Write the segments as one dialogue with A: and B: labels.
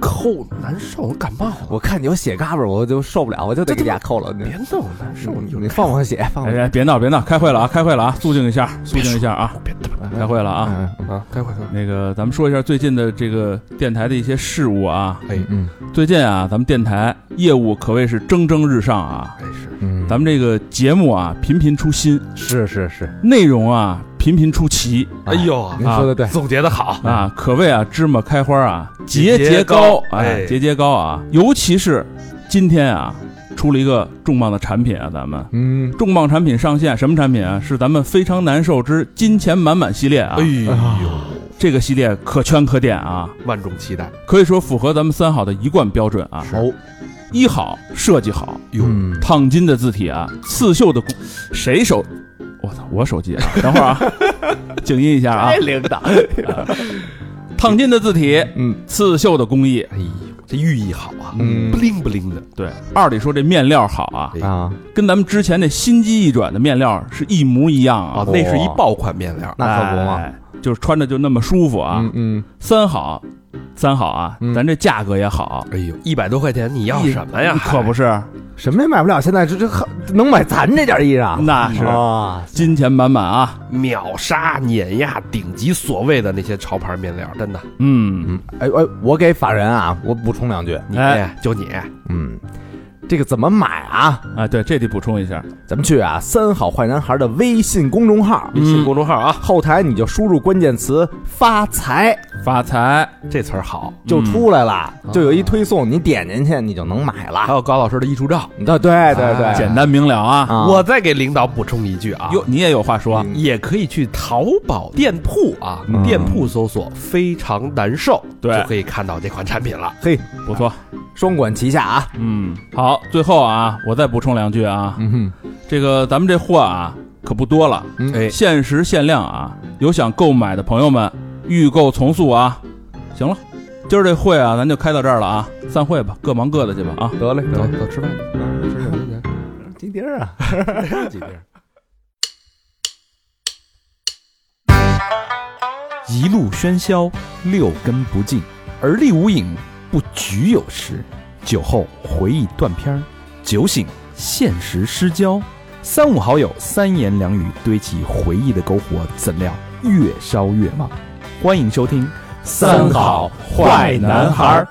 A: 抠难受，我干嘛？
B: 我看你有血嘎巴，我就受不了，我就得给牙抠了。你
A: 别弄难受，你就
B: 你放放血，放
C: 哎
B: 放血
C: 哎，别闹别闹，开会了啊，开会了啊，肃静一下，肃静一下啊，
A: 别他妈
C: 开会了啊。
B: 嗯
A: 啊！开会开会，
C: 那个，咱们说一下最近的这个电台的一些事务啊。
A: 哎
B: 嗯
C: 最近啊，咱们电台业务可谓是蒸蒸日上啊，
A: 哎是
B: 嗯，
C: 咱们这个节目啊频频出新，
B: 是是是，
C: 内容啊频频出奇
A: 哎呦，
B: 您说的对，
A: 总结的好，
C: 啊，可谓啊芝麻开花啊，节
A: 节
C: 节
A: 高
C: 高哎，
A: 哎
C: 节节高啊。尤其是今天啊，出了一个重磅的产品啊，咱们
B: 嗯
C: 重磅产品上线，什么产品啊？是咱们非常难受之金钱满满系列啊
A: 哎，呦，
C: 这个系列可圈可点啊。
A: 万众期待，
C: 可以说符合咱们三好的一贯标准啊。
A: 哦
C: 一好设计好，
A: 哟，
B: 嗯
C: 烫金的字体啊，刺绣的工，谁手？我操，我手机啊！ 等会儿啊，静音一下啊
B: 哎。领导，
C: 烫金的字体，
B: 嗯
C: 刺绣的工艺，
A: 哎呦，这寓意好啊，
B: 嗯
A: 不灵不灵的，
C: 对。二里说这面料好啊，
A: 哎
B: 啊，
C: 跟咱们之前那心机一转的面料是一模一样
A: 啊
C: 啊，，
A: 那是一爆款面料，
B: 那可不嘛，
C: 哎就是穿着就那么舒服啊。
B: 嗯嗯，
C: 三好，三好啊，
B: 嗯
C: 咱这价格也好，
A: 哎呦，一百多块钱你要什么呀？
C: 可不
A: 是，
C: 是，
B: 什么也买不了，现在这这能买咱这件衣裳？
C: 那是
B: 啊，
C: 金钱满满啊。
A: 秒杀碾压顶级所谓的那些潮牌面料，真的，
C: 嗯，
B: 哎哎，我给法人啊，我补充两句，
A: 你
C: 哎
A: 就你，
B: 嗯，这个怎么买啊？
C: 啊，对，这得补充一下。
B: 咱们去啊，三好坏男孩的微信公众号，
A: 微
C: 嗯
A: 信公众号啊，
B: 后台你就输入关键词“发财
C: 发财，
A: 这词儿好，”
B: 就出来了，
A: 嗯
B: 就有一推送，你点进去你就能买
A: 还
B: 了。哎
A: 有高老师的艺术
C: 啊
A: 照。
B: 对对对对，
A: 啊
C: 简单明了啊。
B: 啊，
A: 我再给领导补充一句啊，
C: 哟，你也有话说
B: 嗯
A: 也可以去淘宝店铺啊，
B: 嗯
A: 店铺搜索“非常难受”，
C: 对
A: 就可以看到这款产品了。
B: 嘿，
C: 不错。
B: 双管齐下啊。
C: 嗯，好，最后啊，我再补充两句啊。
B: 嗯
C: 这个咱们这货啊，可不多了，
B: 哼，
A: 哎，
C: 限时限量啊。有想购买的朋友们，预购从速啊。行了，今儿这会啊，咱就开到这儿了啊，散会吧，各忙各的去吧啊。
B: 得嘞
A: 走
B: 得嘞，
A: 走吃饭去，吃什么去？
B: 鸡丁儿啊，
A: 吃几碟？
D: 一路喧嚣，六根不净，而立无影，不局有时。酒后回忆断片儿，酒醒现实失焦。三五好友三言两语堆起回忆的篝火，怎料越烧越旺。欢迎收听《
C: 三好坏男孩儿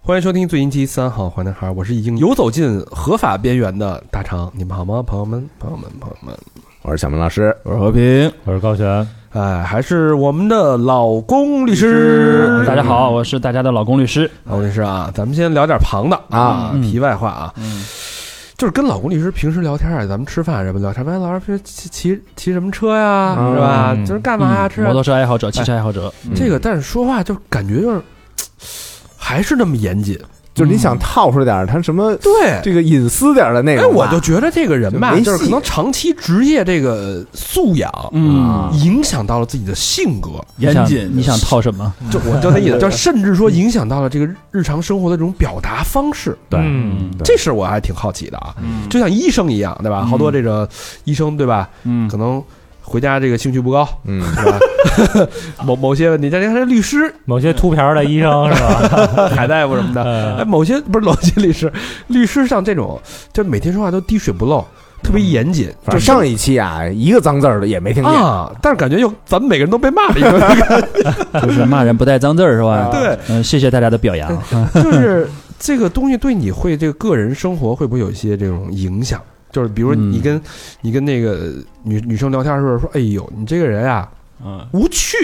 A: 欢迎收听最新期《三好坏男孩》，我是已经游走进合法边缘的大肠，你们好吗，朋友们，朋友们，朋友们？
B: 我是小明老师。
C: 我是和平，
E: 我是高璇，
A: 哎，还是我们的老公律师，哎
E: 大家好，我是大家的老公律师。
A: 老公律师啊，咱们先聊点旁的
B: 啊
C: 嗯
A: 题外话啊，
C: 嗯，
A: 就是跟老公律师平时聊天啊，咱们吃饭什么聊天，哎，老师平时骑骑骑什么车呀，
B: 嗯
A: 是吧？就是干嘛呀？
E: 嗯
A: 吃
E: 摩
A: 啊
E: 托车爱好者、汽车爱好者，
A: 这个，但是说话就感觉就是还是那么严谨。
B: 就是你想套出点儿他什么
A: 对，
B: 这个隐私点儿的啊那
A: 哎，
B: 种
A: 我
B: 吧，
A: 就觉得这个人吧，
B: 就没戏
A: 就是可能长期职业这个素养，
E: 啊
C: 嗯，
A: 影响到了自己的性格，
E: 你
D: 啊
C: 严
E: 想
C: 谨，
E: 你想套什
B: 嗯
E: 么？
A: 就我就那意思，就甚至说影响到了这个日常生活的这种表达方式。
B: 对
C: 嗯
B: 对
A: 这事儿我还挺好奇的啊，
C: 嗯
A: 就像医生一样，对吧？
C: 嗯
A: 好多这个医生，对吧？
C: 嗯
A: 可能回家这个兴趣不高，
B: 嗯，
A: 是吧？某某些问题，再加上律师、
E: 某些秃瓢的医生是吧？
A: 海大夫什么
B: 嗯
A: 的，
E: 呃
A: 哎，某些不是某些律师，律师像这种，就每天说话都滴水不漏，特别严谨，
B: 反
A: 就
B: 正上一期啊，一个脏字儿的也没听见。
A: 啊，但是感觉又咱们每个人都被骂了一 顿，
E: 就是骂人不带脏字儿是吧？
A: 对，
E: 嗯，谢谢大家的表扬。
A: 就是这个东西对你会这个个人生活会不会有一些这种影响？就是比如说
B: 嗯
A: 你跟、你跟那个女女生聊天的时候说，哎呦，你这个人啊
C: 嗯
A: 无趣，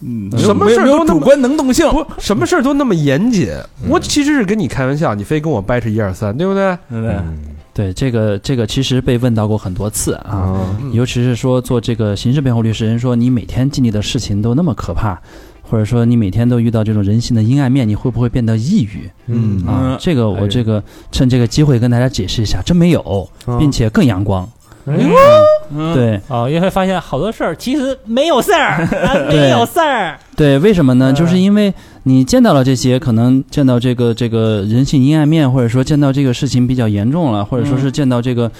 C: 嗯，
A: 什么
C: 没有
A: 事儿
C: 没
A: 都
C: 有
A: 那么
C: 主观能动性，
A: 不什么事儿都那么严谨，
B: 嗯
A: 我其实是跟你开玩笑，你非跟我掰扯一二三，对不 对？
C: 对不对？
B: 嗯
E: 对，这个这个其实被问到过很多次啊，
B: 啊，
A: 嗯
E: 尤其是说做这个刑事辩护律师，人说你每天经历的事情都那么可怕。或者说你每天都遇到这种人性的阴暗面，你会不会变得抑郁
B: 嗯
E: 啊
C: 嗯？
E: 这
F: 哎
E: 个我这个趁这个机会跟大家解释一下，真没有，
F: 嗯
E: 并且更阳光。
C: 嗯，
E: 对，
F: 哎哦，因为发现好多事儿其实没有事儿， 啊没有事儿，
E: 对，为什么呢？
F: 嗯
E: 就是因为你见到了这些，可能见到这个这个人性阴暗面，或者说见到这个事情比较严
F: 嗯
E: 重了，或者说是见到这个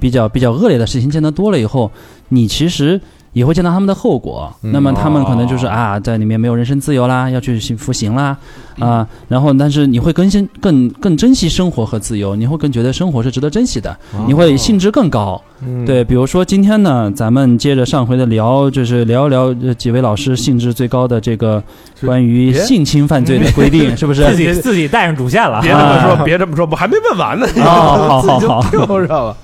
E: 比较比较恶劣的事情见得多了以后，你其实也会见到他们的后果。
B: 嗯
E: 那么他们可能就是啊，在里面没有人身自由啦，要去行服刑啦，啊，然后但是你会更新更更珍惜生活和自由，你会更觉得生活是值得珍惜的，你会兴致更高。
B: 嗯
E: 对，比如说今天呢，咱们接着上回的聊，就是聊一聊呃几位老师兴致最高的这个
A: 是
E: 关于
A: 别
E: 性侵犯罪的规定，是不是？
G: 自己自己带上主线了，
A: 别这么说，别这么说，我还没问完呢，
E: 哦，好好
A: 自己
E: 好，
A: 就跳上了。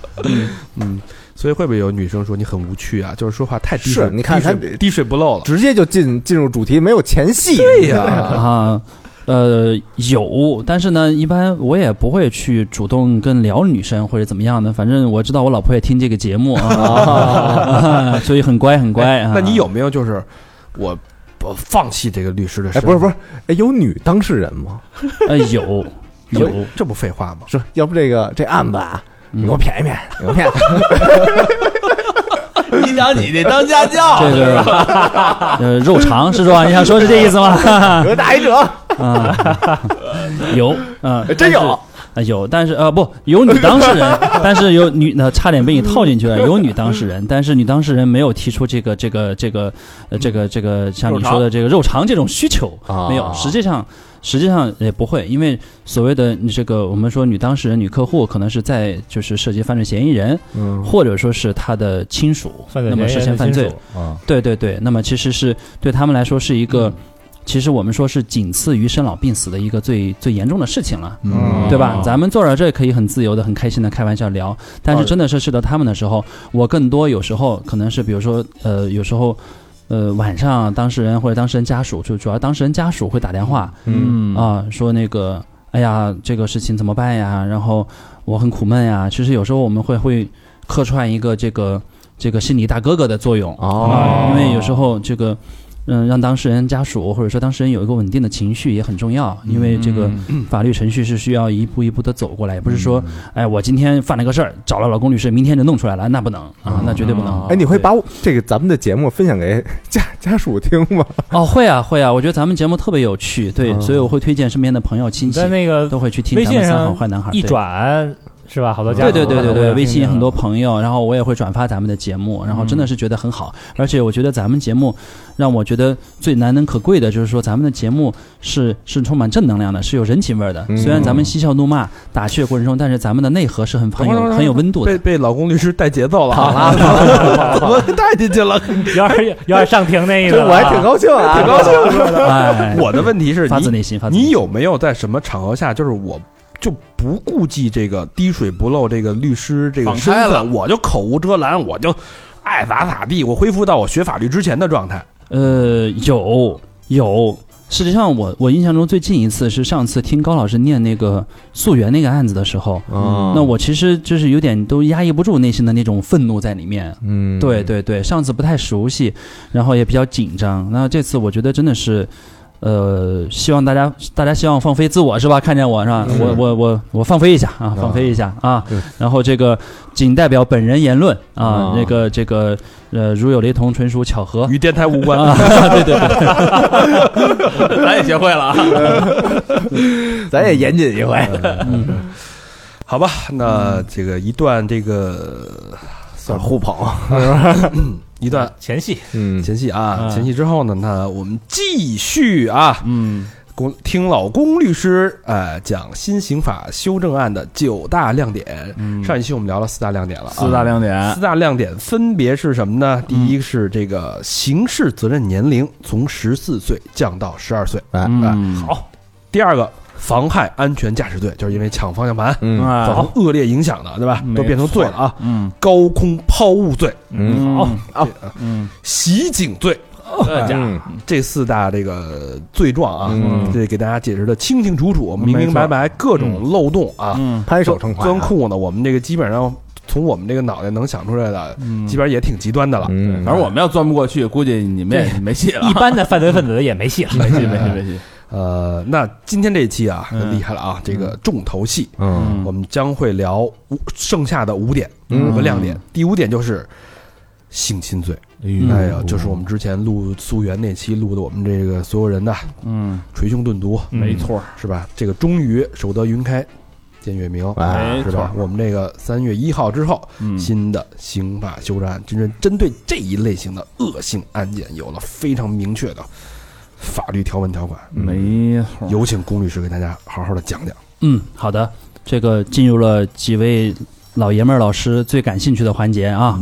A: 嗯，所以会不会有女生说你很无趣啊？就是说话太滴水，
B: 是你看
A: 滴水
B: 他
A: 滴水不漏了。
B: 直接就进进入主题，没有前戏。
A: 对呀，
E: 啊，呃，有，但是呢，一般我也不会去主动跟聊女生或者怎么样的，反正我知道我老婆也听这个节目啊， 所以很乖很乖啊。
A: 哎那你有没有就是我我放弃这个律师的？
B: 哎，不是不
A: 是，
B: 是，哎，有女当事人吗？
E: 呃有有
A: 这不，这不废话吗？
B: 说，要不这个这案子啊，你
E: 嗯
B: 给我便宜便宜，给我 便宜。
H: 你想你这当家教
E: 这个呃肉肠是吧？你想说是这意思吗？
B: 有打一折，
E: 啊，有，嗯、
B: 哎真有
E: 但是。啊有，但是呃不有女当事 人，但是有女那、差点被你套进去了，有女当事 人，但是女当事人没有提出这个这个这个呃这个这个像你说的这个肉偿这种需求，
B: 啊
E: 没有，实际上实际上也不会，因为所谓的这个我们说女当事人、女客户，可能是在就是涉及犯罪嫌疑人，
B: 嗯
E: 或者说是他的亲属，
G: 犯罪
E: 那么涉
G: 嫌疑
E: 嫌
G: 人的
E: 犯
G: 亲
E: 罪
G: 属，
B: 啊，
E: 对对对，那么其实是对他们来说是一
G: 嗯
E: 个，其实我们说是仅次于生老病死的一个最最严重的事情了。
B: 嗯
E: 对吧？咱们坐在这儿可以很自由的、很开心的开玩笑聊，但是真的是涉及到他们的时候，我更多有时候可能是，比如说，呃，有时候，呃，晚上当事人或者当事人家属，就主要当事人家属会打电话，
D: 嗯
E: 啊，说那个，哎呀，这个事情怎么办呀？然后我很苦闷呀。其实有时候我们会会客串一个这个这个心理大哥哥的作用
B: 哦
E: 啊因为有时候这个。嗯，让当事人家属或者说当事人有一个稳定的情绪也很重要，
G: 嗯
E: 因为这个法律程序是需要一步一步的走过来，也不是说，
G: 嗯
E: 哎，我今天犯了个事儿，找了老公律师，明天就弄出来了，那不能啊，那绝对不 能。
B: 哎，你会把我这个咱们的节目分享给家家属听吗？
E: 哦，会啊会啊，我觉得咱们节目特别有趣，对，
B: 嗯
E: 所以我会推荐身边的朋友亲
G: 你
E: 戚
G: 在那个
E: 都会去听
G: 微
E: 咱们
G: 信
E: 三
G: 上
E: 好坏男孩
G: 一
E: 对
G: 转是吧？好多家
E: 对
G: 长
E: 对对对对，
G: 都会
E: 微信
G: 听
E: 很多朋友，然后我也会转发咱们的节目，然后真的是觉得很好，而且我觉得咱们节目让我觉得最难能可贵的就是说咱们的节目是是充满正能量的，是有人情味儿的。
B: 嗯
E: 虽然咱们嬉笑怒骂、打趣的过程中，但是咱们的内核是很很
A: 等会
E: 有
A: 儿
E: 很有温度的
A: 被。被老公律师带节奏了，啊好了，怎么带进去 了？
G: 有点有点上庭那意思
B: 这
G: 了啊，
B: 我还挺高兴啊，挺高兴。
E: 哎，
A: 我的问题是
E: 发自
A: 你
E: 内心，发自内
A: 你
E: 心
A: 有没有在什么场合下，就是我就不顾忌这个滴水不漏这个律师这个
H: 放开
A: 身
H: 了
A: 份，我就口无遮拦，我就爱咋咋地，我恢复到我学法律之前的状态。
E: 呃，有有。实际上我，我印象中最近一次是上次听高老师念那个溯源那个案子的时候，
B: 哦
E: 那我其实就是有点都压抑不住内心的那种愤怒在里面。
B: 嗯
E: 对，对对，上次不太熟悉，然后也比较紧张。那这次我觉得真的是，呃，希望大家大家希望放飞自我是吧？看见我是吧？
B: 是
E: 我我我我放飞一下啊，放飞一下啊
B: 对。
E: 然后这个仅代表本人言论啊
B: 啊，
E: 那个这个呃，如有雷同，纯属巧合。
A: 与电台无关。
E: 啊，对对对，
H: 咱也学会了啊。
B: 咱也严谨一回。
E: 嗯，
A: 好吧，那这个一段这个嗯
B: 算互捧，
A: 一段
G: 前戏，
B: 嗯，
A: 前戏啊，
G: 嗯
A: 前戏之后呢，那我们继续啊，
H: 嗯，
A: 公听老公律师呃讲新刑法修正案的九大亮点。上一期我们聊了四大亮点了啊，
H: 嗯四大亮点，嗯
A: 四大亮点分别是什么呢？第一是这个刑事责任年龄从十四岁降到十二岁，
H: 嗯，好，
A: 第二个妨害安全驾驶罪，就是因为抢方向盘
B: 嗯
A: 造
H: 好，
A: 成恶劣影响的，对吧？
H: 没
A: 都变成罪了啊！
H: 嗯，
A: 高空抛物罪、
B: 嗯，
H: 好，嗯，
A: 袭警罪，
G: 这家伙
A: 这四大这个罪状啊，
B: 嗯
A: 这给大家解释的清清楚楚、明明白白，各种漏洞啊。
H: 嗯，
B: 拍手称快啊，
A: 钻库呢，我们这个基本上从我们这个脑袋能想出来的，
H: 嗯
A: 基本上也挺极端的了。
B: 嗯，
H: 反正我们要钻不过去，估计你们也没戏了
G: 一，般的犯罪分子也没戏了。
H: 没戏，没戏，没戏。
A: 呃，那今天这一期啊，
H: 嗯
A: 厉害了啊！这个重头戏，
B: 嗯
A: 我们将会聊五剩下的五点
B: 嗯
A: 和亮点。第五点就是性侵罪，
H: 嗯
A: 哎呀，就是我们之前录溯源那期录的，我们这个所有人呐，
H: 嗯，
A: 捶胸顿足，
G: 没
A: 错，是吧？这个终于守得云开，见月明，
B: 哎
A: 是吧？我们这个三月一号之后，
D: 嗯
A: 新的刑法修正案，就是针对这一类型的恶性案件有了非常明确的法律条文条款。
D: 没错，
A: 有请龚律师给大家好好的讲讲。
E: 嗯，好的，这个进入了几位老爷们儿老师最感兴趣的环节啊。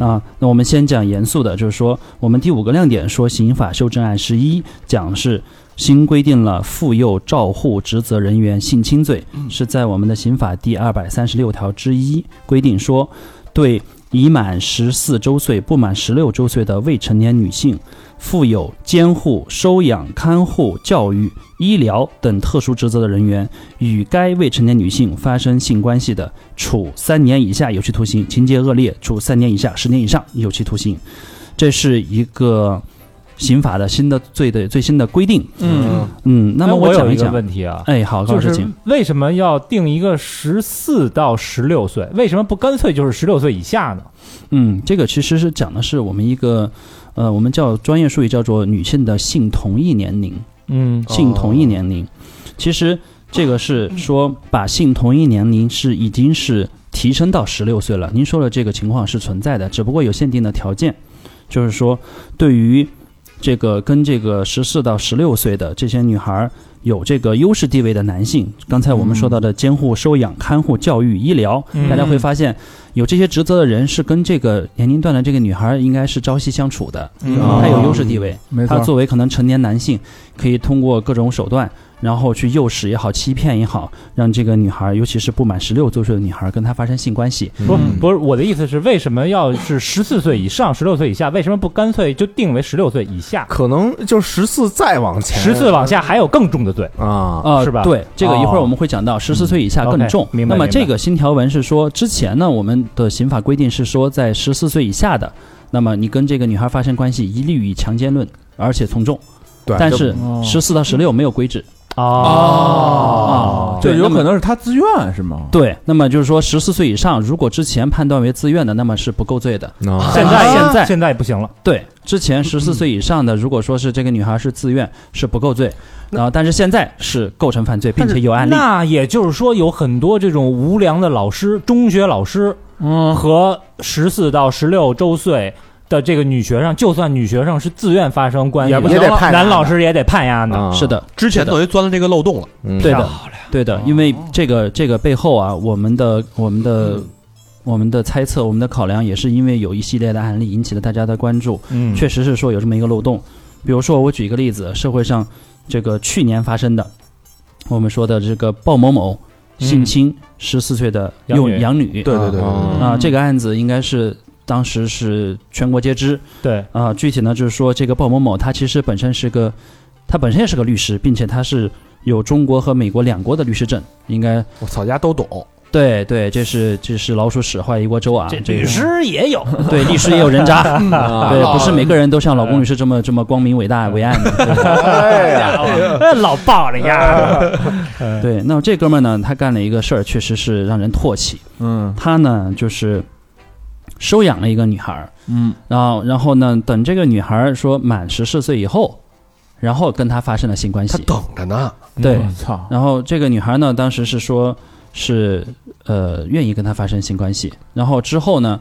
E: 啊，那我们先讲严肃的，就是说我们第五个亮点说刑法修正案十一讲是新规定了妇幼照护职责人员性侵罪，是在我们的刑法第二百三十六条之一规定说，对已满十四周岁不满十六周岁的未成年女性。负有监护、收养、看护、教育、医疗等特殊职责的人员，与该未成年女性发生性关系的，处三年以下有期徒刑；情节恶劣，处三年以下十年以上有期徒刑。这是一个刑法的新的罪的最新的规定。
A: 嗯，
E: 嗯，那么
G: 我
E: 讲
G: 有
E: 一
G: 一个
E: 讲。
G: 问题啊，
E: 哎，好，高
G: 就
E: 老师，
G: 是
E: 请。
G: 为什么要定一个十四到十六岁？为什么不干脆就是十六岁以下呢？
E: 嗯，这个其实是讲的是我们一个，呃，我们叫专业术语叫做女性的性同意年龄。
G: 嗯
E: 性同一年龄。其实这个是说把性同一年龄是已经是提升到十六岁了。您说的这个情况是存在的，只不过有限定的条件，就是说对于这个跟这个十四到十六岁的这些女孩儿有这个优势地位的男性，刚才我们说到的监护、收养、看护、教育、医疗，
G: 嗯
E: 大家会发现有这些职责的人是跟这个年龄段的这个女孩儿应该是朝夕相处的，
G: 嗯
E: 她有优势地位。
D: 没
E: 他
D: 错，
E: 作为可能成年男性，可以通过各种手段，然后去诱使也好，欺骗也好，让这个女孩，尤其是不满十六周岁的女孩，跟他发生性关系。
G: 不不是我的意思是，为什么要是十四岁以上、十六岁以下？为什么不干脆就定为十六岁以下？
B: 可能就十四再往前，
G: 十四往下还有更重的罪。
B: 啊，
E: 啊，
G: 是吧
E: 对，这个一会儿
G: 哦
E: 我们会讲到，十四岁以下更
G: OK，
E: 重。
G: 明白
E: 那么
G: 明白
E: 这个新条文是说，之前呢，我们的刑法规定是说，在十四岁以下的，那么你跟这个女孩发生关系，一律以强奸论，而且从重。
B: 对
E: 但是
D: 哦
E: 十四到十六没有规制。
G: 哦
E: 哦
D: 就
E: 对
D: 有
E: 那么
D: 可能是他自愿是吗？
E: 对，那么就是说，十四岁以上，如果之前判断为自愿的，那么是不构罪的。
B: 啊
G: 现在
E: 现在
G: 现在不行了。
E: 对，之前十四岁以上的，如果说是这个女孩是自愿，是不构罪。然后，但是现在是构成犯罪，并且有案例。
G: 那也就是说，有很多这种无良的老师，中学老师
D: 嗯，
G: 和十四到十六周岁的这个女学生，就算女学生是自愿发生关系，
B: 也得判
G: 男老师也得判压呢。
B: 啊
E: 是，的，
A: 之前等于钻了这个漏洞了，
B: 嗯
E: 对的，对的，因为这个这个背后啊，我们的我们的我们的猜测，我们的考量，也是因为有一系列的案例引起了大家的关注。
G: 嗯
E: 确实是说有这么一个漏洞。比如说，我举一个例子，社会上这个去年发生的，我们说的这个鲍某某性侵十四岁的
G: 养
E: 幼
G: 女
E: 养女，
A: 对对对对对
B: 啊
E: 啊，这个案子应该是当时是全国皆知
G: 对，
E: 啊。具体呢，就是说这个鲍某某他其实本身是个，他本身也是个律师，并且他是有中国和美国两国的律师证，应该
A: 我操，家都懂，
E: 对对，这是这是老鼠屎坏一锅粥啊。这
G: 律
E: 个
G: 师也 有，
E: 对律师也有人渣，啊
D: 啊
E: 对，不是每个人都像老
G: 嗯
E: 龚律师这么这么光明伟大伟岸的。
B: 哎呀，
G: 老啊爆了
B: 嗯
G: 呀！
E: 对，那么这哥们儿呢，他干了一个事儿，确实是让人唾弃。
D: 嗯
E: 他呢，就是收养了一个女孩儿，
D: 嗯，
E: 然后然后呢，等这个女孩儿说满十四岁以后，然后跟他发生了性关
A: 他
E: 系。
A: 等着呢。
G: 嗯
E: 对，
D: 我操，
E: 然后这个女孩呢，当时是说是呃愿意跟他发生性关系，然后之后呢，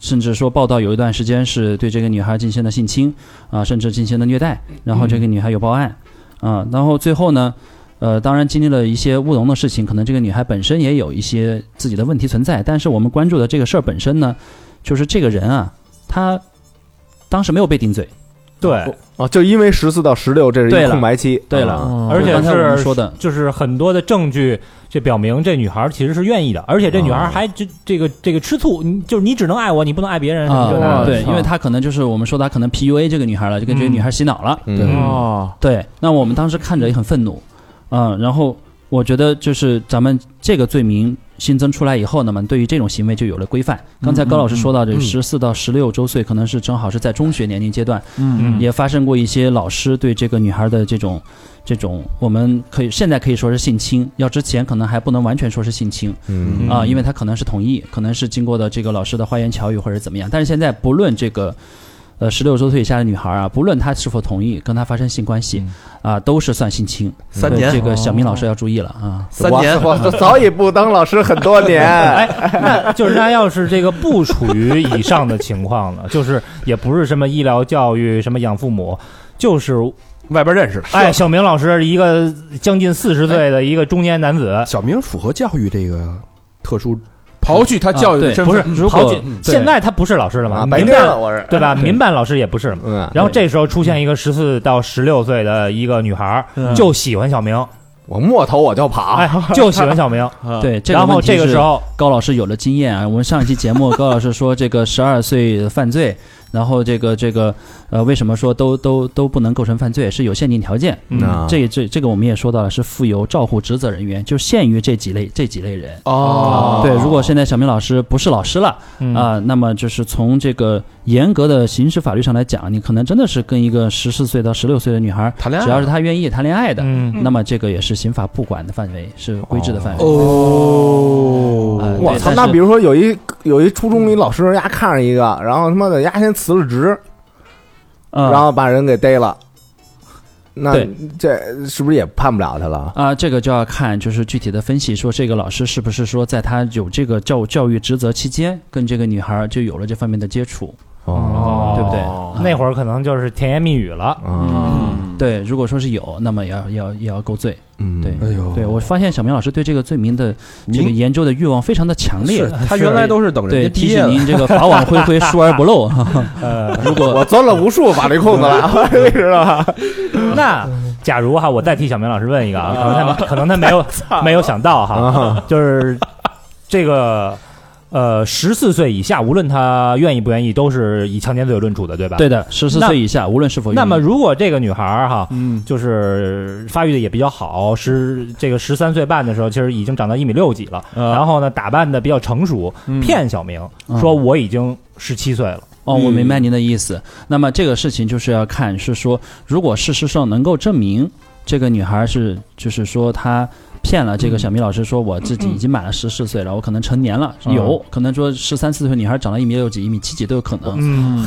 E: 甚至说报道有一段时间是对这个女孩进行了性侵啊、甚至进行了虐待，然后这个女孩有报案啊、然后最后呢。呃，当然经历了一些乌龙的事情，可能这个女孩本身也有一些自己的问题存在，但是我们关注的这个事儿本身呢，就是这个人啊，他当时没有被定罪，
G: 对，
B: 哦，就因为十四到十六这是
E: 对
B: 一
E: 了
B: 空白期，
E: 对了
B: 啊
G: 嗯而且
E: 刚才我们
G: 是
E: 说的，嗯
G: 就是很多的证据，这表明这女孩其实是愿意的，而且这女孩
B: 啊
G: 还这这个这个吃醋，你就是你只能爱我，你不能爱别人什
B: 嗯
G: 么这那
E: 啊，
G: 的。
E: 对，
D: 操
E: 因为他可能就是我们说他可能 PUA 这个女孩了，就跟这个女孩洗脑了。
B: 嗯
A: 对
D: 哦，
E: 对，那我们当时看着也很愤怒，嗯，然后我觉得就是咱们这个罪名新增出来以后，那么对于这种行为就有了规范。刚才高老师说到，这十四到十六周岁可能是正好是在中学年龄阶段，
D: 嗯
E: 也发生过一些老师对这个女孩的这种这种，我们可以现在可以说是性侵，要之前可能还不能完全说是性侵。
B: 嗯
E: 啊、因为他可能是同意，可能是经过的这个老师的花言巧语或者怎么样。但是现在不论这个，呃十六周岁以下的女孩啊，不论她是否同意跟她发生性关系
G: 嗯
E: 啊，都是算性侵。
A: 三
E: 对
A: 年
E: 这个小明老师要注意了
G: 哦
E: 啊。
A: 三年，
B: 我 我早已不当老师很多年。
G: 就是他要是这个不处于以上的情况呢，就是也不是什么医疗教育、什么养父母，就是
A: 外边认识的。
G: 哎，小明老师一个将近四十岁的一个中年男子，
A: 小明符合教育这这个特殊，
H: 刨去他教育的
E: 啊对
H: 身
G: 不
H: 份，
G: 是
E: 如
G: 好
E: 果
G: 几现在他不是老师了嘛？
B: 啊，白
G: 民
B: 练
G: 办
B: 了，我是。
G: 对吧？民办老师也不是嘛。
B: 嗯，
G: 然后这时候出现一个十四到十六岁的一个女孩儿，
E: 嗯
G: 就喜欢小明，
B: 我摸头我就跑。
G: 哎，就喜欢小明。
H: 啊，
E: 对，这个
G: 呃然后
E: 问题
G: 这个
E: 是
G: 时候，
E: 高老师有了经验啊。我们上一期 节目，高老师说这个十二岁犯罪，然后这个这个呃，为什么说都都都不能构成犯罪？是有限定条件。
G: 嗯
B: 啊
E: 这这这个我们也说到了，是附有照护职责人员，就限于这几类这几类人。
A: 哦
E: 对，如果现在小明老师不是老师了啊、
G: 嗯
E: 那么就是从这个严格的刑事法律上来讲，你可能真的是跟一个十四岁到十六岁的女孩，
A: 谈恋爱
E: 只要是她愿意谈恋爱的，
G: 嗯，
E: 那么这个也是刑法不管的范围，是规制的范围。
A: 哦
E: 呃
B: 我
E: 对
B: 操！
E: 但
B: 那
E: 是
B: 比如说有一有一初中里老师，丫看上一个，然后他妈的丫先辞了职，
E: 嗯
B: 然后把人给逮了，那
E: 对
B: 这是不是也判不了他了？
E: 啊、这个就要看就是具体的分析，说这个老师是不是说在他有这个教教育职责期间，跟这个女孩就有了这方面的接触，
B: 哦
E: 对不对？
G: 那会儿可能就是甜言蜜语了。
B: 啊，
E: 嗯，对，如果说是有，那么也要要也要够罪。
B: 嗯
E: 对
A: 哎呦，
E: 对我发现小明老师对这个罪名的这个
A: 您
E: 研究的欲望非常的强烈
A: 是。他原来都是等人
E: 对，
A: 家
E: 提
A: 毕
E: 醒
A: 业了，
E: 您这个法网恢恢，疏而不漏。哈哈
G: 呃，
E: 如
B: 我
E: 果
B: 钻了无数法律空子了，你知道吧？
G: 那假如哈，我再替小明老师问一个啊，可能他可能他没有没有想到
E: 啊
G: 哈，就是这个呃，十四岁以下，无论他愿意不愿意，都是以强奸罪论处的，对吧？
E: 对。的，十四
G: 那
E: 岁以下，无论是否愿意
G: 那么如果这个女孩儿哈，
H: 嗯，
G: 就是发育的也比较好，十这个十三岁半的时候，其实已经长到一米六几了，然后呢，打扮的比较成熟，骗小明
E: 啊嗯
G: 说我已经十七岁了。
E: 哦，我
H: 嗯
E: 明白您的意思。那么这个事情就是要看是说，如果事实上能够证明这个女孩是，就是说她骗了这
A: 嗯
E: 个小明老师，说我自己已经满了十四岁了，我可能成年了，
H: 嗯
E: 有可能说十三四岁女孩长到一米六几、一米七几都有可能。
G: 嗯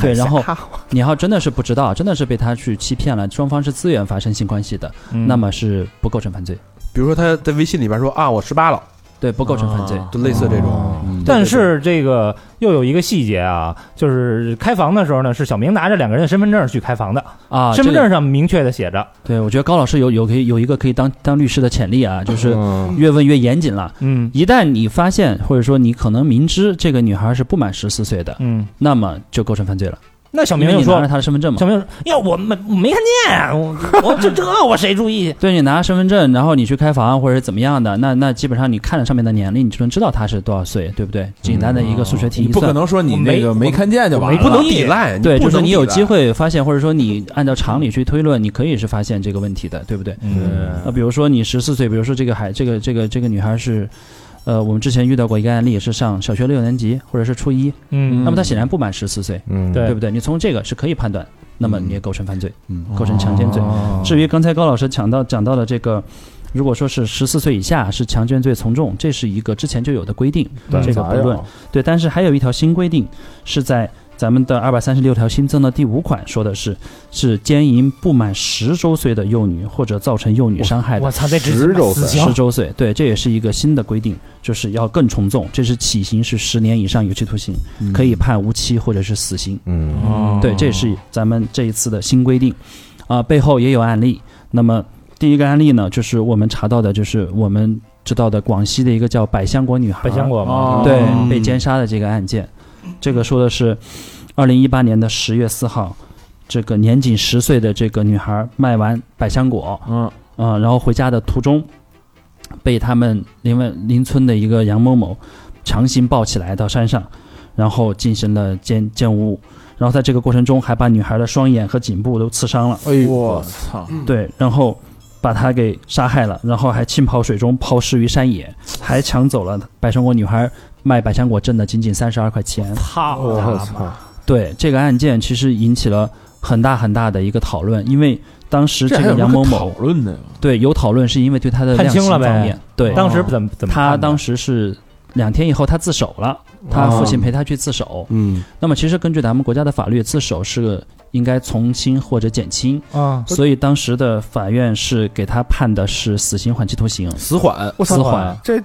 E: 对，然后你要真的是不知道，真的是被他去欺骗了，双方是自愿发生性关系的，
G: 嗯
A: 嗯
E: 那么是不构成犯罪。
A: 比如说他在微信里边说啊，我十八了，
E: 对，不构成犯罪。
A: 就类似这种。
G: 但是这个又有一个细节啊，就是开房的时候呢，是小明拿着两个人的身份证去开房的，
E: 啊，
G: 身份
E: 这个
G: 证上明确的写着，
E: 对，我觉得高老师有有可以有一个可以当当律师的潜力啊，就是
B: 嗯
E: 越问越严谨了。
G: 嗯
E: 一旦你发现或者说你可能明知这个女孩是不满十四岁的，
G: 嗯。
E: 那么就构成犯罪了。
G: 那小
E: 因
G: 明
E: 为
G: 就
E: 你拿着
G: 说，
E: 她的身份证嘛
G: 小，明说，呀，我没我没看见啊，我我这这我谁注意？
E: 对你拿着身份证，然后你去开房或者是怎么样的，那那基本上你看了上面的年龄，你就能知道她是多少岁，对不对？简单的一个数学题
D: 你
E: 一
D: 不可
E: 算。
D: 能说你
G: 我
D: 那
G: 没
D: 个没看见就完
A: 你
D: 了，
A: 不能抵赖，
E: 对，
A: 不
E: 就是
A: 能
E: 你有机
A: 抵赖。
E: 会发现，或者说你按照常理去推论，你可以是发现这个问题的，对不对？
G: 嗯
E: 呃那比如说你十四岁，比如说这个孩，这个这个这个女孩是，呃，我们之前遇到过一个案例，是上小学六年级或者是初一，
G: 嗯
E: 那么她显然不满十四岁，
B: 嗯，
G: 对
E: 对不对？你从这个是可以判断，那么你也构成犯罪，
D: 嗯
G: 哦
E: 构成强奸罪。至于刚才高老师讲到讲到的这个，如果说是十四岁以下是强奸罪从重，这是一个之前就有的规定，
G: 对
E: 这个不论。对，但是还有一条新规定是在咱们的二百三十六条新增的第五款，说的是是奸淫不满十周岁的幼女或者造成幼女伤害的
G: 我。操，这直
B: 十周岁
G: 死刑
E: 十周岁，对，这也是一个新的规定，就是要更从重，这是起刑是十年以上有期徒刑，可以判无期或者是死刑。
B: 嗯，
H: 哦
E: 对，这是咱们这一次的新规定，啊、背后也有案例。那么第一个案例呢，就是我们查到的，就是我们知道的广西的一个叫百香果女孩，
G: 被见过
C: 哦
D: 哦
G: 吗？
E: 对、被奸杀的这个案件，这个说的是二零一八年的十月四号，这个年仅十岁的这个女孩卖完百香果，
H: 嗯
E: 啊、然后回家的途中，被他们邻外邻村的一个杨某某强行抱起来到山上，然后进行了奸奸污，然后在这个过程中还把女孩的双眼和颈部都刺伤了，
D: 哎呦
A: 我
D: 操！
E: 对，然后把她给杀害了，然后还浸泡水中抛尸于山野，还抢走了百香果女孩卖百香果挣的仅仅三十二块钱。
G: 操
B: 我
G: 他妈！
B: 操，
E: 对这个案件，其实引起了很大很大的一个讨论，因为当时
D: 这还
E: 这个
D: 有什
E: 杨
D: 么
E: 某
D: 可
E: 某
D: 讨论的呀？
E: 对有讨论，是因为对她的
G: 判
E: 量
G: 轻
E: 刑
G: 了
E: 方
G: 呗
E: 面，对，
G: 当时怎么怎么判
E: 他
G: 的？
E: 当时是两天以后他自首了，他父
D: 哦
E: 亲陪他去自首。
A: 嗯，
E: 那么其实根据咱们国家的法律，自首是应该从轻或者减轻，
G: 啊，
E: 所以当时的法院是给他判的是死刑缓期徒刑。
D: 死缓，
B: 我
E: 死
B: 操
E: 缓，
B: 这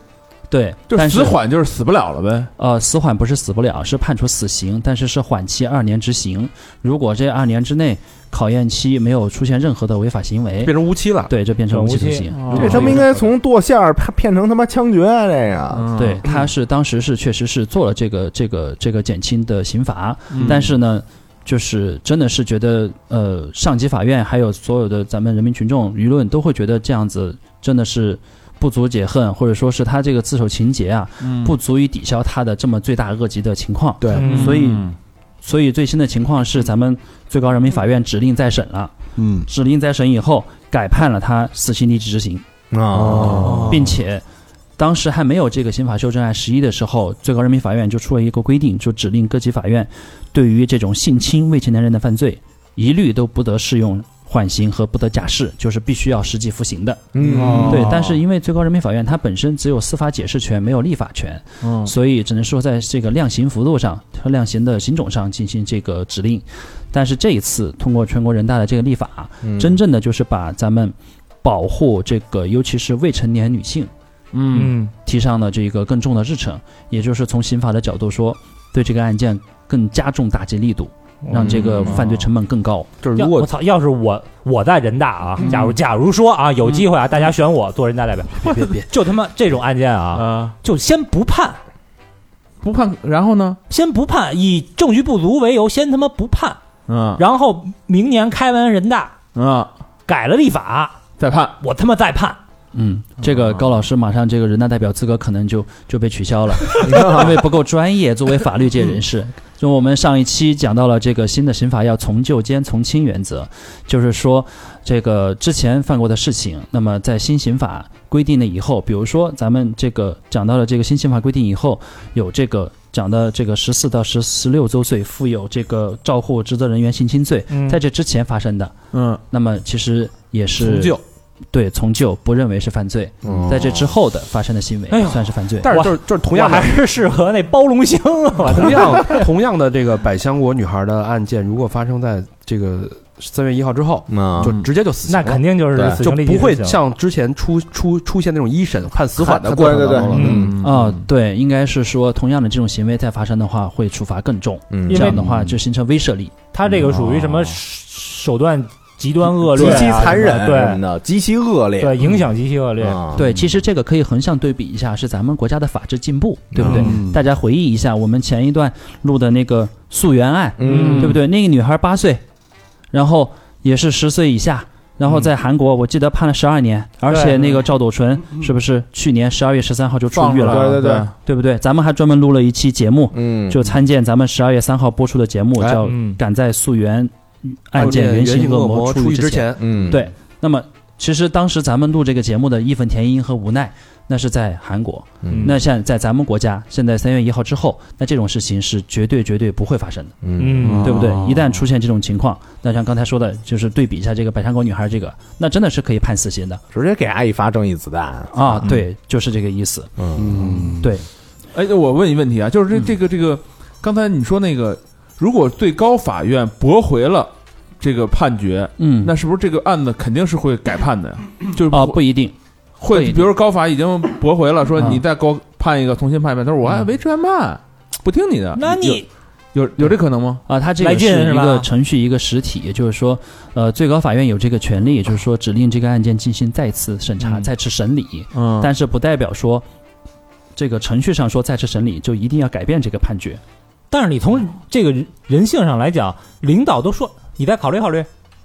E: 对，
D: 就
E: 但
D: 死
E: 是
D: 缓就是死不了了呗。
E: 呃，死缓不是死不了，是判处死刑，但是是缓期二年执行。如果这二年之内考验期没有出现任何的违法行为，
A: 变成无期了。
E: 对，就变成
G: 无
E: 无期徒
G: 期
E: 刑。
G: 哦
E: 如
B: 这
E: 果
B: 他
E: 没
B: 们
E: 有
B: 应该从剁馅儿啪骗成他妈枪决啊！这个，
G: 嗯
D: 嗯
E: 对，他是当时是确实是做了这个这个这个减轻的刑罚，但是呢，就是真的是觉得呃，上级法院还有所有的咱们人民群众舆论都会觉得这样子真的是不足解恨，或者说是他这个自首情节啊，不足以抵消他的这么罪大恶极的情况。
A: 对
G: 嗯
E: 所以所以最新的情况是，咱们最高人民法院指令再审了，
A: 嗯，
E: 指令再审以后改判了他死刑立即执行。
B: 哦，
E: 并且当时还没有这个刑法修正案十一的时候，最高人民法院就出了一个规定，就指令各级法院对于这种性侵未成年人的犯罪，一律都不得适用缓刑和不得假释，就是必须要实际服刑的。
B: 嗯，
E: 对，但是因为最高人民法院它本身只有司法解释权，没有立法权，所以只能说在这个量刑幅度上和量刑的刑种上进行这个指令。但是这一次通过全国人大的这个立法，真正的就是把咱们保护这个，尤其是未成年女性。
D: 嗯
G: 嗯
E: 提上了这个更重的日程，也就是从刑法的角度说，对这个案件更加重打击力度，让这个犯罪成本更高。
A: 就是
G: 要
A: 如
G: 我
A: 果
G: 操，要是我我在人大啊，假如假如说啊，有机会啊，大家选我做人大代表，
D: 别别别
G: 就他妈这种案件啊，
D: 啊！
G: 就先不判，
D: 不判，然后呢？
G: 先不判，以证据不足为由，先他妈不判，
D: 嗯
G: 然后明年开完人大
D: 啊，
G: 改了立法，
D: 再判。
G: 我他妈再判，
E: 嗯，这个高老师马上这个人大代表资格可能就就被 取消了，因为不够专业。作为法律界人士，就我们上一期讲到了这个新的刑法要从旧兼从轻原则，就是说这个之前犯过的事情，那么在新刑法规定了以后，比如说咱们这个讲到了这个新刑法规定以后，有这个讲的这个十四到十十六周岁负有这个照护职责人员性侵罪，
G: 嗯
E: 在这之前发生的，
D: 嗯，
E: 那么其实也是
D: 从旧。
E: 对从旧不认为是犯罪，
B: 哦
E: 在这之后的发生的行为
G: 哎呦
E: 算是犯罪。
A: 但是
G: 我
A: 就是就是同
G: 我
A: 样
G: 还
A: 的。
G: 是适合那包龙星啊，我操
A: 同样同样的这个百香果女孩的案件，如果发生在这个三月一号之后，
B: 啊
A: 就直接就死刑
G: 那
A: 了，
G: 肯定就是
B: 对
G: 死
A: 就
G: 刑立即
A: 不会
G: 执行
A: 像之前出出出现那种一审判死缓的
B: 对
A: 过程
B: 对
A: 当
B: 对
A: 中了。
D: 嗯
G: 嗯
E: 啊、对，应该是说同样的这种行为再发生的话，会处罚更重。
B: 嗯
E: 这样的话就形成威慑力。
G: 他这个属于什么手段极端恶
B: 极
G: 劣啊、
B: 其残忍嗯
G: 什么
B: 什
G: 的
B: 么的，极其恶劣，
G: 对对，影响极其恶劣。
B: 啊，
E: 对，其实这个可以横向对比一下，是咱们国家的法治进步，
B: 嗯
E: 对不对？大家回忆一下我们前一段录的那个溯源案，
B: 嗯
E: 对不对？那个女孩八岁，然后也是十岁以下。
B: 嗯
E: 然后在韩国，我记得判了十二年，而且那个赵斗淳是不是去年十二月十三号就出
D: 放
E: 狱
D: 出
E: 了，
B: 嗯
D: 来
B: 对
D: 了，
B: 对对
E: 对不对？咱们还专门录了一期节目，
B: 嗯，
E: 就参见咱们十二月三号播出的节目，
A: 哎
E: 叫
G: 嗯
E: 《赶在溯源案件
A: 哦原
E: 原型
A: 恶
E: 恶魔
A: 出
E: 狱
A: 之
E: 之前》。
A: 前，
B: 嗯，
E: 对，那么其实当时咱们录这个节目的义愤填膺和无奈，那是在韩国。
B: 嗯
E: 那现在在咱们国家，现在三月一号之后，那这种事情是绝对绝对不会发生的，
B: 嗯
G: 嗯，
E: 对不对？一旦出现这种情况，那像刚才说的，就是对比一下这个百香果女孩这个，那真的是可以判死刑的
B: 直接给阿姨发正义子弹，
E: 啊！对，就是这个意思。
A: 嗯，
E: 对，
D: 哎，那我问一问题啊，就是这
E: 嗯
D: 这个这个，刚才你说那个，如果最高法院驳回了这个判决，
E: 嗯，
D: 那是不是这个案子肯定是会改判的呀？就是
E: 啊不一定。不一
D: 会，
E: 定
D: 比如说高法已经驳回了，说
E: 啊
D: 你再给我判一个，重新判一遍。他说我还维持原判，不听你的。
G: 那你
D: 有有有这可能吗？
E: 啊，它这个
G: 来劲
E: 是
G: 是
E: 一
G: 吧
E: 个程序，一个实体，也就是说，呃，最高法院有这个权利，就是说指令这个案件进行再次审查、
D: 嗯
E: 再次审理，
D: 嗯，
E: 但是不代表说这个程序上说再次审理就一定要改变这个判决。
G: 但是你从这个人性上来讲，领导都说你再考虑考虑，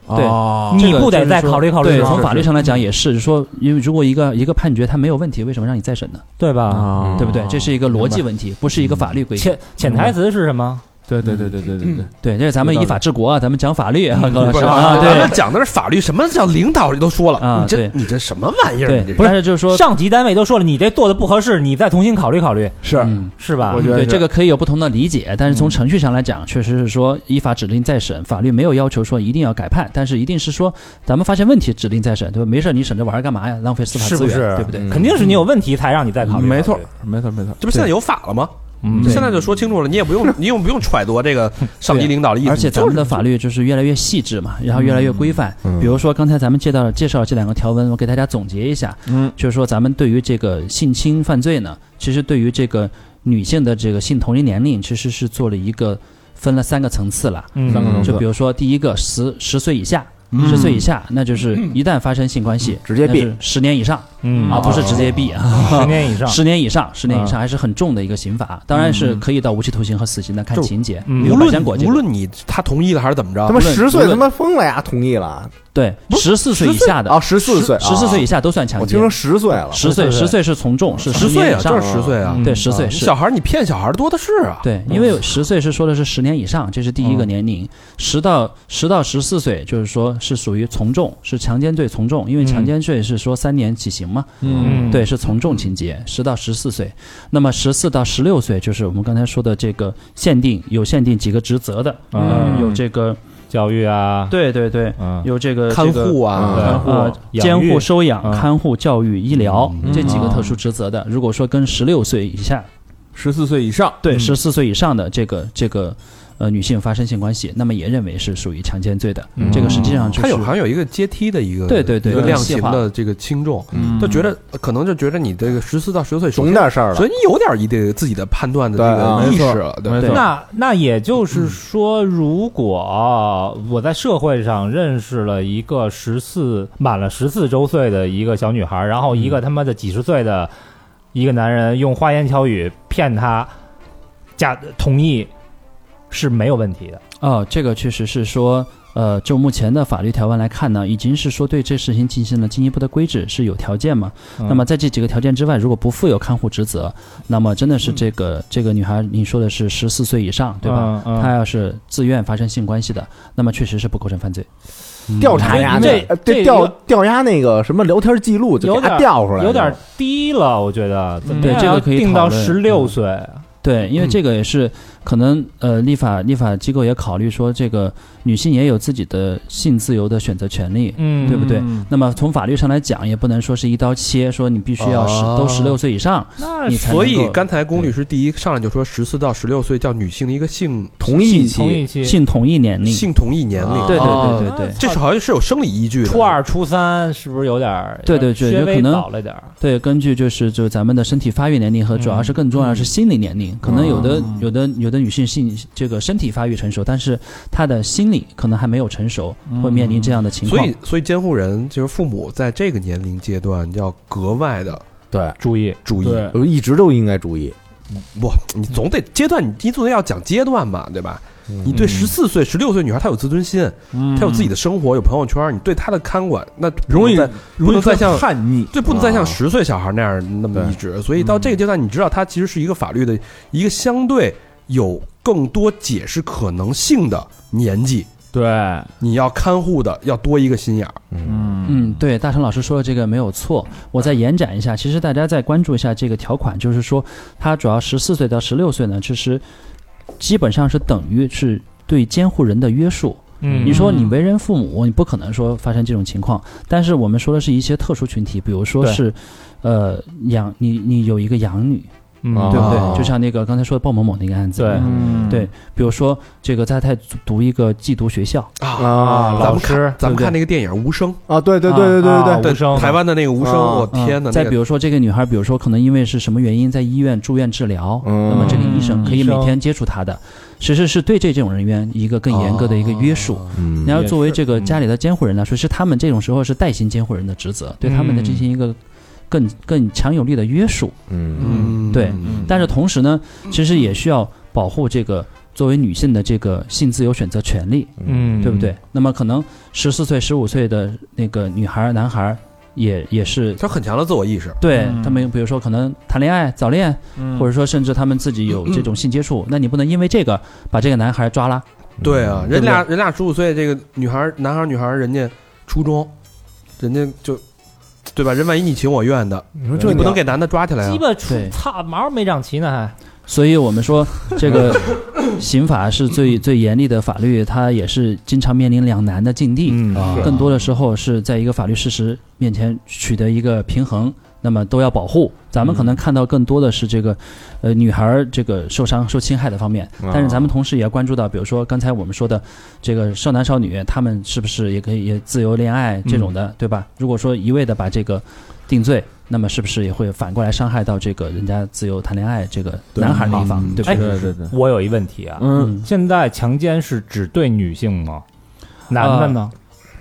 E: 对
D: 哦
G: 你
E: 这个
G: 不得
E: 就是
G: 再
E: 说
G: 考虑考虑
E: 对，
G: 吗
E: 从法律
D: 是
E: 上来讲也是，就是说因为如果一个一个判决它没有问题，为什么让你再审呢？
G: 对吧？
D: 啊
C: 哦
E: 对不对？这是一个逻辑问题，不是一个法律规定。
G: 潜潜台词是什么？
H: 对对对对对对对，
E: 对，这是咱们
H: 有道
E: 依
H: 理
E: 法治国啊，咱们讲法律啊， 高老
A: 不
E: 师
A: 是
E: 啊，
A: 咱们
E: 对
A: 讲的是法律，什么叫领导都说了，
E: 啊
A: 你这
E: 对
A: 你这什么玩意儿？你
E: 对，
A: 这
E: 但是就是说，
G: 上级单位都说了，你这做的不合适，你再重新考虑考虑，
A: 是
E: 嗯
G: 是吧？
B: 我觉得
E: 对
B: 是
E: 这个可以有不同的理解，但是从程序上来讲，确实是说依法指令再审，法律没有要求说一定要改判，但是一定是说咱们发现问题指令再审，对吧？没事儿你审这玩意儿干嘛呀？浪费司法
G: 是
E: 资
G: 不
E: 源，
G: 是？
E: 对不对？
G: 肯定是你有问题才让你再考虑。
H: 没错
G: 考虑，
H: 没错，没错。
A: 这不现在有法了吗？
G: 嗯，
A: 现在就说清楚了，你也不 用，你也不用揣度这个上级领导的意思。
E: 而且咱
A: 就
E: 们
A: 是
E: 的法律就是越来越细致嘛，然后越来越规范。
B: 嗯
E: 比如说刚才咱们介绍介绍这两个条文，我给大家总结一下，
B: 嗯，
E: 就是说咱们对于这个性侵犯罪呢，其实对于这个女性的这个性同龄年龄，其实是做了一个分了三个层次了。
G: 嗯
B: 三个
E: 就比如说第一个十十岁以下，
H: 嗯
E: 十岁以下，那就是一旦发生性关系，
B: 直接毙，
E: 十年以上
G: 嗯
E: 啊，不是直接毙
G: 十
E: 啊。
G: 年以上，
E: 十年以上，十年以上还是很重的一个刑罚，当然是可以到无期徒刑和死刑的，看
A: 就
E: 情节。
G: 嗯
E: 比如
A: 无
E: 百香
A: 论
E: 果这个
A: 无论你他同意了还是怎么着
B: 他，妈十岁
E: 无论
B: 他妈疯了呀，同意了
E: 对，十四岁以下的
B: 啊，十四岁，
E: 十四岁以
B: 下，
E: 下都算强
B: 我
E: 奸
B: 听说。十岁了，
E: 十岁，
G: 14岁
E: 十岁是从重，是
A: 十
E: 10年
A: 岁啊，
E: 以上
A: 就是十岁啊
G: 嗯，
E: 对，十岁
A: 你
E: 是
A: 小。孩儿你骗小孩儿多的是啊。
E: 对，因为十岁是说的是十年以上，这是第一个年龄。十到十到十四岁，就是说是属于从重，是强奸罪从重，因为强奸罪是说三年起刑嘛。
G: 嗯，
E: 对，是从重情节，十到十四岁。那么十四到十六岁，就是我们刚才说的这个限定，有限定几个职责的，
G: 嗯
E: 有这个，
G: 教育啊，
E: 对对对，
G: 嗯，
E: 有这个
A: 看护
B: 这
A: 啊
B: 个，
G: 看
E: 呃
G: 护、
E: 监护、收养、
G: 嗯
E: 看护、教育、医疗、
A: 嗯
E: 这几个特殊职责的，如果说跟十六岁以下，
H: 十四岁以上，
G: 嗯
E: 对十四岁以上的这个这个呃女性发生性关系，那么也认为是属于强奸罪的。
H: 嗯
E: 这个实际上就
A: 他
E: 是
A: 有好像有一个阶梯的一个
E: 对对对
A: 一个量
E: 细
A: 刑
E: 化
A: 的这个轻重，
H: 嗯
A: 就觉得可能就觉得你这个十四到十六岁首
B: 懂
A: 先
B: 点事儿了
A: 所，以你有点一个自己的判断的这
B: 对啊
A: 个意
B: 没
A: 识
B: 错
A: 了，对吧
E: 嗯
H: 没错
G: 那那也就是说，如果我在社会上认识了一个十四满了十四周岁的一个小女孩，然后
E: 嗯
G: 一个他妈的几十岁的一个男人用花言巧语骗她，假同意是没有问题的。
E: 哦，这个确实是说，呃，就目前的法律条文来看呢，已经是说对这事情进行了进一步的规制，是有条件嘛？
G: 嗯
E: 那么在这几个条件之外，如果不负有看护职责，那么真的
G: 嗯
E: 是这个、这个女孩，你说的是十四岁以上，对吧？？
G: 嗯
E: 她要是自愿发生性关系的，那么确实是不构成犯罪。
B: 调查呀，
G: 这
B: 呃
G: 这
B: 这
G: 有
B: 调调压那个什么聊天记录，就
G: 有
B: 给
G: 点
B: 他调出来了，
G: 有点低了，我觉得。怎么
E: 对
G: 样
E: 这个可以
G: 定到
E: 讨论
G: 十六岁。
E: 对，因为
A: 嗯
E: 这个也是可能呃，立法立法机构也考虑说，这个女性也有自己的性自由的选择权利。
G: 嗯
E: 对不对
H: 嗯
E: 那么从法律上来讲，也不能说是一刀切，说你必须要十、
A: 啊
E: 都十六岁以上，
G: 那
E: 你才
A: 所
E: 能
A: 以
E: 够
A: 刚才龚律师第一上来就说十四到十六岁叫女性的一个性
B: 同意
G: 同
B: 期，
G: 一期，
E: 性同意年龄。
A: 性同意年龄，
B: 啊
E: 对对
G: 哦
E: 对对对
A: 这是好像是有生理依据的。
G: 初二、初三是不是有点儿？
E: 对对对
G: 稍微
E: 有可能
G: 早了点儿。
E: 对，根据就是就是咱们的身体发育年龄和主
A: 嗯
E: 要是更重要是心理年龄，可能有的
A: 哦
E: 有的有的女性性这个身体发育成熟，但是她的心理可能还没有成熟，会面临这样的情
A: 所
E: 况。
A: 以，所以监护人就是父母，在这个年龄阶段要格外的
B: 对，
G: 注意，
A: 注意。
H: 对，
B: 我一直都应该注意，
A: 不，你总得阶段，你你总得要讲阶段吧，对吧？你
B: 你
A: 对十四岁、十六岁女孩，她有自尊心，她有自己的生活，有朋友圈，你对她的看管，那
H: 容易
A: 不能再不
H: 容易
A: 能再像
H: 叛逆，
A: 对，不能再像
B: 啊
A: 十岁小孩那样那么
B: 对
A: 一致。所以到这个阶段，你知道，它其实是一个法律的一个相对有更多解释可能性的年纪，
H: 对，
A: 你要看护的要多一个心眼儿。
H: 嗯
E: 嗯，对，大成老师说的这个没有错。我再延展一下，其实大家再关注一下这个条款，就是说，它主要十四岁到十六岁呢，其实基本上是等于是对监护人的约束。
G: 嗯
E: 你说你为人父母，你不可能说发生这种情况，但是我们说的是一些特殊群体，比如说
G: 对
E: 是，呃，养你你有一个养女，
G: 嗯
B: 啊
E: 对不对？
B: 哦
E: 就像那个刚才说的鲍某某那个案子，
G: 对
H: 嗯
E: 对，比如说这个在泰读一个寄读学校，
B: 啊
A: 咱
G: 老
A: 们
G: 师
A: 看，咱们
E: 对不对
A: 看那个电影《无声
B: 啊，对对对对
G: 啊
B: 对
G: 啊
B: 对对，
A: 对
G: 无声
A: 台湾的那个《无声》，
B: 啊
A: 我天哪！
E: 嗯再
A: 那
E: 比
A: 个
E: 如说这个女孩，比如说可能因为是什么原因在医院住院治疗，
B: 嗯
E: 那么这个医生可以每
G: 医
E: 天接触她的，其实是对这种人员一个更严格的一个约
A: 哦
E: 束。你
B: 嗯
E: 要
H: 也
E: 作为
H: 是
E: 这个
H: 嗯
E: 家里的监护人来说，是他们这种时候是代行监护人的职责，对他们的进行一个更更强有力的约束。
B: 嗯
A: 嗯，
E: 对
A: 嗯
E: 但是同时呢，其实也需要保护这个作为女性的这个性自由选择权利，
G: 嗯，
E: 对不对？？那么可能十四岁、十五岁的那个女孩儿、男孩儿，也也是
A: 嗯他很强的自我意识，
E: 对
D: 嗯
E: 他们，比如说可能谈恋爱、早恋，或者说甚至他们自己有这种性接触，那你不能因为这个把这个男孩抓了，
B: 嗯
A: 对啊，人俩人俩十五岁，这个女孩儿男孩儿女孩儿人家初中，人家就对吧？人万一你情我愿的，
B: 你说
A: 你
B: 这
A: 不能给男的抓起来啊
G: 鸡！巴出
E: 对
G: 操毛没长齐呢还。
E: 所以我们说这个刑法是最最严厉的法律，它也是经常面临两难的境地。
B: 嗯
D: 啊
E: 更多的时候是在一个法律事实面前取得一个平衡，那么都要保护。咱们可能看到更多的是这个，呃，女孩儿这个受伤受侵害的方面，但是咱们同时也要关注到，比如说刚才我们说的这个少男少女，他们是不是也可以也自由恋爱这种的，对吧？如果说一味的把这个定罪。那么是不是也会反过来伤害到这个人家自由谈恋爱这个男孩儿那一方，对不嗯
G: 哎
E: 对？
D: 对对对，
G: 我有一问题啊，
E: 嗯，
G: 现在强奸是只对女性吗？男的呢？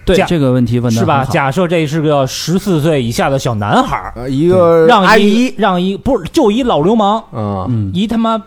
E: 对
G: 假
E: 哎这个问题问的
G: 是吧？假设这是个十四岁以下的小男孩儿，
B: 呃一个
G: 嗯让一
B: 阿姨
G: 让一不是就一老流氓，
B: 啊，
E: 嗯
G: 一他妈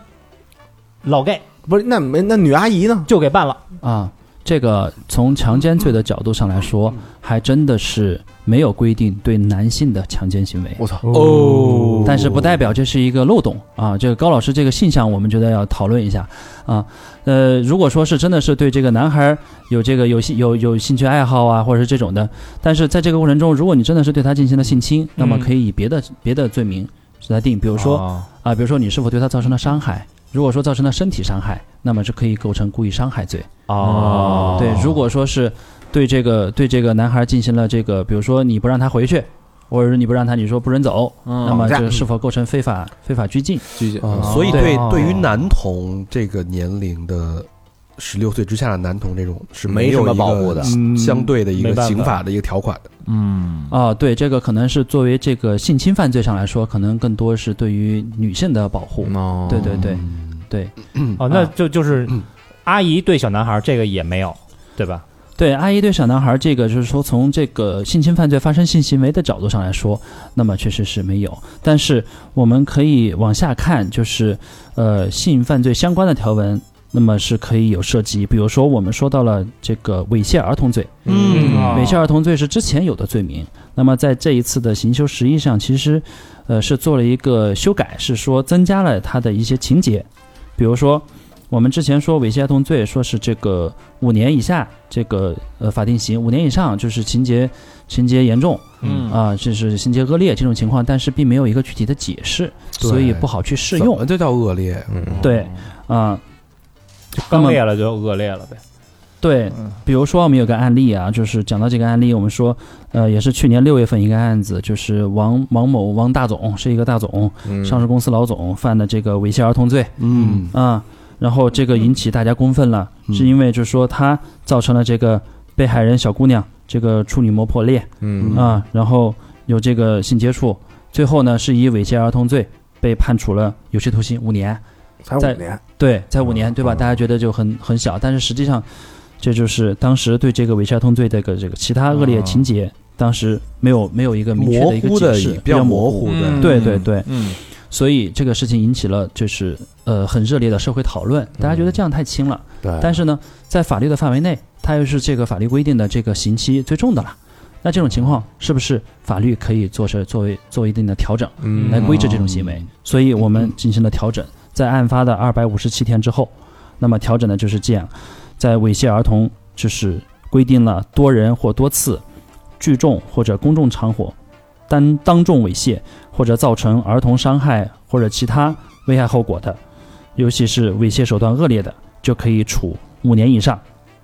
G: 老 gay
B: 不是那没那女阿姨呢？
G: 就给办了，
E: 啊，这个从强奸罪的角度上来说，还真的是没有规定对男性的强奸行为。
B: 我操，
A: 哦
E: 但是不代表这是一个漏洞啊！这个高老师这个现象，我们觉得要讨论一下啊。呃，如果说是真的是对这个男孩儿有这个有兴有有兴趣爱好啊，或者是这种的，但是在这个过程中，如果你真的是对他进行了性侵，那么可以以别的别的罪名来定，比如
G: 我
E: 说啊，比如说你是否对他造成了伤害，如果说造成了身体伤害，那么是可以构成故意伤害罪。
G: 哦，
E: 对，如果说是对这个对这个男孩进行了这个，比如说你不让他回去，或者是你不让他，你说不准走，
C: 嗯
E: 那么这是否构成非法非法拘禁？
D: 嗯继续
A: 啊所以对
G: 哦
A: 对于男童这个年龄的十六岁之下的男童，这种是
B: 没
A: 有
B: 什么
A: 一个
B: 保护的
G: 嗯
A: 相对的一
G: 没
A: 个
G: 办法
A: 刑法的一个条款的。
D: 嗯
E: 啊，对，这个可能是作为这个性侵犯罪上来说，可能更多是对于女性的保
C: 嗯
E: 护。
B: 哦
D: 嗯
E: 对对对对
A: 嗯
G: 哦，那
A: 啊
G: 就就是阿姨对小男孩儿这个也没有，对吧？
E: 对，阿姨对小男孩这个就是说，从这个性侵犯罪发生性行为的角度上来说，那么确实是没有。但是我们可以往下看，就是呃性犯罪相关的条文，那么是可以有涉及，比如说我们说到了这个猥亵儿童罪，
B: 嗯
D: 啊
E: 猥亵儿童罪是之前有的罪名，那么在这一次的刑求实意上，其实，呃，是做了一个修改，是说增加了它的一些情节，比如说我们之前说猥亵儿童罪，说是这个五年以下这个呃法定刑，五年以上就是情节情节严重
D: 嗯
E: 啊、这是情节恶劣这种情况，但是并没有一个具体的解释，
A: 对
E: 所以不好去适
A: 怎
E: 用
A: 么。就叫恶劣呀？
E: 对，啊、那
G: 刚
E: 么
G: 烈了就恶劣了呗。
E: 对，
A: 嗯
E: 比如说我们有个案例啊，就是讲到这个案例，我们说，呃，也是去年六月份一个案子，就是王王某王大总是一个大总，上市公司老总犯的这个猥亵儿童罪
A: 嗯
E: 啊、然后这个引起大家公愤了，
A: 嗯
E: 是因为就是说他造成了这个被害人小姑娘这个处女膜破裂
B: 嗯
E: 啊、然后有这个性接触，最后呢是以猥亵儿童罪被判处了有期徒刑五年。
B: 才五
E: 在
B: 年，
E: 对，才五年，对
A: 嗯
E: 吧？大家觉得就很很小，但是实际上，这就是当时对这个猥亵儿童罪的一个这个其他恶劣情节，当时没有没有一个明确
A: 嗯模
E: 的一个
A: 糊
E: 解
A: 的
E: 释，
A: 比较模糊
E: 糊。
A: 的，
E: 对对对
D: 嗯
E: 所以这个事情引起了就是呃很热烈的社会讨论，
A: 嗯
E: 大家觉得这样太轻了，
B: 对，
E: 但是呢，在法律的范围内，它又是这个法律规定的这个刑期最重的了。那这种情况是不是法律可以做是作为做一定的调整？
B: 嗯
E: 来规制这种行为，所以我们进行了调整，在案发的二百五十七天之后，那么调整的就是这样，在猥亵儿童就是规定了多人或多次聚众或者公众场所当当众猥亵或者造成儿童伤害或者其他危害后果的，尤其是猥亵手段恶劣的，就可以处五年以上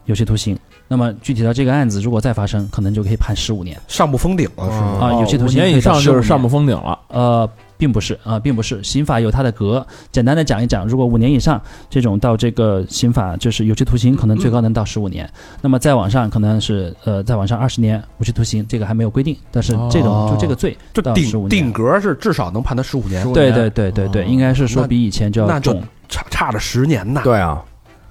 E: 有期徒刑。那么具体到这个案子，如果再发生，可能就可以判十五年
A: 上不封顶了哦是吗？
E: 啊，有期徒
D: 五
E: 刑
D: 年以上就是上
E: 不。
D: 不封顶了，
E: 呃，并不是啊、并不是，刑法有它的格。简单的讲一讲，如果五年以上这种到这个刑法就是有期徒刑，可能最高能到十五年。那么再往上可能是呃再往上二十年无期徒刑，这个还没有规定。但是这种、
D: 哦
E: 就这个罪
A: 就
E: 到十
A: 顶
E: 五
A: 顶
E: 年，
A: 格是至少能判他十五年，
E: 对对对对对，
D: 哦
E: 应该是说
A: 那
E: 比以前就
A: 那
E: 要
A: 就
E: 重。
A: 差差了十年呐。
B: 对啊，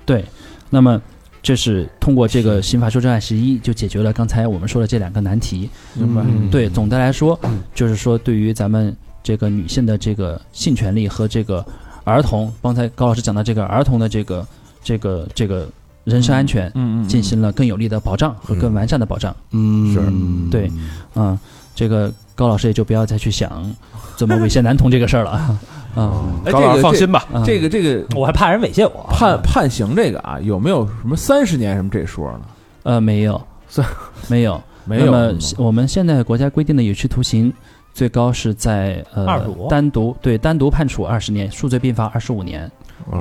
E: 对，那么这是通过这个刑法修正案十一就解决了刚才我们说的这两个难题。
D: 明白
A: 嗯
E: 对，总的来说，
D: 嗯
E: 就是说对于咱们这个女性的这个性权利和这个儿童，刚才高老师讲到这个儿童的这个这个这个人身安全
D: 嗯
E: 进行了更有力的保障和更完善的保障。
A: 嗯，
D: 是
E: 对，啊，这个高老师也就不要再去想怎么猥亵男童这 个事儿了啊。啊
D: 哎，这
A: 高老师
D: 个
A: 放心
D: 吧
E: 啊
D: 这个这个
G: 我还怕人猥亵我，
D: 判判刑这个啊，有没有什么三十年什么这说呢？
E: 呃，没有
D: 算，
E: 没有。
D: 没
E: 那
D: 有嗯
E: 么
D: 是吗
E: 我们现在国家规定的有期徒刑最高是在呃
G: 25
E: 单独对单独判处二十年，数罪并罚二十五年，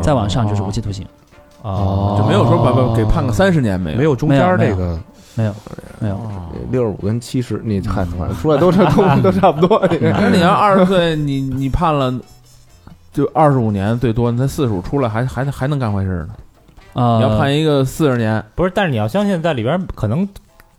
E: 再往上就是无期徒刑。
G: 哦
D: 就没有说把把给判个三十年没有？
A: 没有中间儿这个
E: 没有，
B: 六十五跟七十，你看反正出来都差 都都差不多。你
E: 嗯
D: 那
B: 看
D: 你要二十岁，你你判了就二十五年最多，你才四十五出来还还还能干坏事呢。
E: 啊，
D: 你要判一个四十年
G: 不是，但是你要相信在里边可能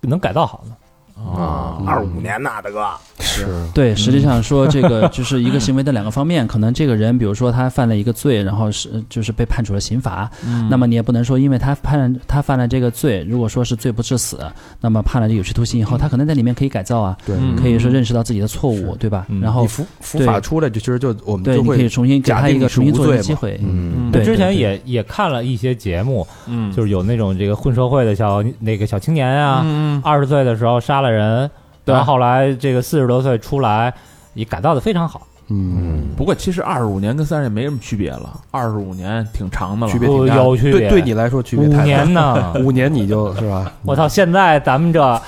G: 能改造好呢。
B: 啊，
E: 哦
B: 二五年呐，大哥，
A: 是
E: 对，实际上说这个就是一个行为的两个方面，可能这个人，比如说他犯了一个罪，然后是就是被判处了刑罚，
C: 嗯
E: 那么你也不能说因为他判他犯了这个罪，如果说是罪不至死，那么判了有期徒刑以后，他可能在里面可以改造啊，
A: 对，
D: 嗯
E: 可以说认识到自己的错误，对吧
G: 嗯？
E: 然后
A: 你伏伏法
E: 对
A: 出来就其实就我们
E: 对，
A: 就
E: 你可以
A: 会
E: 重新给
A: 假
E: 他
A: 定
E: 一个
A: 你是
E: 重新
A: 无
E: 做人的
A: 罪
E: 机
A: 嘛
E: 会，
B: 嗯
E: 对
G: 之前
E: 对
G: 也也看了一些节目，
D: 嗯
G: 就是有那种这个混社会的小那个小青年啊，
D: 嗯
G: 二十岁的时候杀了人，
D: 对
G: 然后后来这个四十多岁出来，也改造的非常好。
A: 嗯，
D: 不过其实二十五年跟三十年没什么区别了，二十五年挺长的了，
A: 区别挺大的，
G: 哦有区
A: 对
G: 别
A: 对你来说区别
G: 啊五
A: 太大了
G: 年，呢，
A: 五年你就是吧，
G: 我操！现在咱们这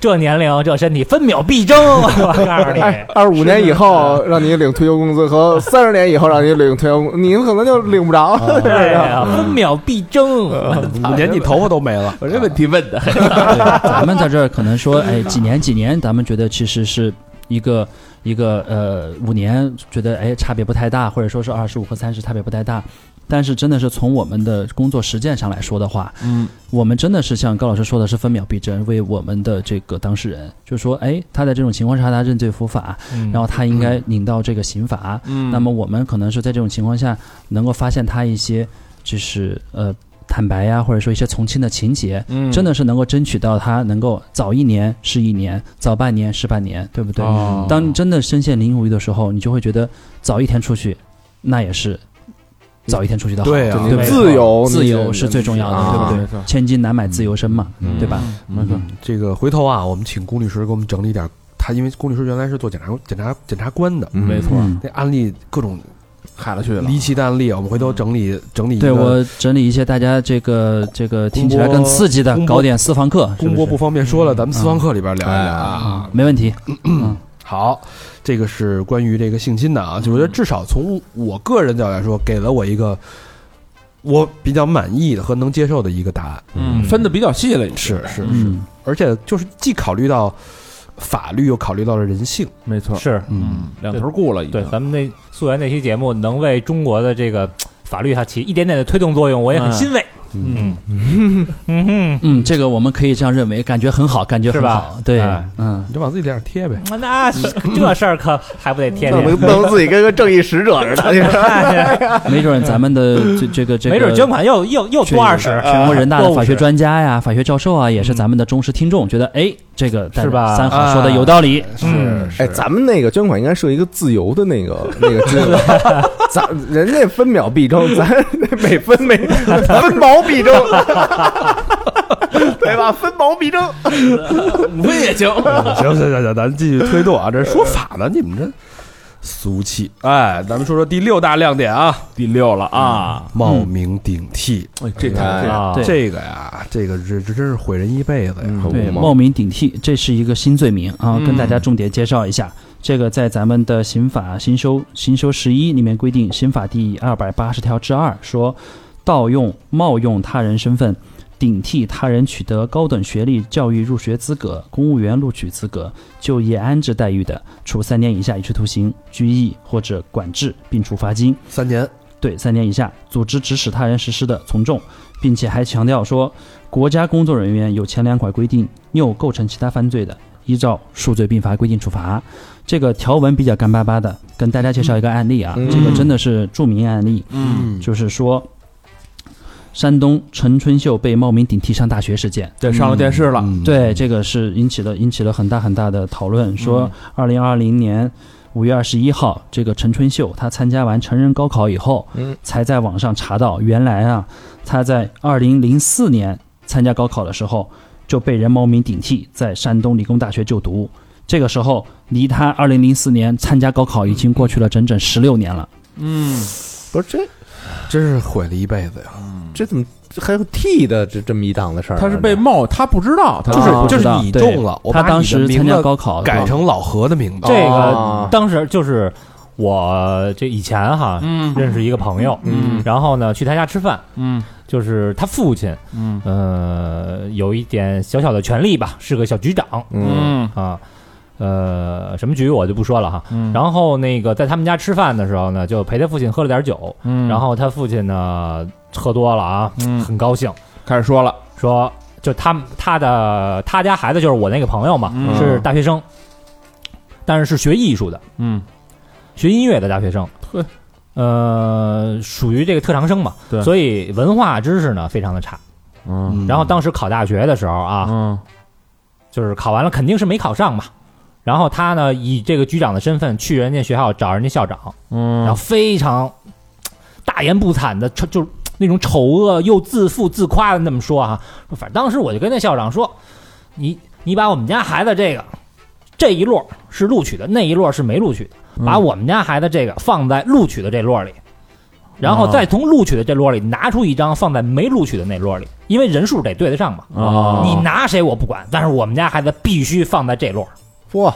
G: 这年龄这身体分秒必争，我告诉
B: 哎
G: 你，，
B: 二十五年以后让你领退休工资和三十年以后让你领退休工，你可能就领不着。
E: 哦
G: 对呀，分秒必争。
A: 五年你头发都没了，
D: 我这问题问的，
E: 对，咱们在这儿可 能说，哎，几年几年，咱们觉得其实是一个一个呃五年，觉得哎差别不太大，或者说是二十五和三十差别不太大。但是真的是从我们的工作实践上来说的话，
D: 嗯，
E: 我们真的是像高老师说的，是分秒必争，为我们的这个当事人，就说，哎，他在这种情况下他认罪伏法，然后他应该领到这个刑罚。
D: 嗯
E: 那么我们可能是在这种情况下能够发现他一些就是呃坦白呀、或者说一些从轻的情节，
D: 嗯
E: 真的是能够争取到他能够早一年是一年，早半年是半年，对不对？
D: 哦
E: 当你真的深陷囹圄的时候，你就会觉得早一天出去，那也是早一天出去的好，
A: 对啊
E: 对不对？
B: 自由，
E: 自由是最重要的，
B: 啊
E: 对不对？
D: 没错
E: 千金难买自由身嘛，
D: 嗯
E: 对吧？
D: 没错，
A: 这个回头啊，我们请龚律师给我们整理点儿，他因为龚律师原来是做检察检察检察官的，
D: 没错，
E: 嗯，
A: 那案例各种
D: 海了去了，
A: 离奇的案例，我们回头整理整理一个。
E: 对我整理一些大家这个这个听起来更刺激的
A: 公，播
E: 搞点私房课，是
A: 公
E: 不
A: 播
E: 是
A: 不方嗯便说了，咱们私房课里边聊一
D: 哎
A: 聊啊。
D: 啊，
E: 啊？没问题，
A: 好，这个是关于这个性侵的啊，就我觉得至少从我个人角度来说，给了我一个我比较满意的和能接受的一个答案。
D: 嗯，分的比较细了，
A: 是是是，
E: 嗯，
A: 而且就是既考虑到法律，又考虑到了人性。
D: 没错，
G: 是
D: 嗯，两头顾了已经，
G: 对，咱们那溯源那期节目能为中国的这个法律哈起一点点的推动作用，我也很欣慰。嗯嗯哼，
E: 嗯，这个我们可以这样认为，感觉很好，感觉很
G: 是吧
E: 好，对
G: 哎，
E: 嗯，
A: 你就往自己脸上贴呗。
G: 那是这事儿可还不得天
B: 弄
G: 天
B: 得？弄得自己跟个正义使者 似的。你说
E: 没准咱们的这这个这个，
G: 没准捐款又又又多二十，
E: 全国人大的
G: 多
E: 法学
G: 50
E: 专家呀、法学教授啊，也是咱们的忠实听众，觉得哎，这个
G: 嗯是吧
E: 三好说的有道理，
G: 嗯
B: 哎，咱们那个捐款应该设一个自由的那个那个金额，咱人家分秒必争，咱每分每分毛必争，对吧？分毛必争，
D: 五分也行，
A: 行行行行，咱继续推动啊！这说法呢，你们这俗气。哎，咱们说说第六大亮点啊，
D: 第六了啊，
A: 冒名顶替。
D: 哎，这
B: 哎
D: 太
G: 啊
E: 对
A: 嗯这个呀，这个这这真是毁人一辈子呀！
E: 对，
B: 毛
E: 冒名顶替，这是一个新罪名啊，
D: 嗯
E: 跟大家重点介绍一下。这个在咱们的刑法新修新修十一里面规定，刑法第二百八十条之二说，盗用、冒用他人身份，顶替他人取得高等学历、教育入学资格、公务员录取资格、就业安置待遇的，处三年以下有期徒刑、拘役或者管制，并处罚金。
A: 三年，
E: 对三年以下，组织指使他人实施的，从重，并且还强调说，国家工作人员有前两款规定又构成其他犯罪的，依照数罪并罚规定处罚。这个条文比较干巴巴的，跟大家介绍一个案例啊，
B: 嗯
E: 这个真的是著名案例，
D: 嗯，
E: 就是说，山东陈春秀被冒名顶替上大学事件。
D: 这上了电视了，
A: 嗯
E: 对，这个是引起了引起了很大很大的讨论，说二零二零年。五月二十一号，这个陈春秀他参加完成人高考以后，
B: 嗯，
E: 才在网上查到，原来啊，他在二零零四年参加高考的时候就被任茂民顶替，在山东理工大学就读。这个时候，离他二零零四年参加高考已经过去了整整十六年了。
H: 嗯，
B: 不是这
A: 真是毁了一辈子呀！
B: 这怎么还有 T 的这这么一档子事儿呢？
H: 他是被冒，他不知道，他
A: 就是
B: 啊
A: 就是
E: 知道
A: 你
E: 对
A: 中了，我
E: 他
A: 把
E: 当
A: 你的
E: 时参
A: 名
E: 加
A: 字
E: 高考
A: 改成老何的名字。
G: 这
B: 哦
G: 个当时就是我这以前哈
H: 嗯
G: 认识一个朋友，
H: 嗯
G: 然后呢去他家吃饭，
H: 嗯
G: 就是他父亲，
H: 嗯
G: 呃，有一点小小的权利吧，是个小局长
B: 嗯
G: 啊，呃，什么局我就不说了哈。
H: 嗯
G: 然后那个在他们家吃饭的时候呢，就陪他父亲喝了点酒，
H: 嗯
G: 然后他父亲呢喝多了啊，
H: 嗯
G: 很高兴，
H: 开始说了，
G: 说就他们他的他家孩子就是我那个朋友嘛，
H: 嗯
G: 是大学生，但是是学艺术的，
H: 嗯
G: 学音乐的大学生，
H: 呵
G: 呃，属于这个特长生嘛，
H: 对
G: 所以文化知识呢非常的差。
H: 嗯
A: 嗯
G: 然后当时考大学的时候啊，
H: 嗯
G: 就是考完了肯定是没考上嘛。然后他呢，以这个局长的身份去人家学校找人家校长，然后
H: 嗯
G: 非常大言不惭的，就就是那种丑恶又自负自夸的那么说啊。说反正当时我就跟那校长说，你你把我们家孩子这个这一摞是录取的，那一摞是没录取的，把我们家孩子这个放在录取的这摞里。然后再从录取的这摞里拿出一张放在没录取的那摞里，因为人数得对得上嘛。
C: 啊
H: 哦
G: 嗯你拿谁我不管，但是我们家孩子必须放在这摞。
B: 哇，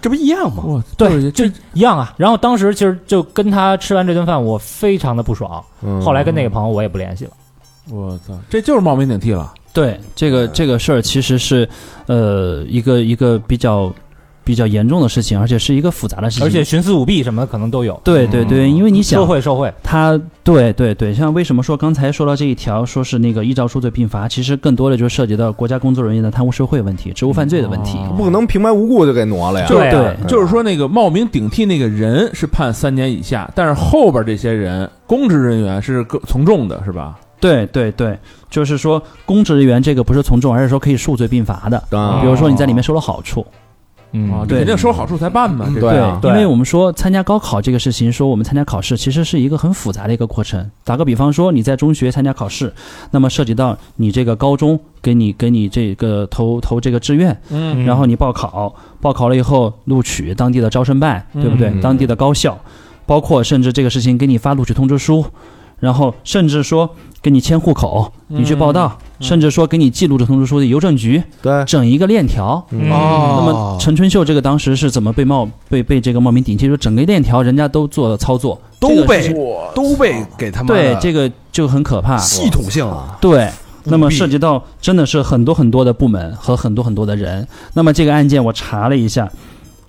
A: 这不一样吗？
H: 哇，
G: 对，就一样啊。然后当时其实就跟他吃完这顿饭，我非常的不爽。
B: 嗯
G: 后来跟那个朋友我也不联系了。
H: 我操，这就是冒名顶替了，
E: 对这
G: 嗯
E: 个这个事儿，其实是呃一个一个比较比较严重的事情，而且是一个复杂的事情。
G: 而且嗯徇私舞弊什么的可能都有。
E: 对对对，因为嗯你想
G: 受，贿受贿，
E: 他对对对，像为什么说刚才说到这一条，说是那个依照数罪并罚，其实更多的就涉及到国家工作人员的贪污受贿问题、职务犯罪的问题。
H: 哦
B: 不可能平白无故就给挪了呀。
G: 对啊
E: 对
H: 就是说那个冒名顶替那个人是判三年以下，但是后边这些人公职人员是更从重的，是吧？
E: 对对对，就是说公职人员这个不是从重，而是说可以数罪并罚的。
B: 啊
G: 哦
E: 比如说你在里面收了好处，
H: 啊，
G: 嗯
H: 这
E: 对
H: 肯定收好处才办嘛，这
B: 对啊
E: 因为我们说参加高考这个事情，说我们参加考试其实是一个很复杂的一个过程。打个比方说，你在中学参加考试，那么涉及到你这个高中给你给你这个投投这个志愿，
H: 嗯
E: 然后你报考，报考了以后录取当地的招生办，对不对？
B: 嗯
E: 当地的高校，包括甚至这个事情给你发录取通知书，然后甚至说给你迁户口，你去
B: 嗯
E: 报到，甚至说给你寄录取通知书的邮政局，
B: 对，
E: 整一个链条。
B: 嗯
A: 哦
E: 那么陈春秀这个当时是怎么被冒被被这个冒名顶替？就整个链条人家都做了操作，
A: 都被
E: 这个是
A: 都被给他妈
E: 对
A: 的
E: 这个就很可怕，
A: 系统性啊，
E: 对。
A: 不
E: 那么
A: 必
E: 涉及到真的是很多很多的部门和很多很多的人。那么这个案件我查了一下，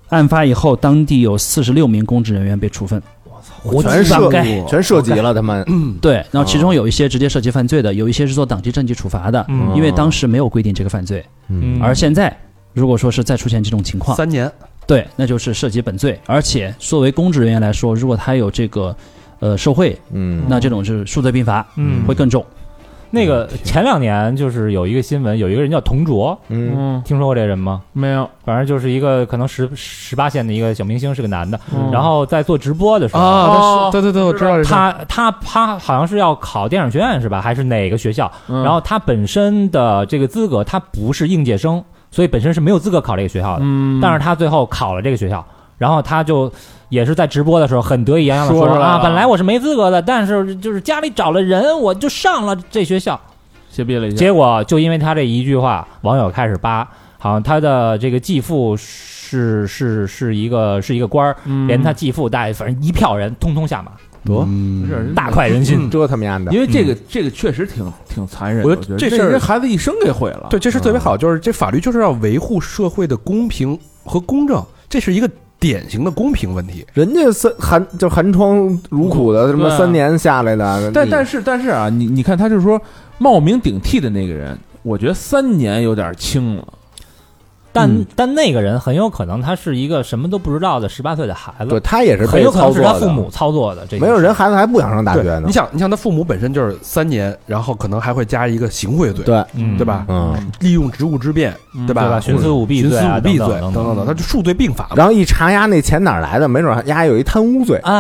E: 案发以后，当地有四十六名公职人员被处分。
G: 活
B: 全涉
G: 上该。
B: 全涉及了，他们
A: 嗯
E: 对，然后其中有一些直接涉及犯罪的，有一些是做党纪政纪处罚的，
G: 嗯
A: 哦
E: 因为当时没有规定这个犯罪。
B: 嗯
E: 而现在如果说是再出现这种情况，
A: 三年
E: 对，那就是涉及本罪。而且作为公职人员来说，如果他有这个呃受贿，
B: 嗯
E: 那这种是数罪并罚，
G: 嗯
E: 会更重。
G: 那个呃前两年就是有一个新闻，有一个人叫童卓，
B: 嗯
H: 嗯，
G: 听说过这人吗？
H: 没有，
G: 反正就是一个可能十十八线的一个小明星，是个男的。
H: 嗯
G: 然后在做直播的时候，
A: 啊，
H: 哦
A: 对对对，我知道这事儿
G: 他他他好像是要考电影学院是吧？还是哪个学校？
H: 嗯
G: 然后他本身的这个资格，他不是应届生，所以本身是没有资格考这个学校的。
H: 嗯，
G: 但是他最后考了这个学校，然后他就也是在直播的时候很得意洋洋的
H: 说出来
G: 啊，
H: 了
G: 本来我是没资格的，但是就是家里找了人，我就上了这学 校。
H: 谢逼了一下，
G: 结果就因为他这一句话，网友开始扒，好像他的这个继父是是是一个是一个官儿，
H: 嗯
G: 连他继父带反正一票人通通下马，
B: 多
C: 嗯
H: 没事人
G: 大快人
H: 嗯
G: 心。
B: 这他妈的
H: 因为这个这个确实挺挺残忍的，我
A: 我觉得
H: 觉得
A: 这
H: 这
A: 事儿
H: 人孩子一生给毁了，
A: 对，这事特别好，就是这法律就是要维护社会的公平和公正，这是一个典型的公平问题。
B: 人家三寒就寒窗如苦的，什么
H: 对啊
B: 三年下来的，
H: 但但
B: 是
H: 是但是啊，你你看，他就是说冒名顶替的那个人，我觉得三年有点轻了。
G: 但但那个人很有可能他是一个什么都不知道的十八岁的孩
B: 对
G: 子，
B: 他也是
G: 很
B: 被
G: 有可能
B: 操
G: 是
B: 作
G: 他
B: 的，
G: 父母操作的。这
B: 没有人孩子还不想上大学呢
A: 你，想，你想他父母本身就是三年，然后可能还会加一个行贿罪，
B: 对，
G: 嗯
A: 对吧？
B: 嗯，
A: 利用职务之便，对
G: 对吧？
A: 吧？
G: 徇私舞弊
A: 徇
G: 罪
A: 私
G: 啊，
A: 舞弊罪
G: 等嗯
A: 等等等，他就数罪并罚嘛。
B: 然后一查丫那钱哪儿来的，没准儿丫有一贪污罪，
G: 啊，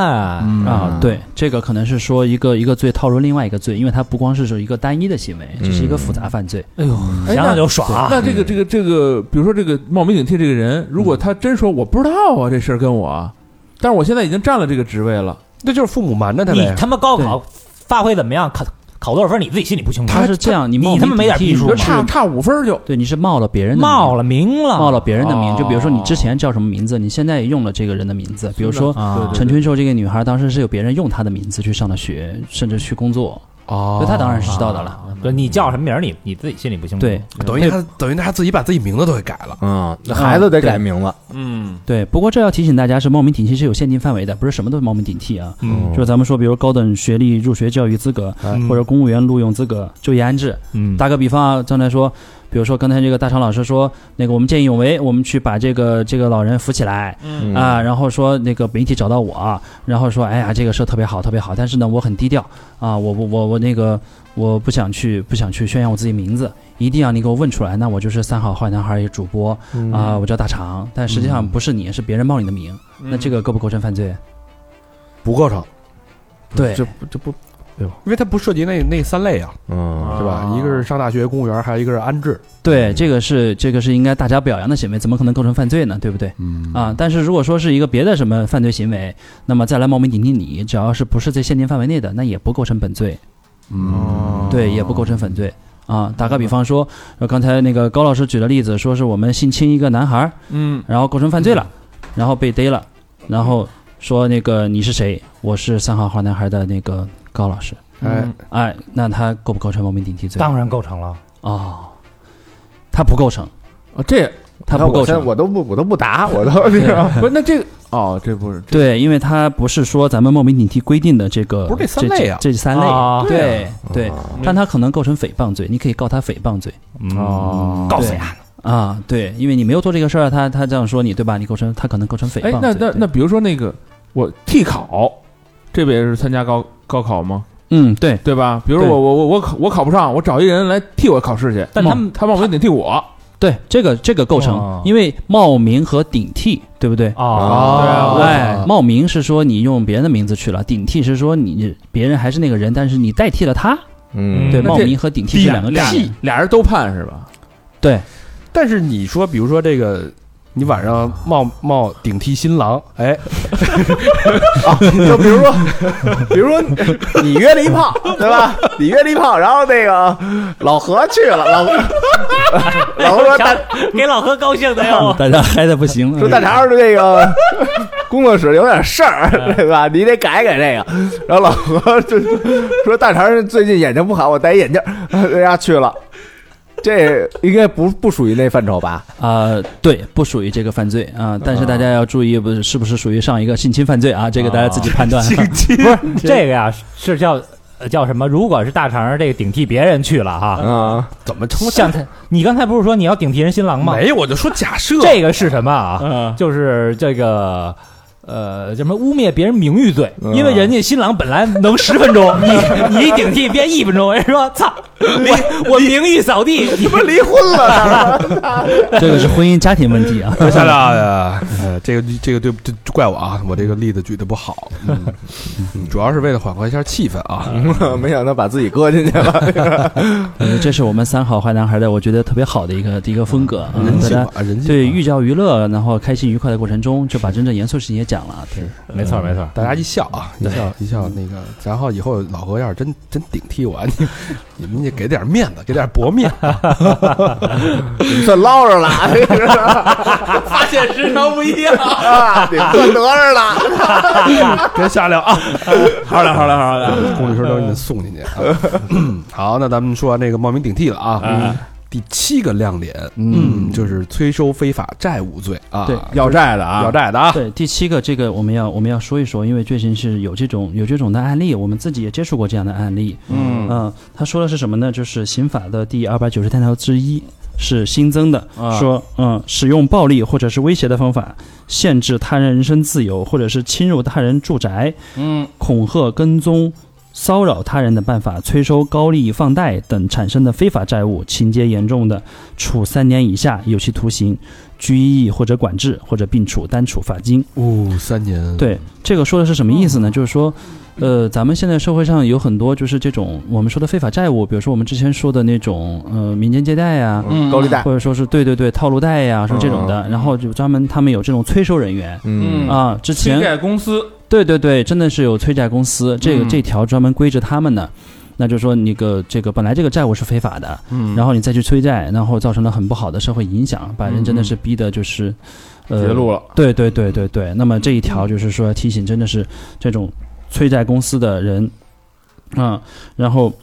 E: 啊，对，这个可能是说一个一个罪套入另外一个罪，因为它不光是说一个单一的行为，这是一个复杂犯罪。
G: 哎呦，想想就爽啊！
C: 哎那这个这个这个，比如说这个冒名顶替这个人，如果他真说我不知道啊这事儿跟我，但是我现在已经占了这个职位了，
A: 那就是父母瞒着他
G: 你
A: 呗。
G: 他妈高考发挥怎么样？考考多少分？你自己心里不清楚。
E: 它是这样，你
G: 你
E: 冒
G: 他妈没点
E: 名
G: 逼数
E: 顶
C: 就
E: 替你
G: 吗
C: 差
E: 是
C: 差五分儿就
E: 对，你是冒了别人的名
G: 冒了名了，
E: 冒了别人的名，就比如说你
C: 哦
E: 之前叫什么名字，你现在也用了这个人的名字，比如说
G: 啊
E: 陈春秀这个女孩，当时是有别人用她的名字去上的学，甚至去工作，
A: 哦
E: 所以她当然是知道的了。
G: 啊。对，你叫什么名儿，你你自己心里不清楚。
E: 对，
A: 等于他等于他自己把自己名字都给改了。
B: 嗯，那孩子得
E: 对
B: 改名字，
C: 嗯
E: 对，不过这要提醒大家，是冒名顶替是有限定范围的，不是什么都是冒名顶替
B: 哦
E: 啊。
G: 嗯
E: 就是咱们说，比如高等学历入学教育资格，
A: 嗯
E: 或者公务员录用资格、就业安置。
G: 嗯
E: 打个比方啊，刚才说，比如说刚才这个大长老师说，那个我们见义勇为，我们去把这个这个老人扶起来。
B: 嗯
E: 啊，然后说那个媒体找到我，然后说，哎呀，这个事儿特别好，特别好，但是呢，我很低调啊，我我我我那个我不想去不想去宣扬我自己名字，一定要你给我问出来，那我就是三好坏男孩儿一主播
A: 嗯
G: 嗯
E: 啊，我叫大肠，但实际上不是你，是别人冒你的名，
C: 嗯
E: 那这个构不构成犯罪？
A: 不构成，
E: 对，
B: 这不这不，
A: 因为它不涉及那那三类啊，
B: 嗯，
A: 对吧？一个是上大学公务员，还有一个是安置。
E: 对，这个是这个是应该大家表扬的行为，怎么可能构成犯罪呢？对不对？
A: 嗯
E: 啊，但是如果说是一个别的什么犯罪行为，那么再来冒名顶替你，只要是不是在限定范围内的，那也不构成本罪，
A: 嗯，
E: 对，
C: 哦
E: 也不构成犯罪。啊，打个比方说，呃刚才那个高老师举的例子，说是我们性侵一个男孩儿，
C: 嗯
E: 然后构成犯罪了，然后被逮了，然后说那个你是谁？我是三好坏男孩的那个高老师。
C: 嗯
A: 哎，
E: 哎，那他构不构成冒名顶替罪？
G: 当然构成了。
E: 哦，他不构成，
C: 啊，这
E: 他
B: 那
E: 不
B: 我
E: 构
B: 现在
E: 成。
B: 我都不我都不答，我都
C: 不是那这个哦，这不是
E: 对，因为他不是说咱们冒名顶替规定的这个，
A: 不是这三类啊
E: 这这三类，
G: 啊
E: 对对
B: 啊
E: 但他可能构成诽谤罪，你可以告他诽谤罪
C: 哦，
G: 告诉
E: 对
G: 你啊，
E: 啊，对，因为你没有做这个事儿，啊他他这样说你，对吧？你构成他可能构成诽谤
C: 哎
E: 罪。，
C: 那那
E: 对
C: 那比如说那个我替考，这不也是参加高高考吗？
E: 嗯，对
C: 对吧？比如说
E: 对
C: 我我我我考我考不上，我找一人来替我考试去，嗯
G: 但他们
C: 他冒名顶替我，
E: 对，这个这个构成
G: 哦，
E: 因为冒名和顶替，对不对？
C: 对啊
G: 哦，
E: 哎，冒名是说你用别人的名字去了，顶替是说你别人还是那个人，但是你代替了他。
B: 嗯，
E: 对，
C: 那
E: 冒
C: 这
E: 名和顶替是两个概念。
C: 俩人都判是吧？
E: 对，
A: 但是你说，比如说这个，你晚上冒冒顶替新郎，哎，
B: 就比如说，比如说你约了一炮，对吧？你约了一炮，然后那个老何去了，老何老 何说大
G: 给老何高兴的 哟。
E: 大家嗨的不行了哎
B: 说大肠儿这个工作室有点事儿，对吧？你得改改这个。然后老何就说大肠儿最近眼睛不好，我戴眼镜儿， 人家去了。这应该不不属于那范畴吧？
E: 啊、对，不属于这个犯罪啊、但是大家要注意，不是是不是属于上一个性侵犯罪啊？这个大家自己判 断。
G: 不是这个呀，是叫呃叫什么？如果是大肠儿这个顶替别人去了哈，
B: 啊，
A: 怎么称
G: 像他，你刚才不是说你要顶替人新郎吗？
A: 没有，我就说假设，
G: 这个是什么啊？
H: 嗯
G: 就是这个。呃，叫什么污蔑别人名誉罪？
B: 嗯
G: 因为人家新郎本来能十分钟，你你一顶替变一分钟，人说 操，我我名誉扫地，你
B: 不是离婚 了？大肠儿
E: 这个是婚姻家庭问题啊。
A: 夏大 呀，呃，这个这个对这就怪我啊，我这个例子举的不好，嗯，主要是为了缓和一下气氛啊。
B: 没想到把自己搁进去了。
E: 呃这是我们三好坏男孩的，我觉得特别好的一个一个风格。嗯
A: 人
E: 大
A: 性
E: 家
A: 啊，人性。
E: 对，寓教于乐，然后开心愉快的过程中，就把真正严肃事情也讲了。啊对，
G: 没错没错，
A: 大家一笑啊，一笑一笑，那个，然后以后老何要是真真顶替我，你你们也给点面子，给点薄面。
B: 你算捞着了，
C: 发现时长不一样。
B: 啊你算得着了。
A: 别瞎聊啊！
C: 好嘞，好嘞，好嘞。
A: 公律师都
B: 嗯
A: 给你们送进去啊。 好，那咱们说那个冒名顶替了
B: 嗯
A: 啊。第七个亮点，嗯，就是催收非法债务罪啊，
E: 对
A: 要债的啊，要债的啊，
E: 对，第七个这个我们要我们要说一说，因为最近是有这种有这种的案例，我们自己也接触呃过这样的案例。嗯，他说的是什么呢？就是刑法的第二百九十三条之一。是新增的，
H: 啊
E: 说嗯，使用暴力或者是威胁的方法限制他人人身自由，或者是侵入他人住宅，
H: 嗯，
E: 恐吓、跟踪、骚扰他人的办法，催收高利、放贷等产生的非法债务，情节严重的，处三年以下有期徒刑、拘役或者管制，或者并处单处罚金。
H: 嗯
A: 哦，三年，
E: 对，这个说的是什么意思呢？就是说，呃，咱们现在社会上有很多就是这种我们说的非法债务，比如说我们之前说的那种呃民间借贷呀、
H: 嗯
B: 高利贷，
E: 或者说是对对对套路贷呀、是这种的。然后就专门他们有这种催收人员
B: 嗯
H: 嗯
E: 啊，之
H: 欺
E: 前
H: 债公司，
E: 对对对，真的是有催债公司，这个、
H: 嗯
E: 这条专门规制他们的。那就说那个这个本来这个债务是非法的，
A: 嗯
E: 然后你再去催债，然后造成了很不好的社会影响，把人
H: 嗯
E: 真的是逼的就是，呃，
B: 绝路了，
E: 对对对对对，那么这一条就是说提醒，真的是这种催债公司的人，嗯，然后，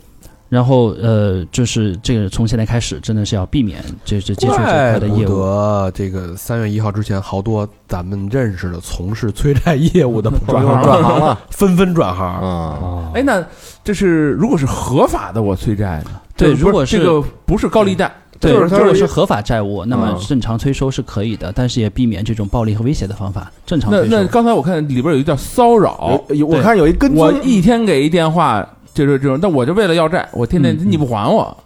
E: 然后呃，就是这个从现在开始，真的是要避免这这接触这
A: 怪
E: 块的
A: 不
E: 业务。
A: 得这个三月一号之前，好多咱们认识的从事催债业务的朋
B: 转
A: 友
B: 行转行了，
A: 纷纷转行。
B: 嗯，
C: 哎，那这是如果是合法的，我催债呢？
E: 对，
C: 就是
E: 如果
C: 不是
E: 是
C: 这个不是高利贷，
E: 对，
B: 就是
E: 如
B: 它
E: 果
B: 是
E: 是合法债务，那么正常催收是可以的，但是也避免这种暴力和威胁的方法。正常
C: 那
E: 催
C: 那
E: 收，
C: 刚才我看里边有一个叫骚扰，
B: 有有我看有一跟
C: 我
B: 踪，
C: 一天给一电话，就是这种，但我就为了要债，我天天
E: 嗯嗯
C: 你不还我，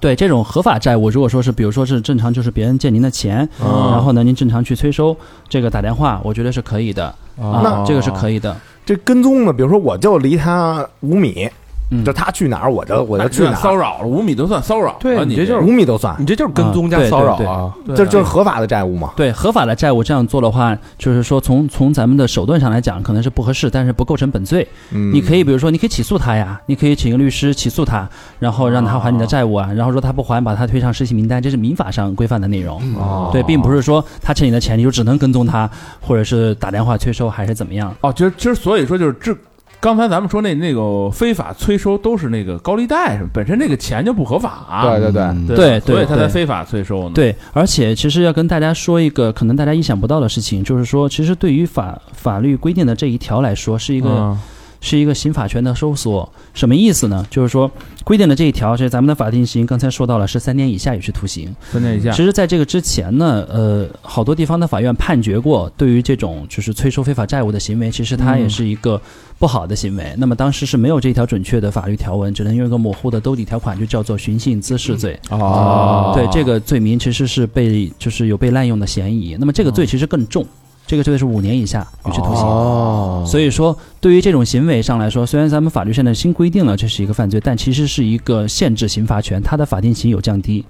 E: 对这种合法债务，如果说是比如说是正常，就是别人借您的钱，
B: 嗯
E: 然后呢您正常去催收，这个打电话，我觉得是可以的啊，这个是可以的。
B: 这跟踪呢，比如说我就离他五米，
E: 嗯
B: 就他去哪儿我就我
C: 那
B: 就
C: 就
B: 去
C: 哎算
B: 哪儿，
C: 骚扰了，五米都算骚扰了，
A: 对
C: 你
A: 你这就是
B: 五米都算，
A: 你这就是跟踪加
E: 啊对
A: 骚扰
E: 对
A: 啊！
C: 对
B: 这就是合法的债务嘛。
E: 对合法的债务这样做的话，就是说从从咱们的手段上来讲，可能是不合适，但是不构成本罪。
B: 嗯
E: 你可以比如说，你可以起诉他呀，你可以请一个律师起诉他，然后让他还
B: 哦
E: 你的债务啊，然后说他不还，把他推上失信名单，这是民法上规范的内容。
B: 哦
E: 对，并不是说他欠你的钱，你就只能跟踪他，或者是打电话催收，还是怎么样？
C: 哦，其实其实所以说就是这，刚才咱们说那那个非法催收都是那个高利贷什么，本身这个钱就不合法，啊嗯
B: 对对对，
A: 嗯
C: 对
E: 对
C: 所以他才
E: 对
C: 非法催
B: 嗯
C: 收呢。，
E: 对，而且其实要跟大家说一个可能大家意想不到的事情，就是说，其实对于法法律规定的这一条来说，是一个、
B: 嗯
E: 是一个刑法权的收缩。什么意思呢？就是说规定的这一条，这咱们的法定刑刚才说到了是三年以下有期徒刑。
C: 分辨一下
E: 其，实，在这个之前呢，呃，好多地方的法院判决过，对于这种就是催收非法债务的行为，其实它也是一个不好的行为。那么当时是没有这条准确的法律条文，只能用一个模糊的兜底条款，就叫做寻衅滋事罪。
C: 哦
E: 对，这个罪名其实是被就是有被滥用的嫌疑。那么这个罪其实更重，这个罪是五年以下有期徒刑。
A: 哦
E: 所以说，对于这种行为上来说，虽然咱们法律现在新规定了这是一个犯罪，但其实是一个限制刑罚权，它的法定刑有降低。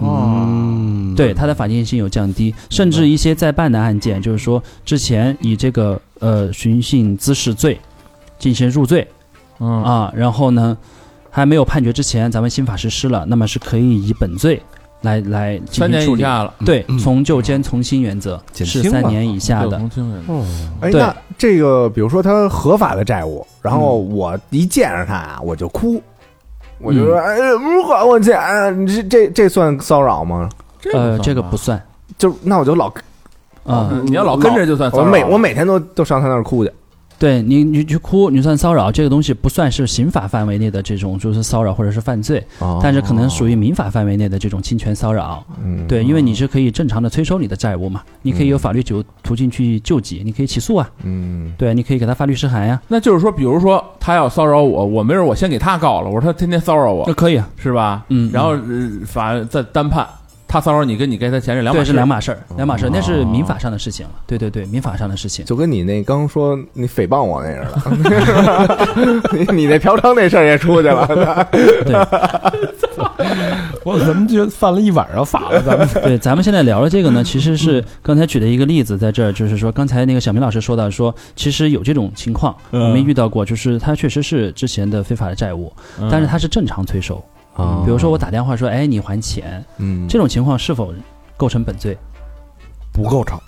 A: 嗯，
E: 对，它的法定刑有降低，甚至一些在办的案件，就是说之前以这个呃寻衅滋事罪进行入罪
C: 嗯
E: 啊，然后呢还没有判决之前，咱们新法实施了，那么是可以以本罪来来进
C: 三
E: 行
C: 年
E: 处
C: 以
E: 理。
C: 下了，
E: 对
A: 嗯，
E: 从旧监从轻原则
A: 减
E: 是
A: 轻
E: 三
A: 了
E: 年以下的。
C: 同情人
B: 哎，
E: 对
B: 那这个比如说他合法的债务，然后我一见着他啊，我就哭，我就说：“哎，不还我钱！”你这这这算骚扰吗？
E: 呃，这
C: 这
E: 个不算
B: 就那我就老
E: 啊。
C: 嗯你要老跟着就算骚
B: 我
C: 扰。
B: 每我每天都都上他那儿哭去。
E: 对你，你去哭，你算骚扰，这个东西不算是刑法范围内的这种就是骚扰或者是犯罪，哦
C: 哦
E: 但是可能属于民法范围内的这种侵权骚扰。
B: 哦
E: 啊
B: 嗯，
E: 对，因为你是可以正常的催收你的债务嘛，
C: 嗯
E: 你可以有法律途途径去救济，你可以起诉啊，
B: 嗯，
E: 对，你可以给他发律啊师函呀、
C: 那就是说，比如说他要骚扰我，我没准我先给他告了，我说他天天骚扰我
E: 这，可以啊，
C: 是吧？
E: 嗯
C: 然后呃法再单判，他骚扰你跟你给他钱是两码
E: 嗯对，
C: 事，
E: 是两码事
C: 嗯
E: 儿，两码事儿，那
C: 哦
E: 是民法上的事情了。对对对，民法上的事情。
B: 就跟你那刚说你诽谤我那似的， 你你那嫖娼那事儿也出去了。
A: 我怎么觉得犯了一晚上法了？咱们
E: 对，咱们现在聊的这个呢，其实
B: 嗯
E: 是刚才举的一个例子，在这儿就是说，刚才那个小明老师说到说，其实有这种情况，我
B: 嗯
E: 们遇到过，就是他确实是之前的非法的债务，
B: 嗯
E: 但是他是正常催收，比如说我打电话说，哎，你还钱，
B: 哦嗯
E: 这种情况是否构成本罪？
A: 不够长，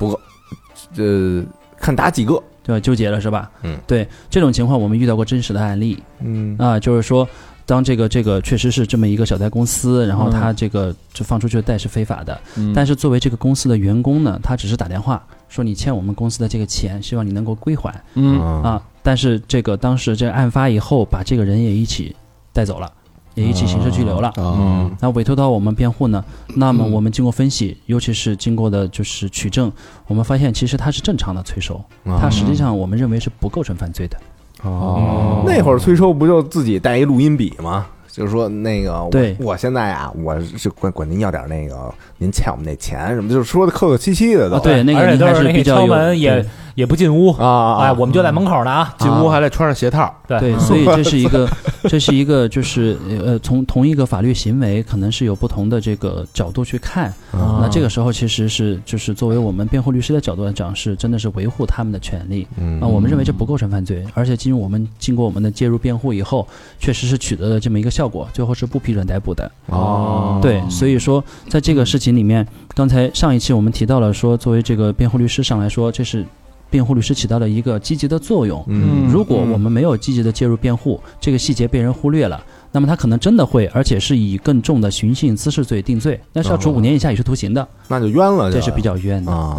B: 呃，看打几个。
E: 对吧？纠结了是吧？
B: 嗯，
E: 对，这种情况我们遇到过真实的案例
B: 嗯
E: 啊、就是说。当这个这个确实是这么一个小贷公司，然后他
G: 嗯
E: 这个就放出去的贷是非法的，但
C: 是
E: 是作为这个公司的员工呢，他只是打电话说你欠我们公司的这个钱，希望你能够归还啊
C: 嗯
E: 啊。但是这个当时这个案发以后，把这个人也一起带走了，也一起刑事拘留了。
G: 哦
A: 啊，
B: 嗯
E: 那委托到我们辩护呢？那
G: 嗯
E: 么我们经过分析，尤其是经过的就是取证，我们发现其实他是正常的催收，
B: 啊
E: 啊
G: 嗯
E: 他实际上我们认为是不构成犯罪的。
A: 哦，
B: 那会儿催收不就自己带一录音笔吗？就是说那个，我
E: 对
B: 我现在啊，我是管管您要点那个，您欠我们那钱什么，就是说的客客气气的都。
E: 啊，对，那个
G: 而且
E: 您
G: 都
E: 还
G: 是那
E: 比
G: 个
E: 较
G: 敲
E: 有
G: 门也也不进屋，
B: 啊啊，
G: 哎，我们就在门口呢啊。
A: 进屋还得穿上鞋套，
G: 对
E: 对，所以这是一个，这是一个，就是呃，从同一个法律行为，可能是有不同的这个角度去看。
B: 嗯
E: 那这个时候其实是就是作为我们辩护律师的角度来讲，是真的是维护他们的权利。
B: 嗯
E: 那我们认为这不构成犯罪，而且经我们经过我们的介入辩护以后，确实是取得了这么一个效果，最后是不批准逮捕的。
B: 哦，
E: 对，所以说在这个事情里面，刚才上一期我们提到了说，作为这个辩护律师上来说，这是辩护律师起到了一个积极的作用。
B: 嗯
E: 如果我们没有积极的介入辩护，这个细节被人忽略了，那么他可能真的会，而且是以更重的寻衅滋事罪定罪，那是要处
B: 哦
E: 五年以下有期徒刑的，
B: 那就冤了，
E: 这是比较冤的。
B: 啊，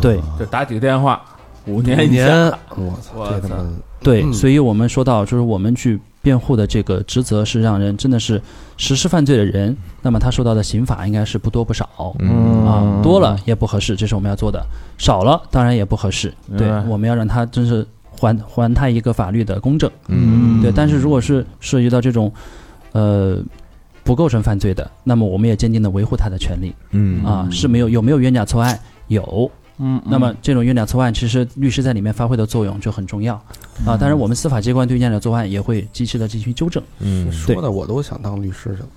E: 对
C: 就打几个电话，五年
B: 哎
A: 一
C: 以
A: 年
C: 下，，
A: 我操，
C: 我
A: 这他
C: 操
A: 妈
E: 对，
A: 嗯
E: 所以我们说到，就是我们去辩护的这个职责是让人真的是实施犯罪的人，那么他受到的刑罚应该是不多不少。
B: 嗯
E: 啊，多了也不合适，这是我们要做的；少了当然也不合适。对
C: 明白，
E: 我们要让他真是还还他一个法律的公正。
B: 嗯
E: 对，但是如果是涉及到这种，呃，不构成犯罪的，那么我们也坚定的维护他的权利
B: 嗯
E: 啊，是没有有没有冤假错案？有，
C: 嗯，
E: 那么这种冤假错案，其实律师在里面发挥的作用就很重要啊。当然，我们司法机关对冤假错案也会及时的进行纠正。
B: 嗯，
A: 说的我都想当律师去了。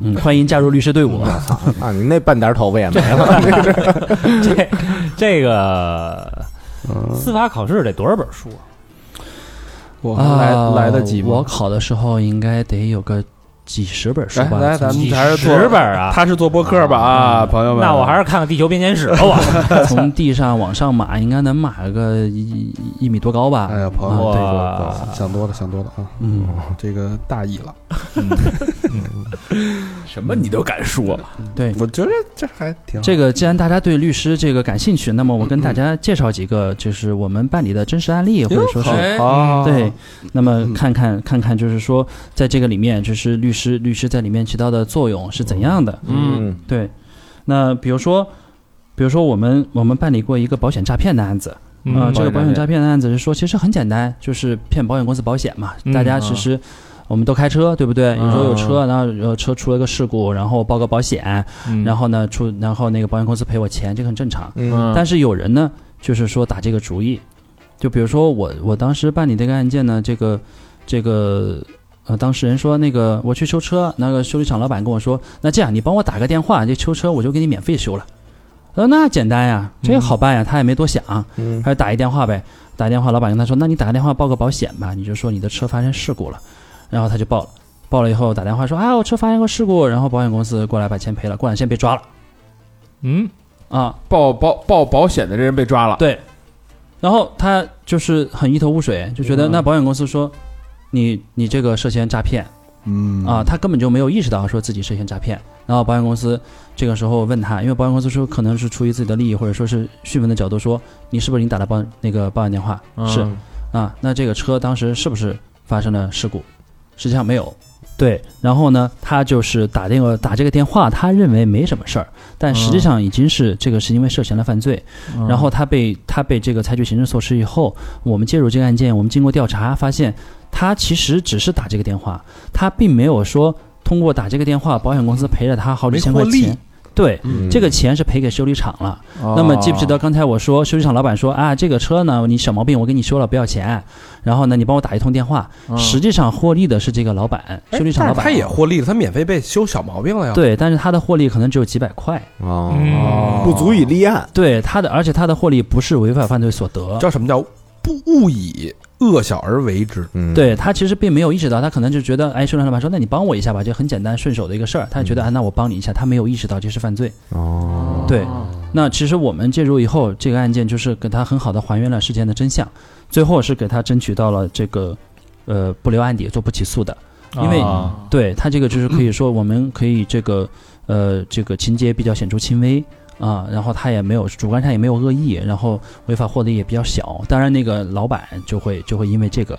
E: 嗯，欢迎加入律师队伍。
B: 啊，你那半点头发也没了，
G: 这这个司法考试得多少本书啊？
A: 我还来、
E: 啊
A: 来得及
E: 我
A: 吗？
E: 考的时候应该得有个几十本书
A: 来
E: 吧。
A: 来，咱们
G: 几
A: 还是做
G: 十本啊？
A: 他是做播客吧啊，朋友们。
G: 那我还是看看《地球编年史》吧，我
E: 从地上往上码，应该能码个一一米多高吧？
A: 哎呀，朋友们，
E: 啊
A: 这
E: 对
A: 个
G: 哇
A: 想多了，想多了啊，
E: 嗯，
A: 这个大意了。
C: 什么你都敢说，
E: 对。
A: 我觉得嗯这还挺好
E: 这个，既然大家对律师这个感兴趣，那么我跟大家介绍几个，就是我们办理的真实案例，或者说是
C: 哎
A: 啊，
D: 哦
E: 对，那么看看看看，就是说在这个里面，就是律师律师在里面起到的作用是怎样的？
C: 嗯，
E: 对，那比如说，比如说我们我们办理过一个保险诈骗的案子，
G: 嗯
E: 啊，这个
C: 保
E: 保
C: 险
E: 险
C: 诈
E: 诈骗的案子是说，其实很简单，就是骗保险公司保险嘛。
G: 嗯
E: 大家其实我们都开车，对不对？有时候有车，然后呃车出了个事故，然后报个保险，然后呢出，然后那个保险公司赔我钱，这个很正常。
B: 嗯
E: 但是有人呢，就是说打这个主意，就比如说我我当时办理这个案件呢，这个这个呃当事人说那个我去修车，那个修理厂老板跟我说，那这样你帮我打个电话，这修车我就给你免费修了。我说那简单呀，这个好办呀，他也没多想，
B: 嗯
E: 他就打一电话呗，打电话老板跟他说，那你打个电话报个保险吧，你就说你的车发生事故了，然后他就报了。报了以后打电话说啊，我车发生个事故，然后保险公司过来把钱赔了，过两天被抓了
G: 嗯，
E: 啊，
C: 报保报保险的这人被抓了，
E: 对，然后他就是很一头雾水，就觉得那保险公司说你你这个涉嫌诈骗
A: 嗯
E: 啊，他根本就没有意识到说自己涉嫌诈骗。然后保险公司这个时候问他，因为保险公司说可能是出于自己的利益或者说是讯问的角度说你是不是你打的保那个保险电话是啊，那这个车当时是不是发生了事故？实际上没有。对，然后呢，他就是打这个打这个电话，他认为没什么事儿，但实际上已经是这个是因为涉嫌了犯罪，然后他被他被这个采取行政措施以后，我们介入这个案件，我们经过调查发现，他其实只是打这个电话，他并没有说通过打这个电话，保险公司赔了他好几千块
A: 没获利
E: 钱。对，
B: 嗯
E: 这个钱是赔给修理厂了。
C: 哦
E: 那么记不记得刚才我说，修理厂老板说啊，这个车呢，你小毛病我给你修了，不要钱。然后呢，你帮我打一通电话。实际上获利的是这个老板，修理厂
A: 嗯
E: 老
A: 哎但是
E: 板。
A: 他也获利了，他免费被修小毛病了呀。，
E: 对，但是他的获利可能只有几百块。嗯
B: 哦，不足以立案，
E: 对他的，而且他的获利不是违法犯罪所得。
A: 叫什么叫不勿以恶小而为之。
B: 嗯，
E: 对他其实并没有意识到，他可能就觉得，哎，顺产老板说，那你帮我一下吧，就很简单顺手的一个事儿，他就觉得，
A: 嗯
E: 啊，那我帮你一下，他没有意识到这是犯罪。
B: 哦，
E: 对，那其实我们介入以后，这个案件就是给他很好的还原了事件的真相，最后是给他争取到了这个，呃，不留案底，做不起诉的，因为、
C: 啊
E: 对他这个就是可以说，我们可以这个，呃，这个情节比较显著轻微。啊，然后他也没有主观上也没有恶意，然后违法获利也比较小，当然那个老板就会就会因为这个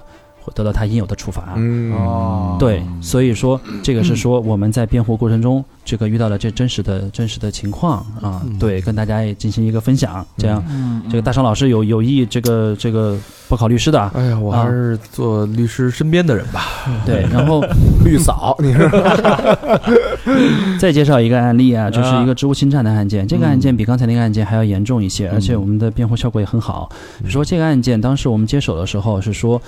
E: 得到他应有的处罚。
B: 嗯，
C: 哦，
E: 对，所以说这个是说我们在辩护过程中，这个遇到了这真实的真实的情况啊，对，跟大家也进行一个分享，这样，
C: 嗯
D: 嗯
E: 这个大成老师有有意这个这个不考律师的啊，
A: 哎呀，我还是做律师身边的人吧。
E: 对，然后
B: 绿嫂，你是
E: 再介绍一个案例啊，就是
C: 啊嗯
E: 一个职务侵占的案件。这个案件比刚才那个案件还要严重一些，而且我们的辩护效果也很好。
C: 嗯
E: 比如说这个案件，当时我们接手的时候是说，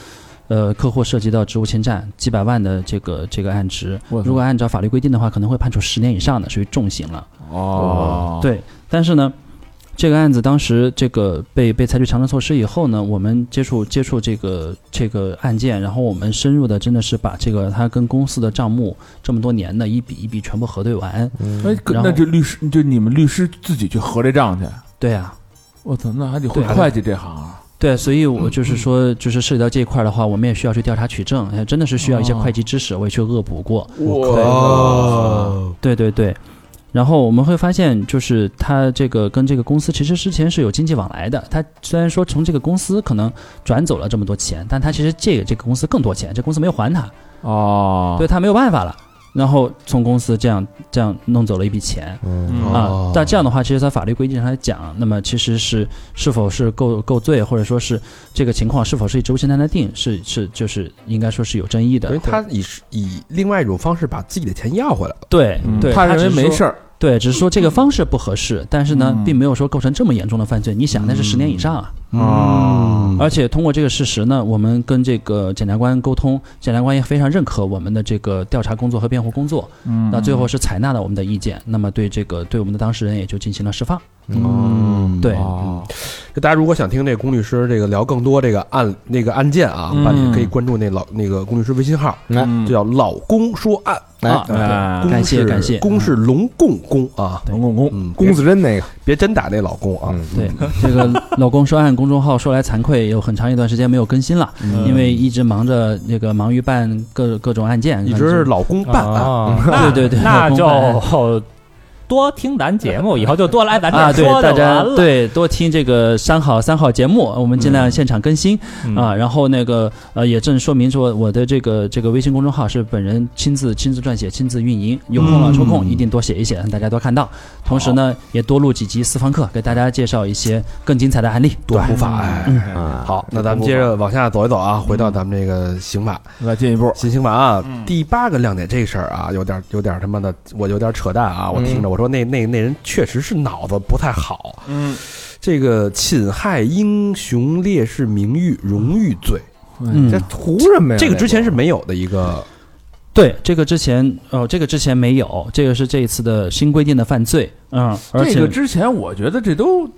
E: 呃，客户涉及到职务侵占几百万的这个这个案值，
C: 我操
E: 如果按照法律规定的话，可能会判处十年以上的，属于重刑了。
C: 哦，
E: 对，但是呢，这个案子当时这个被被采取强制措施以后呢，我们接触接触这个这个案件，然后我们深入的真的是把这个他跟公司的账目这么多年的一笔一笔全部核对完。
A: 嗯
C: 哎，可
E: 然后
C: 那这律师就你们律师自己去合这账去，
E: 对啊呀、
C: 我操，那还得会
E: 对
C: 会计这行啊，
E: 对，所以我
C: 嗯
E: 就是说，就是涉及到这一块的话，我们也需要去调查取证，哎，真的是需要一些
C: 哦
E: 会计知识，我也去恶补过。
A: 哦
C: 哇，
E: 对对对，然后我们会发现，就是他这个跟这个公司其实之前是有经济往来的。他虽然说从这个公司可能转走了这么多钱，但他其实借给这个公司更多钱，这公司没有还他，
C: 哦，
E: 对他没有办法了。然后从公司这样这样弄走了一笔钱，
C: 嗯
E: 啊，但这样的话，其实在法律规定上来讲，那么其实是是否是构构罪，或者说是这个情况是否是以职务侵占来定，是是就是应该说是有争议的
A: 因为。他以以另外一种方式把自己的钱要回来了。
E: 对
C: 嗯
E: 对，
C: 他认为
E: 只是
C: 没
E: 说
C: 事儿，
E: 对，只是说这个方式不合适，但是呢
C: 嗯，
E: 并没有说构成这么严重的犯罪。你想，那是十年以上啊！
A: 嗯
E: 而且通过这个事实呢，我们跟这个检察官沟通，检察官也非常认可我们的这个调查工作和辩护工作。
C: 嗯
E: 那最后是采纳了我们的意见，那么对这个对我们的当事人也就进行了释放。
A: 嗯，
E: 对，
C: 哦，
A: 就大家如果想听这个龚律师这个聊更多这个案那个案件啊，
C: 嗯
A: 大家可以关注那老那个龚律师微信号，
B: 嗯
A: 就叫老公说案。啊
B: 哎，
C: 哎
A: 公
E: 感谢
A: 是
E: 感谢
A: 公是龙共公啊，
C: 公公公，
A: 嗯，
B: 龚
A: 别
B: 子珍那个，
A: 别真打那老公啊，
B: 嗯，
E: 对，这个老公说案公众号说来惭愧，有很长一段时间没有更新了，因为一直忙着那个忙于办各各种案件，
A: 一直是老公办嗯案。
G: 啊，
E: 对对对
G: 那
E: 老公
G: 就多听咱节目，以后就多来咱这
E: 啊，
G: 儿
E: 对
G: 说
E: 大
G: 就
E: 家
G: 完了。
E: 对多听这个三好三好节目，我们尽量现场更新、
G: 嗯
E: 啊。然后那个呃，也正说明说我的这个这个微信公众号是本人亲自亲自撰写、亲自运营，有空了抽空一定多写一写，让大家多看到。同时呢，也多录几集私房课，给大家介绍一些更精彩的案例。
A: 多普法哎，
B: 啊，
A: 好，那咱们接着往下走一走啊，回到咱们这个刑法
C: 来进一步，
A: 新刑法啊，第八个亮点这事儿啊，有点有点他妈的，我有点扯淡啊！我听着，我说那那那人确实是脑子不太好，
C: 嗯，
A: 这个侵害英雄烈士名誉荣誉罪，
E: 嗯
B: 这，图什么呀？
A: 这个之前是没有的一个，
E: 对，这个之前哦，这个之前没有，这个是这一次的新规定的犯罪。嗯，而且、
C: 这个之前我觉得这都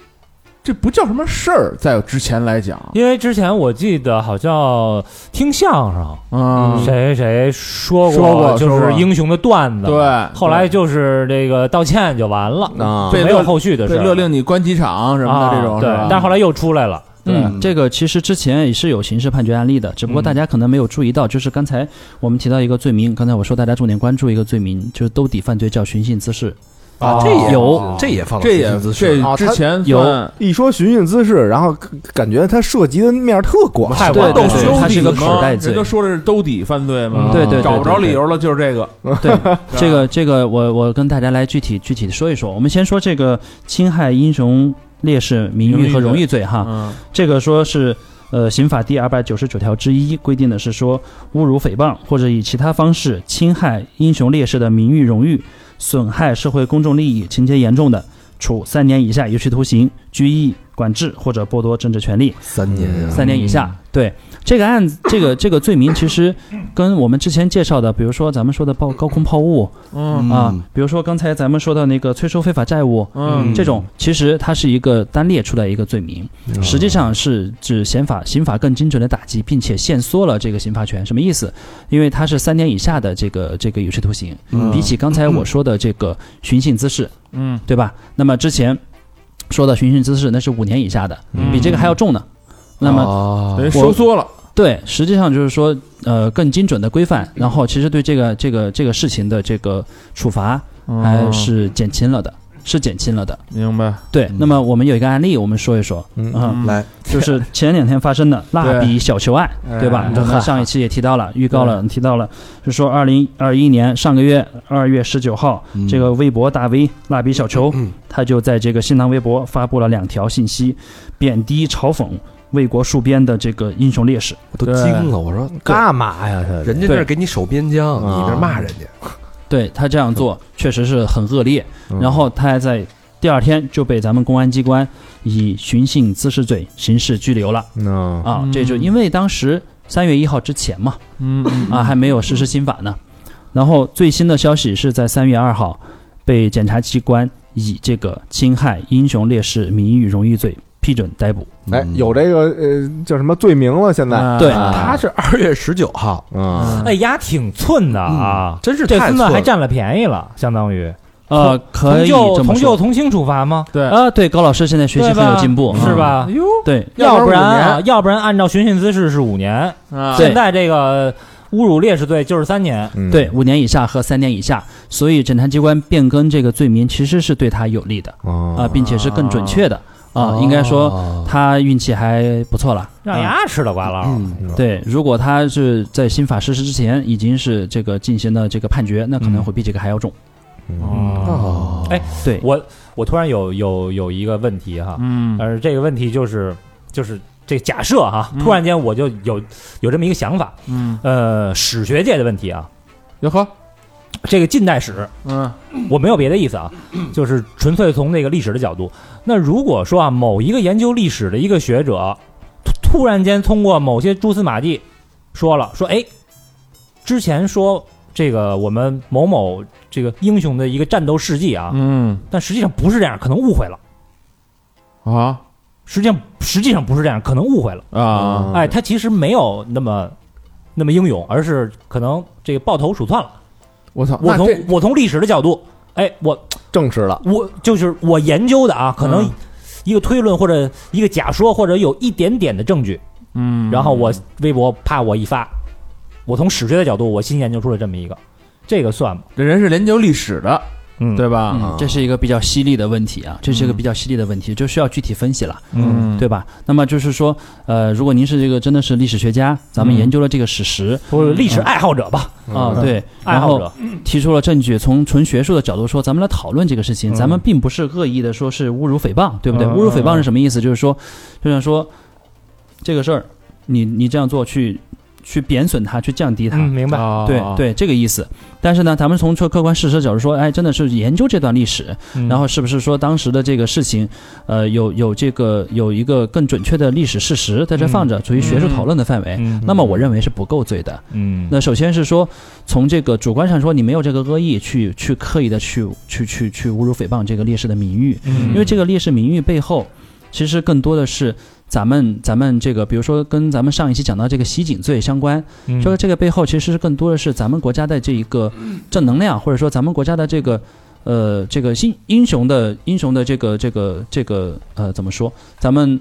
C: 这不叫什么事儿，在之前来讲
G: 因为之前我记得好像听相声，
C: 啊，
G: 谁谁说
C: 说过
G: 就
C: 说
G: 是
C: 过
G: 英雄的段子，
C: 对
G: 后来就是这个道歉就完了，
B: 啊
G: 就
C: 被
G: 没有
C: 勒
G: 后续的
C: 对
G: 事儿
C: 勒令你关几场什么
G: 啊
C: 的这种，
G: 对
C: 是吧，
G: 但是后来又出来了，
E: 嗯，这个其实之前也是有刑事判决案例的，只不过
C: 嗯
E: 大家可能没有注意到，就是刚才我们提到一个罪名，刚才我说大家重点关注一个罪名，就是兜底犯罪叫寻衅滋事。
A: 啊，这也
E: 有
A: 这也放了
C: 这
A: 寻
C: 也
A: 衅滋事
C: 这
B: 啊
C: 之
B: 他
C: 前
E: 有
C: 算
B: 一说寻衅滋事，然后感觉它涉及的面儿特广，
G: 太
E: 对
G: 晚
E: 对
G: 了。
E: 对
C: 哎兜底
E: 它是一个
C: 嘛
E: 口袋罪
C: 人都说的是兜底犯罪嘛，
B: 嗯
E: 对对对
C: 找不着
E: 对对
C: 理由了， 就是这个，
E: 对，这个这个我我跟大家来具体具体的说一说。我们先说这个侵害英雄烈士名誉和荣誉罪哈，
C: 嗯，
E: 这个说是呃刑法第二百九十九条之一规定的是说侮辱、诽谤或者以其他方式侵害英雄烈士的名誉、荣誉，损害社会公众利益，情节严重的，处三年以下有期徒刑、拘役、管制或者剥夺政治权利。
A: 三年啊，
E: 三年以下。对这个案子，这个这个罪名其实跟我们之前介绍的，比如说咱们说的爆高空抛物，嗯啊，比如说刚才咱们说的那个催收非法债务，
C: 嗯
E: 这种其实它是一个单列出来一个罪名，
A: 嗯
E: 实际上是指刑法刑法更精准的打击，并且限缩了这个刑罚权。什么意思？因为它是三年以下的这个这个有期徒刑，比起刚才我说的这个寻衅滋事，
C: 嗯，
E: 对吧？那么之前说的寻衅滋事，那是五年以下的，比这个还要重呢。那么
A: 么
C: 等于
E: 我
C: 收缩了，
E: 对，实际上就是说，呃，更精准的规范，然哦
D: 哦
E: 后其实对这个这个这个事情的这个处罚还是减轻了的，是减轻了的。
C: 明白？
E: 对，那么我们有一个案例，我们说一说，嗯，
A: 来，
E: 就是前两天发生的蜡笔小球案，对吧？我们上一期也提到了，预告了，提到了，是说二零二一年上个月二月十九号，
A: 嗯
E: 这个微博大 V 蜡笔小球，他就在这个新浪微博发布了两条信息，贬低嘲讽为国戍边的这个英雄烈士。
A: 我都惊了，我说
B: 干嘛呀？他
A: 人家那儿给你守边疆，
B: 对
A: 你那儿骂人家，
E: 啊对他这样做确实是很恶劣，
B: 嗯
E: 然后他还在第二天就被咱们公安机关以寻衅滋事罪刑事拘留了
B: 嗯
E: 啊
C: 嗯！
E: 这就因为当时三月一号之前嘛，
C: 嗯，
E: 啊还没有实施新法呢。然后最新的消息是在三月二号，被检察机关以这个侵害英雄烈士名誉荣誉罪批准逮捕。
B: 哎，有这个呃叫什么罪名了？现在
E: 对
B: 啊
A: 嗯他是二月十九号，
B: 嗯，
G: 哎，丫挺寸的啊，
A: 真是
G: 这
A: 嗯太
G: 孙子
A: 寸
G: 还
A: 了
G: 占了便宜了，相当于
E: 呃，可
G: 从
E: 以
G: 旧
E: 这
G: 从
E: 么
G: 旧
E: 说
G: 从轻处罚吗？
C: 对，
E: 啊！对，高老师现在学习
G: 对
E: 很
G: 吧
E: 有进步，
G: 是
E: 嗯？
G: 吧？
E: 对，
G: 要不然
C: 要不
G: 啊，要不然按照寻衅滋事是五年，
C: 啊
E: 对
G: 现在这个侮辱烈士罪就是三年。
B: 嗯
E: 对，五年以下和三年以下，所以检察机关变更这个罪名其实是对他有利的啊，
B: 啊，
E: 并且是更准确的啊。应该说
A: 哦
E: 他运气还不错了。
G: 让
E: 啊
G: 牙吃了瓜了，
A: 嗯
E: 对，如果他是在新法实施之前已经是这个进行了这个判决，那可
G: 嗯
E: 能会比这个还要重。
A: 哦，
G: 哎
E: 对，
G: 我我突然有有有一个问题哈，
C: 嗯
G: 但是这个问题就是就是这假设哈，突然间我就有有这么一个想法，
C: 嗯，
G: 呃，史学界的问题啊，
C: 哟呵，
G: 这个近代史
C: 嗯
G: 我没有别的意思 啊，就是纯粹从那个历史的角度。那如果说啊，某一个研究历史的一个学者，突突然间通过某些蛛丝马迹，说了说，哎，之前说这个我们某某这个英雄的一个战斗事迹啊，
C: 嗯
G: 但实际上不是这样，可能误会了。
C: 啊
G: 实际上实际上不是这样，可能误会了。
E: 嗯
B: 哦
C: 啊，
G: 哎，他其实没有那么那么英勇，而是可能这个抱头鼠窜了。
C: 我操，
G: 我
C: 那
G: 从
C: 这
G: 我从历史的角度，哎，我
B: 正式了，
G: 我就是我研究的啊，可能
C: 嗯
G: 一个推论或者一个假说，或者有一点点的证据，
C: 嗯，
G: 然后我微博啪我一发，我从史学的角度，我新研究出了这么一个，这个算吗？
C: 这人是研究历史的，
G: 嗯
C: 对吧？
E: 嗯，这是一个比较犀利的问题啊，这是一个比较犀利的问
G: 嗯
E: 题，就需要具体分析了。
C: 嗯
E: 对吧？那么就是说，呃，如果您是这个真的是历史学家，咱们
C: 嗯
E: 研究了这个史实
G: 或者历史爱好者吧，
E: 啊，
G: 嗯
E: 对，
G: 爱
E: 然
G: 好
E: 后
G: 者，
E: 提出了证据，从纯学术的角度说，咱们来讨论这个事
G: 嗯
E: 情，咱们并不是恶意的说是侮辱诽谤，对不对？
C: 嗯
E: 侮辱诽谤是什么意思？就是说，就像说这个事儿，你你这样做去去贬损他，去降低他，
G: 嗯，明白，
C: 啊
E: 对，对，这个意思。但是呢，咱们从客客观事实角度说，哎，真的是研究这段历史，
G: 嗯
E: 然后是不是说当时的这个事情，呃，有有这个有一个更准确的历史事实在这放着，处于学术讨论的范围。
G: 嗯
E: 那么我认为是不够罪的。
G: 嗯，
E: 那首先是说，从这个主观上说，你没有这个恶意去去刻意的去去去去侮辱诽谤这个烈士的名誉，
G: 嗯
E: 因为这个烈士名誉背后，其实更多的是咱们咱们这个，比如说跟咱们上一期讲到这个袭警罪相关，
G: 嗯
E: 就是这个背后其实是更多的是咱们国家的这一个正能量，或者说咱们国家的这个呃这个英英雄的英雄的这个这个这个呃怎么说？咱们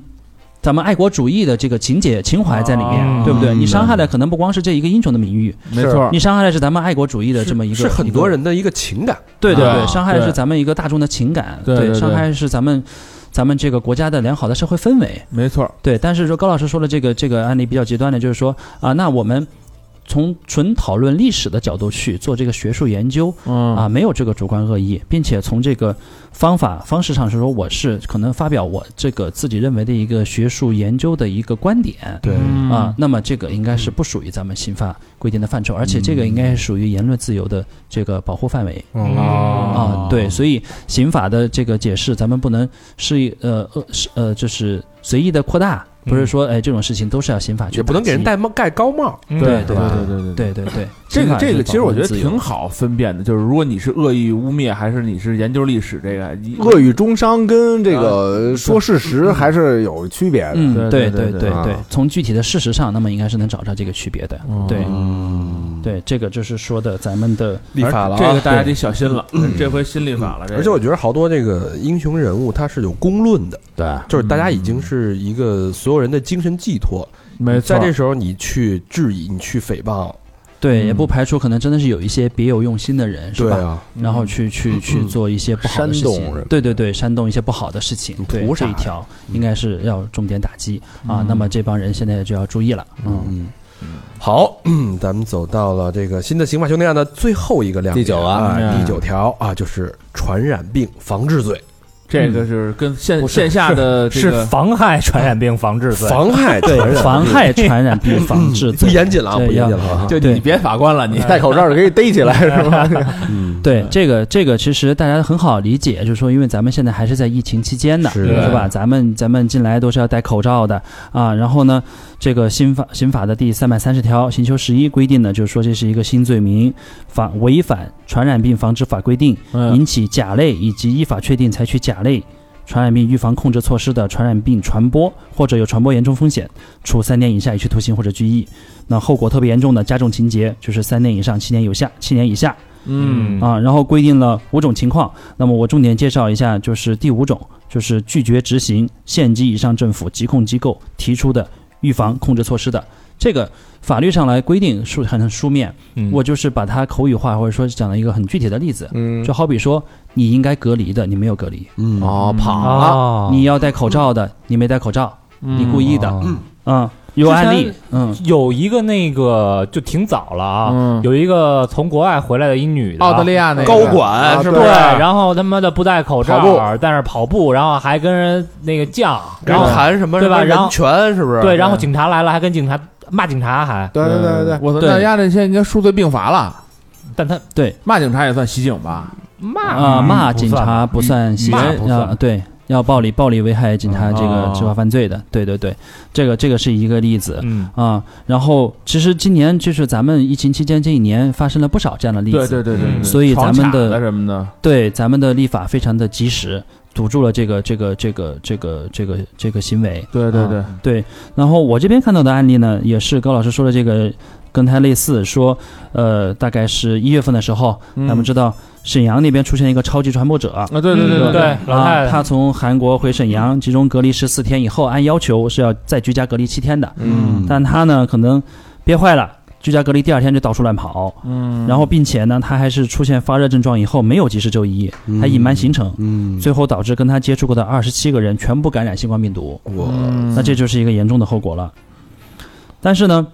E: 咱们爱国主义的这个情节情怀在里面，
C: 嗯
G: 啊
E: 对不对？你伤害的可能不光是这一个英雄的名誉，
C: 没错，
E: 你伤害的是咱们爱国主义的这么一个
A: 是很多。
E: 一个
A: 人的一个情感，
E: 对对
C: 啊
E: 对，伤害的
C: 对
E: 是咱们一个大众的情感，
C: 对对对
E: 伤害的是咱们咱们这个国家的良好的社会氛围，
C: 没错，
E: 对。但是说高老师说的这个这个案例比较极端的，就是说啊，那我们从纯讨论历史的角度去做这个学术研究
C: 嗯
E: 啊，没有这个主观恶意，并且从这个方法方式上是说，我是可能发表我这个自己认为的一个学术研究的一个观点。
A: 对
C: 嗯
E: 啊，那么这个应该是不属于咱们刑法规定的范畴，
C: 嗯
E: 而且这个应该是属于言论自由的这个保护范围。
C: 哦
E: 啊，对，所以刑法的这个解释，咱们不能是呃呃是呃，就是随意的扩大，不是说
C: 嗯
E: 哎这种事情都是要刑法去
A: 也不能
E: 打
A: 给人
E: 击
A: 戴帽盖高帽，
G: 对
E: 嗯啊
C: 对
E: 对对
C: 对对。
E: 对对对，
C: 这
E: 刑
C: 个
E: 法
C: 嗯这
E: 是
C: 个其实我觉得
E: 保护自由
C: 挺好分辨的，就是如果你是恶意污蔑，还是你是研究历史这个
B: 恶语中伤跟这个说事实还是有区别的。
E: 嗯，
C: 对对
E: 对对
C: 对
E: 对
B: 对
E: 对，从具体的事实上，那么应该是能找到这个区别的，对
C: 哦
A: 嗯，
E: 对，这个就是说的咱们的
A: 立法了啊，
C: 这个大家得小心了，
E: 嗯
C: 这回新立法了，这
A: 而且我觉得好多这个英雄人物他是有公论的，
B: 对，
A: 就是大家已经是一个所有人的精神寄托。
C: 没
A: 在这时候你去质疑、你去诽谤，
E: 对，也不排除可能真的是有一些别有用心的人，是
A: 对
E: 吧？
A: 啊，
E: 然后去去去做一些不好的事
B: 煽动什么
E: 情，对对对，煽动一些不好的事情，对
A: 图啥
E: 这
A: 呀
E: 一条应该是要重点打击啊。那么这帮人现在就要注意了，嗯，
A: 嗯。好， 嗯咱们走到了这个新的刑法修订案的最后一个亮点，
B: 第九啊
A: 啊，
C: 嗯
A: 第九条啊，就是传染病防治罪，
E: 嗯
C: 这个是跟线
G: 不是
C: 线下的这
G: 是
C: 个
G: 妨害传染病防治罪。
A: 妨害
E: 对
A: 传，染
E: 嗯妨害传染病嗯防治
A: 不
E: 罪，
A: 严谨了啊，
E: 对
A: 不严谨
E: 要
A: 了啊，
C: 就
E: 对嗯
C: 你别法官了，你
B: 戴口罩就可以逮起来是吧？
E: 对这个这个其实大家很好理解，就是说，因为咱们现在还是在疫情期间的，
A: 是
E: 是
A: 的
E: 吧？咱们咱们进来都是要戴口罩的啊。然后呢，这个新法新法的第三百三十条刑求十一规定呢，就是说这是一个新罪名，法违反传染病防治法规定，
C: 嗯
E: 引起甲类以及依法确定采取甲类 传染病预防控制措施的传染病传播或者有传播严重风险，处三年以下有期徒刑或者拘役。那后果特别严重的加重情节就是三年以上七年有下七年以下。
C: 嗯
E: 啊，然后规定了五种情况。那么我重点介绍一下，就是第五种，就是拒绝执行县级以上政府疾控机构提出的预防控制措施的。这个法律上来规定是很书面，
G: 嗯
E: 我就是把它口语化，或者说讲了一个很具体的例子，
B: 嗯
E: 就好比说你应该隔离的，你没有隔离；
A: 嗯，
B: 哦，跑了，
G: 啊
E: 你要戴口罩的，你没戴口罩，你故意的，
G: 嗯
E: 嗯，有案例
G: 之前，
E: 嗯，
G: 有一个那个就挺早了啊，
C: 嗯
G: 有一个从国外回来的一女的啊，
C: 澳大利亚那个
B: 高
A: 啊
C: 管
B: 啊是
G: 对，啊然后他妈的不戴口罩
B: 跑步，
G: 在那儿跑步，然后还跟人那个犟，然后
B: 谈什么
G: 对吧
B: 什么
G: 然后
B: 权是不是
G: 对，然后警察来了还跟警察骂警察还，
B: 对对对对，
C: 我操，
E: 对
C: 那丫这现在应该数罪并罚了，嗯
G: 但他
C: 骂警察也算袭警吧？
G: 骂
E: 啊，骂警察不算
C: 语
E: 行
C: 言不算
E: 啊，对，要暴力暴力危害警察这个执法犯罪的，对对对，这个这个是一个例子
G: 嗯
E: 啊。然后其实今年就是咱们疫情期间这一年发生了不少这样的例
C: 对
E: 子，
C: 对对对，对
E: 所以咱们的
C: 闯卡什么的，
E: 对咱们的立法非常的及时，堵住了这个这个这个这个这个这个行为。
C: 对对对，
E: 对，然后我这边看到的案例呢，也是高老师说的这个。跟他类似，说，呃，大概是一月份的时候，嗯咱们知道沈阳那边出现一个超级传播者，
C: 啊，嗯对对
G: 嗯
C: 对
G: 对，老
E: 啊，
G: 太太
E: 他从韩国回沈
C: 嗯
E: 阳，集中隔离十四天以后，按要求是要再居家隔离七天的。
A: 嗯，
E: 但他呢，可能憋坏了，居家隔离第二天就到处乱跑，
C: 嗯，
E: 然后并且呢，他还是出现发热症状以后没有及时就医，还隐瞒行程，
A: 嗯，
E: 最后导致跟他接触过的二十七个人全部感染新冠病毒，
A: 我
E: 那这就是一个严重的后果了。但是呢，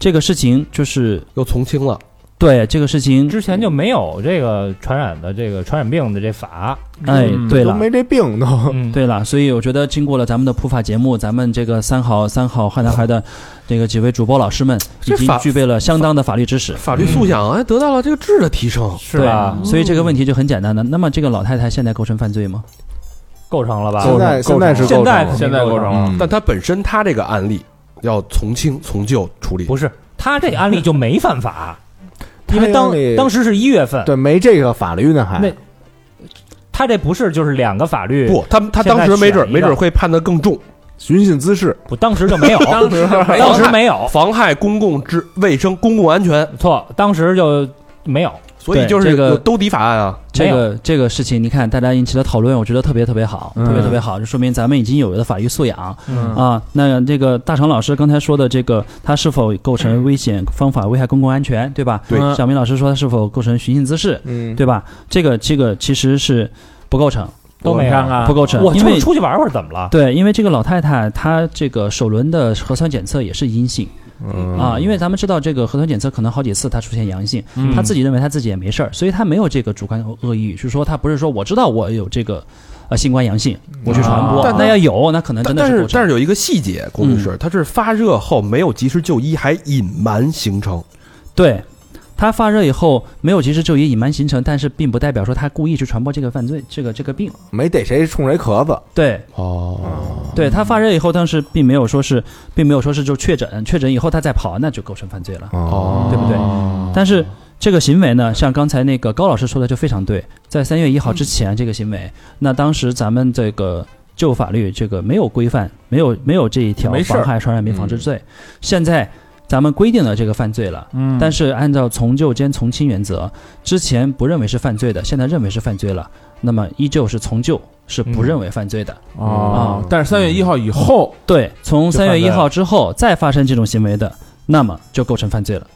E: 这个事情就是
A: 又从轻了，
E: 对这个事情，
G: 之前就没有这个传染的这个传染病的这法，
E: 哎，对
B: 都
E: 了，
B: 没这病都，
G: 嗯，
E: 对了，所以我觉得经过了咱们的普法节目，咱们这个三好三好坏男孩的这个几位主播老师们，
A: 这
E: 已经
A: 法
E: 具备了相当的法律知识。
A: 法律素养哎得到了这个质的提升，
G: 是吧？
E: 所以这个问题就很简单了。那么这个老太太现在构成犯罪吗？
G: 构成了吧？
B: 现在现在是
G: 现
B: 够
G: 在
B: 成了
C: 现在构成了
B: 嗯
A: 但他本身他这个案例要从轻从旧处理，
G: 不是他这案例就没犯法，
B: 他
G: 因为当
B: 这案例
G: 当时是一月份，
B: 对没这个法律呢还
G: 那他这不是就是两个法律
A: 不，他他当时没准没准会判的更重，
B: 寻衅滋事，
G: 不，当时就没有，当时当时没有
A: 妨害公共治卫生、公共安全，
G: 错，当时就没有，
A: 所以
E: 对
A: 就是
E: 这个
A: 有兜底法案啊，
E: 这个这个事情，你看大家引起了讨论，我觉得特别特别好，特别特别好，就说明咱们已经有了法律素养、
G: 嗯
E: 啊。那这个大成老师刚才说的这个，他是否构成危险方法危害公共安全，对吧？
A: 对
E: 小明老师说他是否构成寻衅滋事，
B: 嗯，
E: 对吧？这个这个其实是不构成。
A: 啊
G: 都没有
C: 看看
E: 不构成
G: 我
E: 因
G: 就
E: 为
G: 是出去玩会儿怎么了？
E: 对，因为这个老太太她这个首轮的核酸检测也是阴性、
B: 嗯
A: 嗯
E: 啊，因为咱们知道这个核酸检测可能好几次她出现阳性，
A: 嗯
E: 她自己认为她自己也没事儿，所以她没有这个主观恶意，就是说她不是说我知道我有这个呃新冠阳性，我去传
A: 啊
E: 播，
A: 但
E: 那要有那可能真
A: 但
E: 的
A: 但
E: 是构
A: 是但
E: 成。
A: 是有一个细节，龚律师，他是发热后没有及时就医，还隐瞒行程，
E: 对，她发热以后没有及时就医，隐瞒行程，但是并不代表说她故意去传播这个犯罪，这个这个病。
B: 没逮谁冲谁壳子，
E: 对，
A: 哦，
E: 对她发热以后，但是并没有说是，并没有说是就确诊，确诊以后她再跑，那就构成犯罪了。
B: 哦
E: 对不对？但是这个行为呢，像刚才那个高老师说的就非常对，在三月一号之前这个行为，那当时咱们这个旧法律这个没有规范，没有没有这一条
C: 没事儿
E: 妨害传染病防治罪，现在。咱们规定了这个犯罪了，
C: 嗯
E: 但是按照从旧兼从轻原则，之前不认为是犯罪的，现在认为是犯罪了，那么依旧是从旧，是不
G: 嗯
E: 认为犯罪的。
C: 啊，但是三月一号以后，
E: 对，从
G: 就
E: 三
G: 犯
E: 月
G: 罪
E: 一
G: 了
E: 号之后再发生这种行为的，那么就构成犯罪了。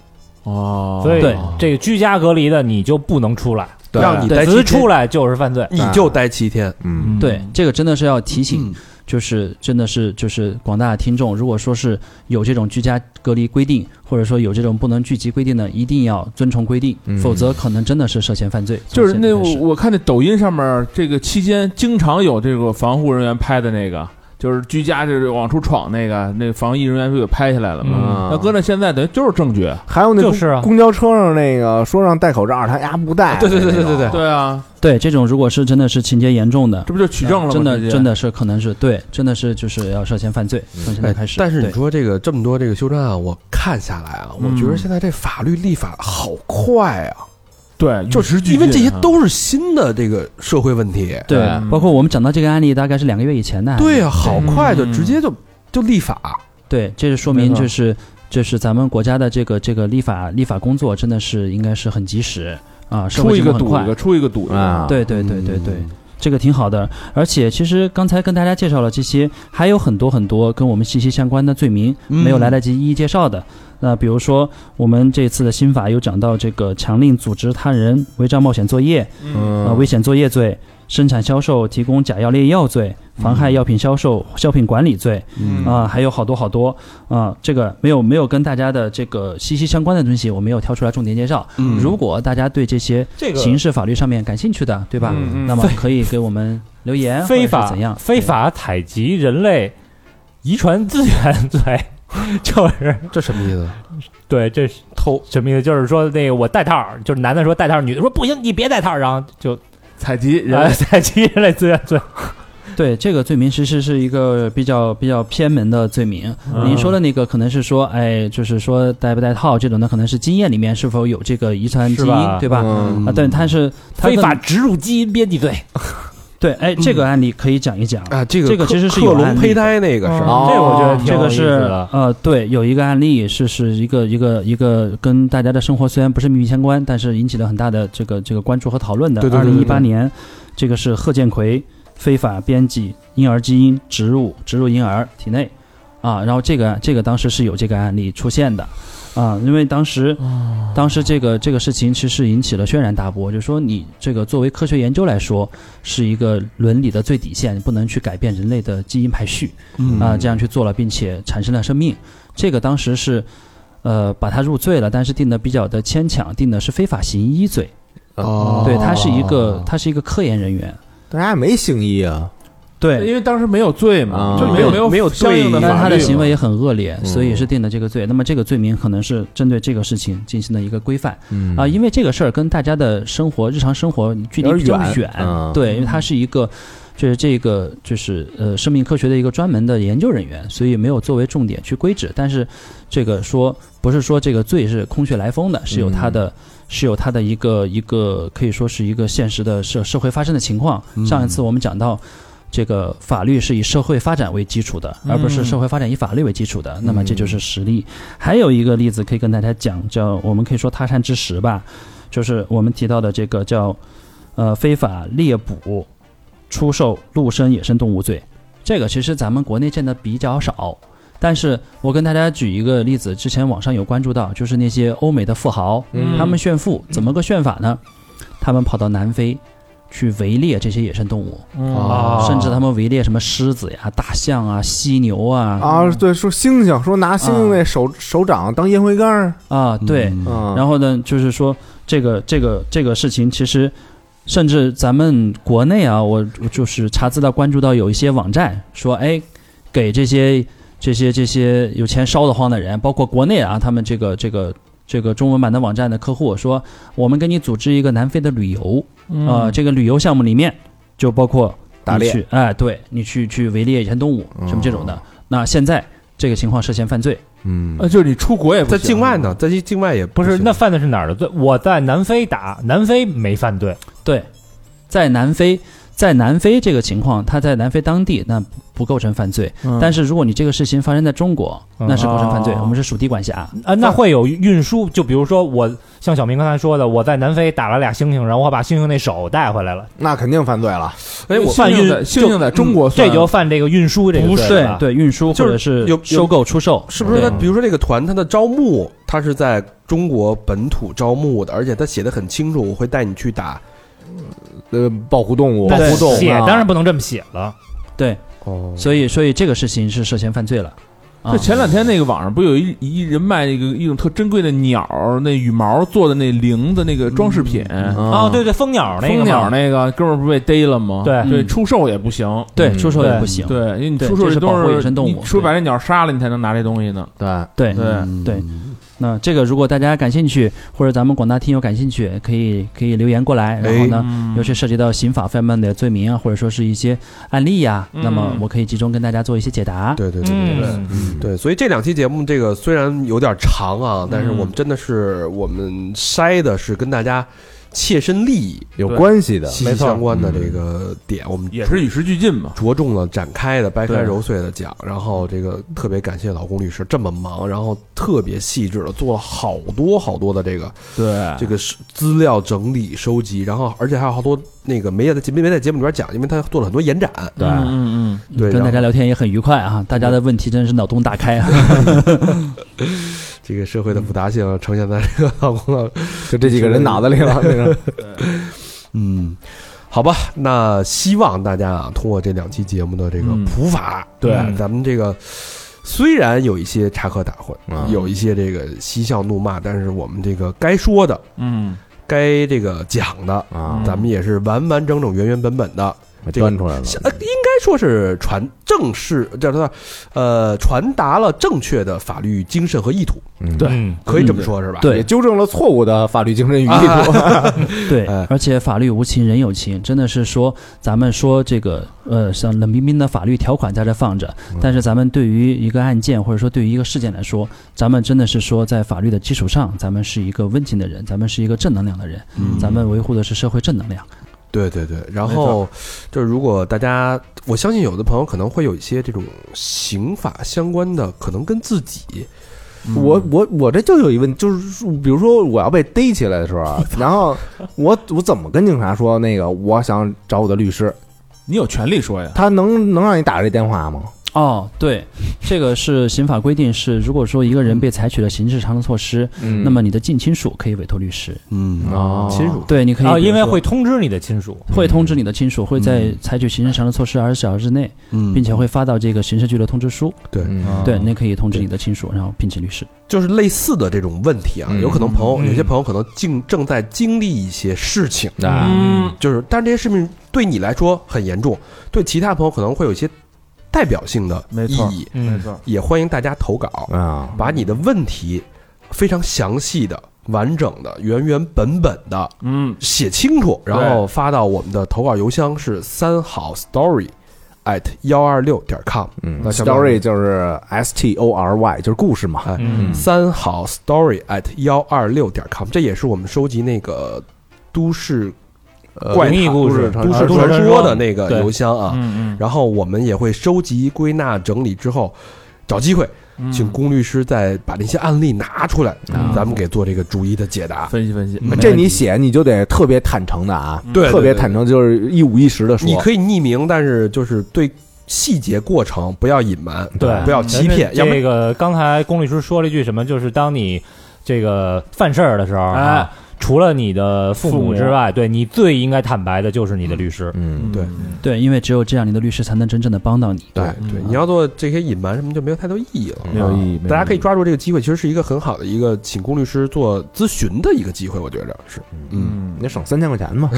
C: 哦，
G: 所以
E: 对
G: 这个居家隔离的你就不能出来，
B: 对
A: 让你待
G: 对，只
A: 七
G: 是
A: 天
G: 出，来就是犯罪。
A: 你就待七天。
B: 嗯，
E: 对，这个真的是要提醒
A: 嗯，
E: 就是真的是就是广大的听众，如果说是有这种居家隔离规定，或者说有这种不能聚集规定的，一定要遵从规定，
B: 嗯
E: 否则可能真的是涉嫌犯罪。
C: 就是那
E: 从现在开
C: 我
E: 始
C: 我看那抖音上面这个期间经常有这个防护人员拍的那个，就是居家就是往出闯那个，那防疫人员不给拍下来了吗？
B: 啊
C: 那搁那现在等于就是证据，
B: 还有那公
G: 就是啊
B: 公交车上那个说让戴口罩，他丫不戴，
A: 对对对对对对
C: 对啊，
E: 对这种如果是真的是情节严重的
C: 这，不嗯就取证了吗？
E: 真的真
C: 的，
E: 的是可能是对，真的是就是要涉嫌犯罪，从现在
C: 哎
E: 开始。
A: 哎但是你
E: 对
A: 说这个这么多这个修正案，我看下来啊，我觉得现在这法律立法好快啊，
C: 对，
A: 就
C: 与时
A: 是
C: 俱
A: 因为
C: 进
A: 这些
C: 啊
A: 都是新的这个社会问题。
E: 对啊
C: 嗯，
E: 包括我们讲到这个案例，大概是两个月以前的案例。
A: 对呀、啊好快就
C: 嗯
A: 直接就就立法。
E: 对，这是说
C: 没
E: 明
C: 错
E: 就是就是咱们国家的这个这个立法立法工作真的是应该是很及时啊，社
C: 出
E: 会
C: 一
E: 进步
C: 个
E: 很
C: 堵一
E: 快
C: 个，。嗯出一个堵一个
B: 啊
E: 对对对对对，这个挺好的。而且其实刚才跟大家介绍了这些，还有很多很多跟我们息息相关的罪名
A: 嗯
E: 没有来得及一一介绍的。那比如说，我们这次的新法有讲到这个强令组织他人违章冒险作业，
B: 嗯，
E: 呃，危险作业罪、生产销售提供假药劣药罪、妨害药品销售、药品管理罪，
C: 嗯
E: 啊、还有好多好多啊、这个没有没有跟大家的这个息息相关的东西，我没有挑出来重点介绍。
A: 嗯
E: 如果大家对这些
G: 这个
E: 刑事法律上面感兴趣的，对吧？
C: 嗯嗯
E: 那么可以给我们留言，
G: 非
E: 或者
G: 法
E: 是怎样？
G: 非法采集人类遗传资源罪， 就是
A: 这什么意思？
G: 对，这是偷什么意思？就是说那个我戴套儿，就是男的说戴套儿，女的说不行，你别戴套儿，然后就
C: 采集人
B: 哎
G: 呃采集人类资源罪。
E: 对，这个罪名其实是一个比较比较偏门的罪名。
G: 嗯
E: 您说的那个可能是说，哎，就是说戴不戴套这种的，可能是基因里面是否有这个遗传基
G: 是
E: 因
G: 吧，
E: 对吧？
B: 嗯
E: 啊，但它是它
G: 非
E: 更
G: 法植入基因编辑罪，
E: 对，哎，这个案例可以讲一讲。
A: 啊，这个
E: 这个
A: 克
E: 其实是
A: 克
E: 有
A: 隆
E: 案例
A: 胚胎那个是吧？
B: 哦
G: 这我觉得挺
E: 这
G: 有
E: 个
G: 意
E: 是
G: 思的。
E: 呃，对，有一个案例是是一个一个一个跟大家的生活虽然不是密不相关，但是引起了很大的这个这个关注和讨论的。
A: 对对
E: 二
A: 对
E: 零
A: 对
E: 一八
A: 对
E: 年，这个是贺建奎非法编辑婴儿基因植入植入婴儿体内，啊，然后这个这个当时是有这个案例出现的。啊，因为当时，
A: 哦
E: 当时这个这个事情其实引起了轩然大波，就是说你这个作为科学研究来说，是一个伦理的最底线，不能去改变人类的基因排序。
A: 嗯
E: 啊、这样去做了，并且产生了生命。这个当时是，呃，把他入罪了，但是定的比较的牵强，定的是非法行医罪。
A: 哦
E: 对他是一个，他是一个科研人员。
B: 大家也没行医啊，
E: 对，
C: 因为当时没有罪嘛，
B: 啊
C: 就没有
E: 没
C: 有没有相应的
E: 但
C: 法律
E: 他的
C: 嘛
E: 行为也很恶劣，
B: 嗯
E: 所以是定的这个罪。那么这个罪名可能是针对这个事情进行了一个规范
B: 嗯
E: 啊、因为这个事儿跟大家的生活、日常生活距离
B: 有点
E: 比较
B: 远
E: 远
B: 嗯
E: 对，因为他是一个。就是这个，就是呃，生命科学的一个专门的研究人员，所以没有作为重点去规制。但是，这个说不是说这个罪是空穴来风的，是有它的，
B: 嗯
E: 是有它的一个一个可以说是一个现实的社社会发生的情况。
B: 嗯
E: 上一次我们讲到，这个法律是以社会发展为基础的，而不是社会发展以法律为基础的。那么这就是实例。还有一个例子可以跟大家讲，叫我们可以说他山之石吧，就是我们提到的这个叫呃非法猎捕、出售陆生野生动物罪。这个其实咱们国内见的比较少，但是我跟大家举一个例子，之前网上有关注到，就是那些欧美的富豪，
B: 嗯
E: 他们炫富怎么个炫法呢？他们跑到南非去围猎这些野生动物，
C: 嗯哦
A: 啊
E: 甚至他们围猎什么狮子呀、大象啊、犀牛啊
B: 啊，对，说猩猩，说拿猩猩那手手掌当烟灰缸儿，
E: 啊，对，
B: 嗯，
E: 然后呢，就是说这个这个这个事情，其实甚至咱们国内啊，我我就是查资料关注到有一些网站说，哎，给这些这些这些有钱烧得慌的人，包括国内啊，他们这个这个。这个中文版的网站的客户说，我们给你组织一个南非的旅游，
C: 嗯
E: 啊、这个旅游项目里面就包括
B: 打
E: 你
B: 猎
E: 去，哎，对你去去围猎野生动物什么这种的。那现在这个情况涉嫌犯罪，
B: 嗯
C: 呃，就是你出国也不
A: 在
C: 行
A: 境外呢，在境外也
G: 不是，
A: 行
G: 那犯的是哪儿的罪？我在南非打，南非没犯罪，
E: 对，在南非，在南非这个情况，他在南非当地那不构成犯罪，
C: 嗯
E: 但是如果你这个事情发生在中国，
G: 嗯
E: 那是构成犯罪，
G: 哦
E: 我们是属地管辖。
G: 啊，那会有运输，就比如说我像小明刚才说的，我在南非打了俩猩猩，然后我把猩猩那手带回来了，
B: 那肯定犯罪了，
A: 哎，我
G: 犯
C: 猩
G: 运
C: 猩在猩
G: 就
C: 猩在中
E: 嗯
C: 国算啊
G: 这就犯这个运输这个罪
E: 对
G: 了吧。
E: 对，运输
A: 就
E: 或
A: 是
E: 者是
A: 有有
E: 收购、出售，
A: 是不是
E: 对
A: 他？比如说这个团，他的招募，他是在中国本土招募的，而且他写的很清楚，我会带你去打。
B: 呃，保护动物，啊
E: 保护动物
G: 写当然不能这么写了，
E: 对，
A: 哦
E: 所以所以这个事情是涉嫌犯罪了。啊
C: 就，前两天那个网上不有一一人卖那个一种特珍贵的鸟儿，那羽毛做的那铃的那个装饰品，
E: 嗯
G: 哦，对对，蜂鸟那个嘛
C: 啊蜂鸟那个哥们儿不被逮了吗？
G: 对
C: 对，
E: 嗯
C: 出售也不行。
E: 对
B: 嗯
E: 出售也不行。
C: 对，因为你
E: 对
C: 出售
E: 这是保护
C: 东西
E: 野生动物
C: 你除非把那鸟杀了，你才能拿这东西呢。
B: 对，
E: 对
C: 对
E: 嗯对，那这个如果大家感兴趣，或者咱们广大听友感兴趣，可以可以留言过来，然后呢，
C: 嗯
A: 哎
E: 尤其涉及到刑
A: 嗯
E: 法方面的罪名啊，或者说是一些案例呀、
C: 嗯
E: 那么我可以集中跟大家做一些解答。
A: 对对对对对。
G: 嗯，
A: 对，所以这两期节目这个虽然有点长啊，但是我们真的是我们筛的是跟大家切身利益
B: 有关系的，嗯
A: 息息相关的这个点，我们
C: 也是与时俱进嘛。
A: 着重了展开的掰开
C: 对
A: 揉碎的讲，然后这个特别感谢老龚律师这么忙，然后特别细致的做了好多好多的这个
C: 对，
A: 这个是资料整理收集，然后而且还有好多那个没在节没没在节目里边讲，因为他做了很多延展，
C: 对，嗯嗯
A: 对
E: 跟
A: 然
E: 大
A: 后
E: 家聊天也很愉快啊，大家的问题真是脑洞大开啊。
A: 这个社会的复杂性啊呈现在这个老龚老
B: 就这几个人脑子里了，那个
A: 嗯，好吧，那希望大家啊，通过这两期节目的这个
C: 嗯
A: 普法，
C: 对
A: 啊咱们这个虽然有一些插科打诨，
B: 啊
A: 有一些这个嬉笑怒骂，但是我们这个该说的、
C: 嗯，
A: 该这个讲的，
B: 啊，
A: 咱们也是完完整整、原原本本的，
B: 端出来了，
A: 像呃，应该说是传正式叫什么，呃，传达了正确的法律精神和意图，
B: 嗯，
G: 嗯
A: 可以这么说，是吧？
E: 对
B: 也纠正了错误的法律精神与意图，
E: 对
A: 哎，
E: 而且法律无情人有情，真的是说咱们说这个呃，像冷冰冰的法律条款在这放着，但是咱们对于一个案件或者说对于一个事件来说，咱们真的是说在法律的基础上，咱们是一个温情的人，咱们是一个正能量的人，
A: 嗯
E: 咱们维护的是社会正能量。
A: 对对对，然后就是如果大家，我相信有的朋友可能会有一些这种刑法相关的，可能跟自己
B: 我我我这就有一问题，就是比如说我要被逮起来的时候啊，然后我我怎么跟警察说那个我想找我的律师，
C: 你有权利说呀。
B: 他能能让你打这电话吗？
E: 哦，对，这个是刑法规定是，如果说一个人被采取了刑事偿措施，
B: 嗯
E: 那么你的近亲属可以委托律师，
A: 嗯
B: 哦
A: 亲属
E: 对，
C: 嗯
E: 你可以
G: 啊，
E: 比如
G: 因为
E: 说
G: 会通知你的亲属，
E: 会通知你的亲属，会在采取刑事偿的措施二十小时之内，
A: 嗯
E: 并且会发到这个刑事拘留通知书。
A: 对，
B: 嗯
E: 啊对，那可以通知你的亲属，然后聘请律师。
A: 就是类似的这种问题啊，
B: 嗯
A: 有可能朋友
G: 嗯
A: 有些朋友可能经正在经历一些事情，
B: 啊，
C: 嗯，
A: 就是但是这些事情对你来说很严重，对其他朋友可能会有一些代表性的
C: 没
A: 意
C: 错
A: 义，
G: 嗯，
C: 错，
A: 也欢迎大家投稿，
B: 啊，
A: 把你的问题非常详细的、完整的、原原本本的。
C: 嗯，
A: 写清楚，然后发到我们的投稿邮箱是三好 story at 幺二六点 com。
B: 嗯
A: 那下面
B: ，story 就是 S T O R Y，就是故事嘛，
A: 哎，
G: 嗯
A: 三好 story at 幺二六点 com，这也是我们收集那个都市怪
G: 灵异
A: 谈
G: 故事
A: 都
G: 啊
A: 市
G: 都市
A: 传
G: 传
A: 说
G: 说
A: 的那个
G: 对
A: 邮箱啊。
C: 嗯
A: 然后我们也会收集、归纳、整理之后，找机会
C: 嗯，
A: 请龚律师再把那些案例拿出来，
C: 嗯
A: 咱们给做这个逐一的解答。
C: 分析分析，
B: 这你写你就得特别坦诚的
C: 嗯
B: 啊，
A: 对对
B: 特别
A: 对
B: 坦诚，就是一五一十的说，
A: 你可以匿名，但是就是对细节过程不要隐瞒，
G: 对，
A: 不要欺骗，要不
G: 哎这
A: 然
G: 个刚才龚律师说了一句什么，就是当你这个犯事儿的时候，
C: 哎
G: 啊，除了你的父
C: 父
G: 母
C: 母
G: 之外，对你最应该坦白的就是你的律师。
B: 嗯，
A: 对
E: 对，因为只有这样，你的律师才能真正的帮到你。
A: 对
C: 嗯
A: 对，你要做这些隐瞒什么就没有太多意义了。
C: 没有意义，没有
A: 大家可以
C: 意义
A: 抓住这个机会，其实是一个很好的一个请龚律师做咨询的一个机会，我觉着是。嗯，
C: 嗯
B: 你就省三千块钱嘛，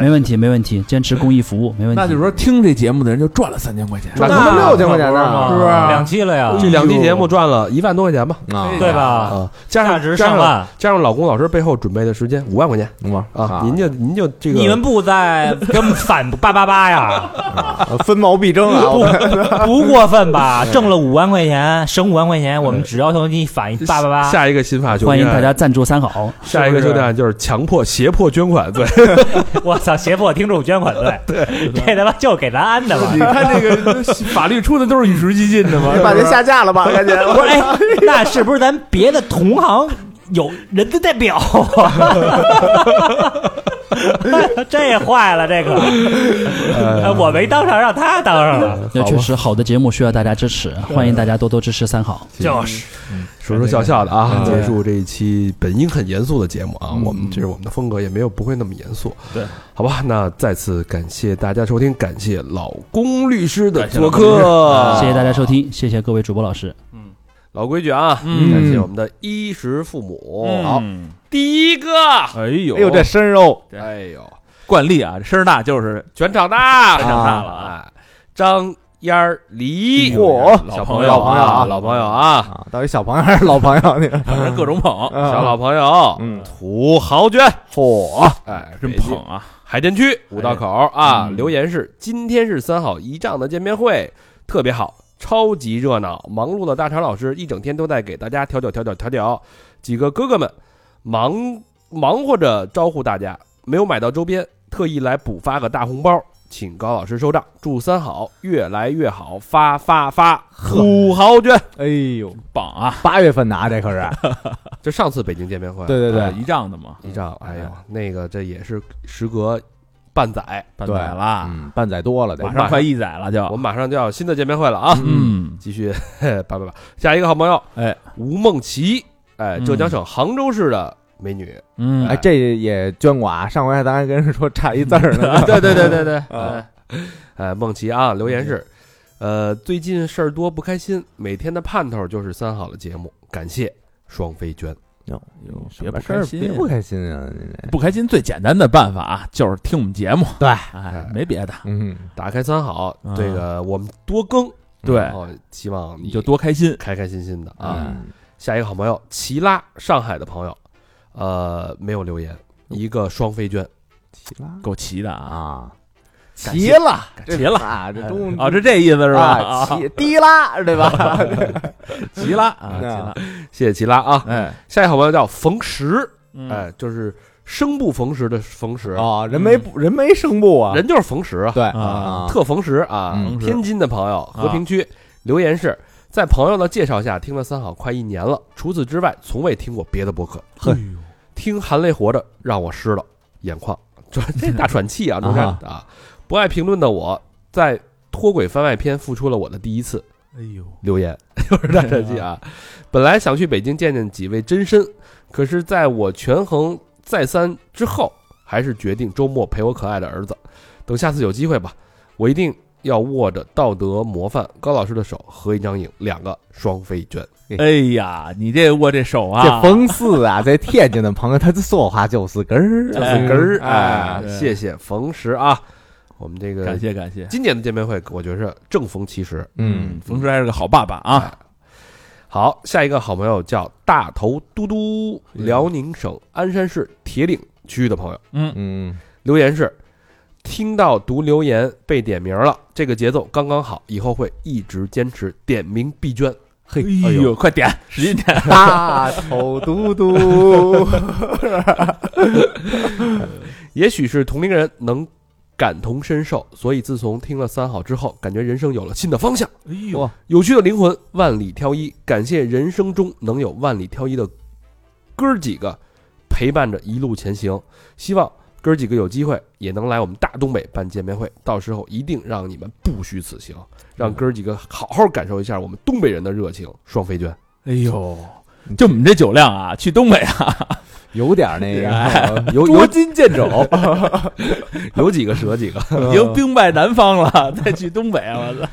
E: 没问题，没问题，坚持公益服务，没问题。
C: 那就是说，听这节目的人就赚了三千块钱，
B: 赚他妈
A: 那
B: 六千块钱呢，
C: 啊是不是
G: 啊两期了呀，
A: 这两期节目赚了一万多块钱吧，
B: 啊，
G: 对吧？
A: 啊，加
G: 价
A: 上
G: 值
A: 加
G: 上
A: 上
G: 万，
A: 加上老龚老师背后准备的时间五万块钱
B: 嗯嘛
A: 啊，您就您就这个
G: 你们不在跟我们反八八 八呀？
B: 啊分毛必争啊，我
G: 不过分吧？挣了五万块钱，省五万块钱，我们只要求你返一八八八。
A: 下一个新法就
E: 欢迎大家赞助三好。
A: 下一个修订案就是强迫胁迫捐款罪，
G: 我操，胁迫听众捐款罪，对，这他妈就给咱安的吧？
C: 你看这 个法律出的都是与时俱进的嘛，
B: 把这下架了吧，赶紧，
G: 不是，哎，那是不是咱别的同行有人的代表啊？ 这坏了，这可、哎我没当上，让他当上了，
E: 那确实好的节目需要大家支持，欢迎大家多多支持三好。
G: 就是
A: 说说笑笑的啊，
G: 对
A: 结束这一期本应很严肃的节目啊，
C: 嗯
A: 我们这是我们的风格，也没有不会那么严肃。
C: 对，
A: 好吧，那再次感谢大家收听，感谢老公律师的
C: 感谢
A: 做
C: 老公律师
A: 客，
E: 谢谢大家收听，谢谢各位主播老师。
A: 老规矩啊，
C: 嗯
A: 感谢我们的衣食父母。好，
C: 嗯
A: 第一个，
C: 哎呦，
B: 哎呦，这生肉
A: 哎呦，
H: 惯例啊，声儿大就是
A: 全长大，
B: 全长大
A: 了啊！张燕儿梨，
B: 嚯
A: 小
C: 朋
A: 友
B: 老朋友
A: 啊，
B: 啊
A: 老朋友啊，
B: 啊，到底小朋友还是老朋友？你
C: 哦
H: 反
C: 嗯
H: 正各种捧，
A: 小
B: 小
A: 老朋友，
B: 嗯，
A: 土豪娟，
B: 嚯，
A: 哎，
C: 真
A: 北京
C: 捧啊！
A: 海淀区五道口啊，
C: 嗯
A: 留言是：今天是三好一仗的见面会，特别好，超级热闹。忙碌的大肠老师一整天都在给大家调酒、调酒、调酒。几个哥哥们忙忙活着招呼大家，没有买到周边，特意来补发个大红包，请高老师收账。祝三好越来越好，发发发！土豪捐，
B: 哎呦，
C: 榜啊，
B: 八月份拿这可是，
A: 这上次北京见面会，
B: 对对对，
C: 哎一仗的嘛，
A: 一仗，哎呦，那个这也是时隔半载，
C: 半
B: 对
C: 载了，
B: 嗯，半载多了得
C: 马，上快一载了
A: 我
C: 就，
A: 们马上就要有新的见面会了啊！
C: 嗯，
A: 继续， 嘿叭叭叭，下一个好朋友，
C: 哎，
A: 吴梦琪，哎，
C: 嗯
A: 浙江省杭州市的美女，
C: 嗯，
B: 哎，这也捐过啊，上回咱还跟人说差一字儿
C: 哎
B: 呢，
A: 对对对对对，
B: 啊
A: 哎，梦琪啊，留言是，呃，最近事儿多不开心，每天的盼头就是三好的节目，感谢双飞娟，
C: 哟
B: 什
C: 别
B: 么
C: 不
B: 事
C: 开
B: 儿
C: 心，
B: 别不开心啊，你这
C: 不开心最简单的办法啊就是听我们节目，
B: 对
C: 哎，没别的，
B: 嗯，
A: 打开三好，
C: 啊
A: 这个我们多更，
C: 对
A: 然，后希望
C: 你
A: 你
C: 就多开心
A: 开开心心的啊。
C: 哎
B: 嗯
A: 下一个好朋友，齐拉，上海的朋友，呃，没有留言，一个双飞娟，
B: 齐了
C: 够齐的啊，
B: 啊，
C: 感
B: 齐
C: 谢
B: 了，
C: 齐了
B: 啊，这中
C: 哦，这这意思是吧？
B: 啊
C: 啊
B: 齐低啦，对吧？啊
C: 齐了啊，
B: 嗯
C: 齐了，
A: 谢谢齐拉啊。
C: 哎，
A: 下一个好朋友叫冯石，
C: 嗯
A: 哎，就是生不逢时的逢时，
B: 哦，人没人没声部啊，
A: 人就是逢时啊，
B: 对
C: 啊
A: 特逢时啊
B: 嗯。
A: 天津的朋友，和平区留言是在朋友的介绍下听了三好快一年了，除此之外从未听过别的播客。
B: 呵
A: 哎呦，听含泪活着让我湿了眼眶，这这大喘气啊，中山
B: 啊
A: 啊，不爱评论的我在脱轨番外篇付出了我的第一次。
C: 哎呦，
A: 留 言，又是大喘气啊！本来想去北京见见几位真身，可是在我权衡再三之后，还是决定周末陪我可爱的儿子。等下次有机会吧，我一定要握着道德模范高老师的手合一张影，两个双飞卷。
C: 哎呀，你这握这手
B: 这
C: 啊，
B: 冯四啊，在天津的朋友，他这说话就是根儿，
A: 就是根儿，
B: 哎
A: 哎，
C: 对
A: 谢谢冯石啊！我们这个
C: 感谢感谢，
A: 今年的见面会，我觉着正逢其时。
B: 嗯，
C: 冯石还是个好爸爸啊，
A: 好，下一个好朋友叫大头嘟嘟，
C: 嗯
A: 辽宁省鞍山市铁岭区的朋友。
C: 嗯，
B: 嗯，
A: 留言是：听到读留言被点名了，这个节奏刚刚好，以后会一直坚持点名必捐。
C: 嘿，哎呦，快 点，使劲 点，
B: 嗯大头嘟嘟，
A: 也许是同龄人能感同身受，所以自从听了三好之后，感觉人生有了新的方向。
C: 哎
B: 哇
C: 呦，
A: 有趣的灵魂，万里挑一，感谢人生中能有万里挑一的哥儿几个陪伴着一路前行。希望哥儿几个有机会也能来我们大东北办见面会，到时候一定让你们不虚此行，让哥儿几个好好感受一下我们东北人的热情。双飞娟，
C: 哎呦，就我们这酒量啊，去东北啊，
B: 有点那个，
A: 有
C: 捉
A: 有
C: 襟见肘，
A: 有几个折几个，
C: 已经兵败南方了， 再去东北，啊我操，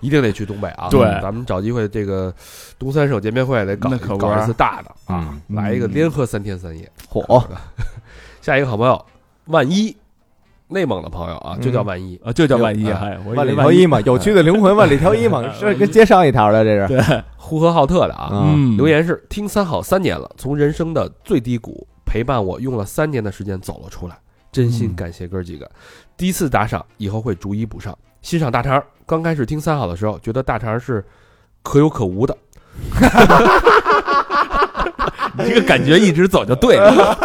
A: 一定得去东北啊！
C: 对
A: 咱们找机会这个东三省见面会得搞
C: 那可不
A: 搞一次大的啊
B: 嗯，
A: 来一个连喝三天三夜。
B: 火，
A: 下一个好朋友，万一，内蒙的朋友啊，就叫万一。
C: 啊，就叫万一，
A: 哎
C: 哎，我以为
B: 万里挑
C: 万
B: 一嘛，有趣的灵魂，万里挑一嘛，这跟接上一条了，这是，
C: 对，
A: 呼和浩特的啊，
B: 啊，
C: 嗯，
A: 留言是听三好三年了，从人生的最低谷陪伴我用了三年的时间走了出来，真心感谢哥几个。第一次打赏，以后会逐一补上。欣赏大肠，刚开始听三好的时候，觉得大肠是可有可无的，
C: 你这个感觉一直走就对了，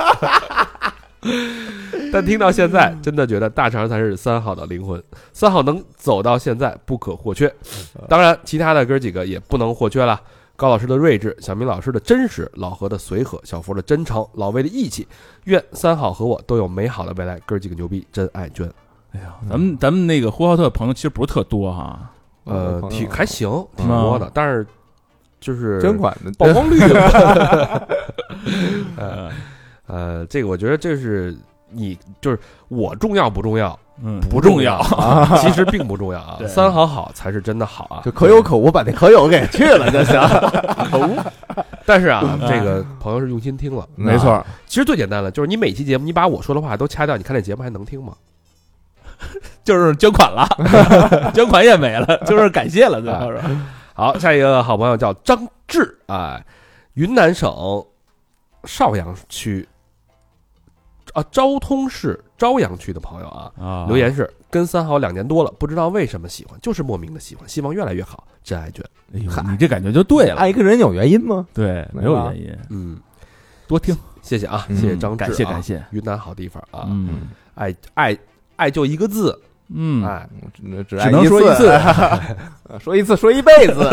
A: 但听到现在，真的觉得大肠才是三好的灵魂。三好能走到现在不可或缺，当然其他的哥几个也不能或缺了。高老师的睿智，小明老师的真实，老何的随和，小福的真诚，老魏的义气。愿三好和我都有美好的未来。哥儿几个牛逼，真爱娟。
H: 咱们咱们那个呼和浩特朋友其实不是特多哈，
B: 哦
A: 呃，挺还行，挺
H: 嗯
A: 多的，但是就是
B: 真管的，
A: 曝光率。呃呃，这个我觉得这是你就是我重要不重要？
H: 嗯，
A: 不重要， 其实并不重要啊。三好好才是真的好啊
B: 就。可有可无，把那可有给去了就行。
A: 但是啊，这个朋友是用心听了。
B: 没错，
A: 其实最简单的就是你每期节目你把我说的话都掐掉，你看这节目还能听吗？
H: 就是捐款了， 捐款也没了，就是感谢了，最后是
A: 好，下一个好朋友叫张志，哎，云南省邵阳区啊昭通市昭阳区的朋友啊，
H: 啊
C: 哎
A: 留言是跟三好两年多了，不知道为什么喜欢，就是莫名的喜欢，希望越来越好，真爱卷，
H: 哎呦，你这感觉就对了，
B: 爱一个人有原因吗？
H: 对，没有原因，
A: 嗯，
H: 多听，
A: 谢谢啊，
B: 嗯
A: 谢谢张志、
H: 感谢感，谢，
A: 云南好地方啊，
H: 嗯
A: 爱爱爱就一个字，
H: 嗯，
A: 哎，
B: 只只
H: 只能说一
B: 一
H: 次，
B: 说一次，说一辈子。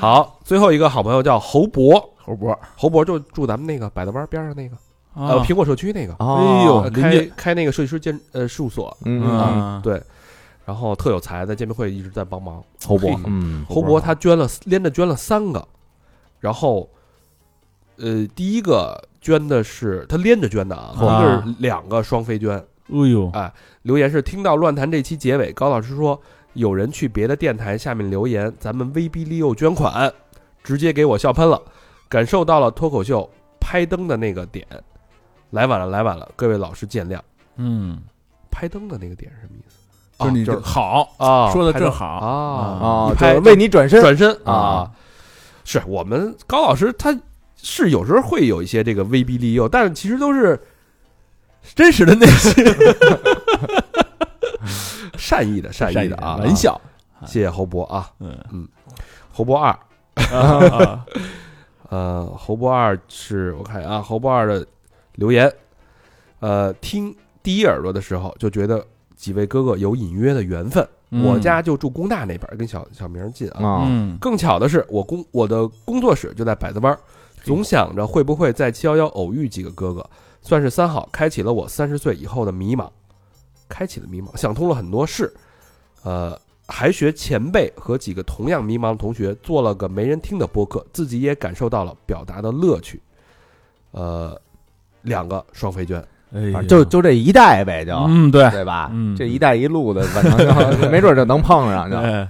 A: 好，最后一个好朋友叫侯博，
H: 猴脖，
A: 侯博就住咱们那个百子湾边上那个，呃，
H: 啊，
A: 苹果社区那个。
H: 哎呦
A: 呃
H: 邻
A: 开
H: 居
A: 开那个设计师建呃事务所，
B: 嗯，
H: 嗯，
A: 对，然后特有才，在见面会一直在帮忙。
B: 侯
A: 博
B: 嗯，
A: 侯博他捐了连着捐了三个，然后，呃，第一个捐的是他连着捐的啊，
H: 啊
A: 一个是两个双飞捐。
H: 哎呦，
A: 留言是听到乱谈这期结尾，高老师说有人去别的电台下面留言，咱们威逼利诱捐款，直接给我笑喷了，感受到了脱口秀拍灯的那个点，来晚了来晚了，各位老师见谅。
H: 嗯，
A: 拍灯的那个点是什么意思？
H: 就是你
A: 哦
H: 这好，
A: 啊，
H: 说的
A: 拍灯
H: 正好
A: 啊
B: 啊，
A: 一
B: 就
A: 拍
B: 是为你转身，
A: 转身
B: 啊
A: 啊，是我们高老师他是有时候会有一些这个威逼利诱，但是其实都是真实的内 心，善意的善意的啊，
H: 玩笑，
A: 谢谢侯博啊，
H: 嗯
A: 侯博二，
H: 啊
A: 呃，侯博二是我看啊，侯博二的留言，呃，听第一耳朵的时候就觉得几位哥哥有隐约的缘分，
H: 嗯
A: 我家就住工大那边儿，跟小小明儿近啊，
B: 啊，
H: 嗯，
A: 更巧的是，我工我的工作室就在百子湾儿，总想着会不会在七幺幺偶遇几个哥哥，算是三好开启了我三十岁以后的迷茫，开启了迷茫，想通了很多事，呃，还学前辈和几个同样迷茫的同学做了个没人听的播客，自己也感受到了表达的乐趣，呃，两个双飞娟，
H: 哎呦
B: 就就这一代呗，就
H: 嗯，对，
B: 对吧
H: 嗯？
B: 这一带一路的，反正就没准就能碰上就。
H: 哎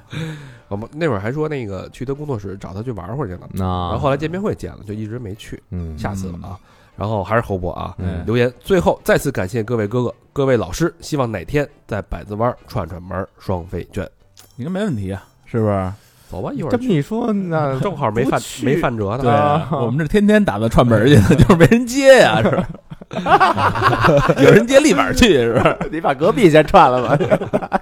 A: 我们哦那会儿还说那个去他工作室找他去玩会儿去呢，然
B: 那
A: 后后来见面会见了，就一直没去，
B: 嗯，
A: 下次了啊。然后还是侯博啊，
B: 嗯
A: 留言。最后再次感谢各位哥哥、各位老师，希望哪天在百子湾串串门儿，双飞卷。
H: 应该没问题啊，是不是？
A: 走吧，一会
B: 这
A: 儿
B: 么一说，那
A: 正好没
B: 不
A: 饭
B: 去
A: 没饭辙
H: 对
A: 呢。
B: 啊
H: 我们这天天打算串门去 呢，就是没人接呀，是吧？有人接立马去，是吧？
B: 你把隔壁先串了吧。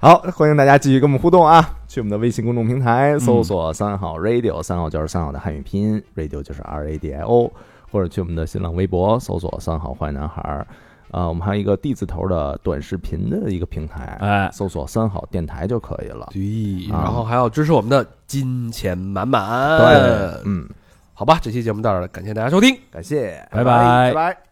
B: 好，欢迎大家继续跟我们互动啊！去我们的微信公众平台搜索“三好 radio”，三好就是三好的汉语拼音，radio 就是 R A D I O，或者去我们的新浪微博搜索“三好坏男孩”。儿”。啊，我们还有一个 D 字头的短视频的一个平台，
H: 哎
B: 搜索“三好电台”就可以了。
A: 对，
B: 啊
A: 然后还要支持我们的金钱满满。
B: 对，嗯，
A: 好吧，这期节目到这儿了，感谢大家收听。
B: 感谢，
H: 拜拜
B: 拜拜。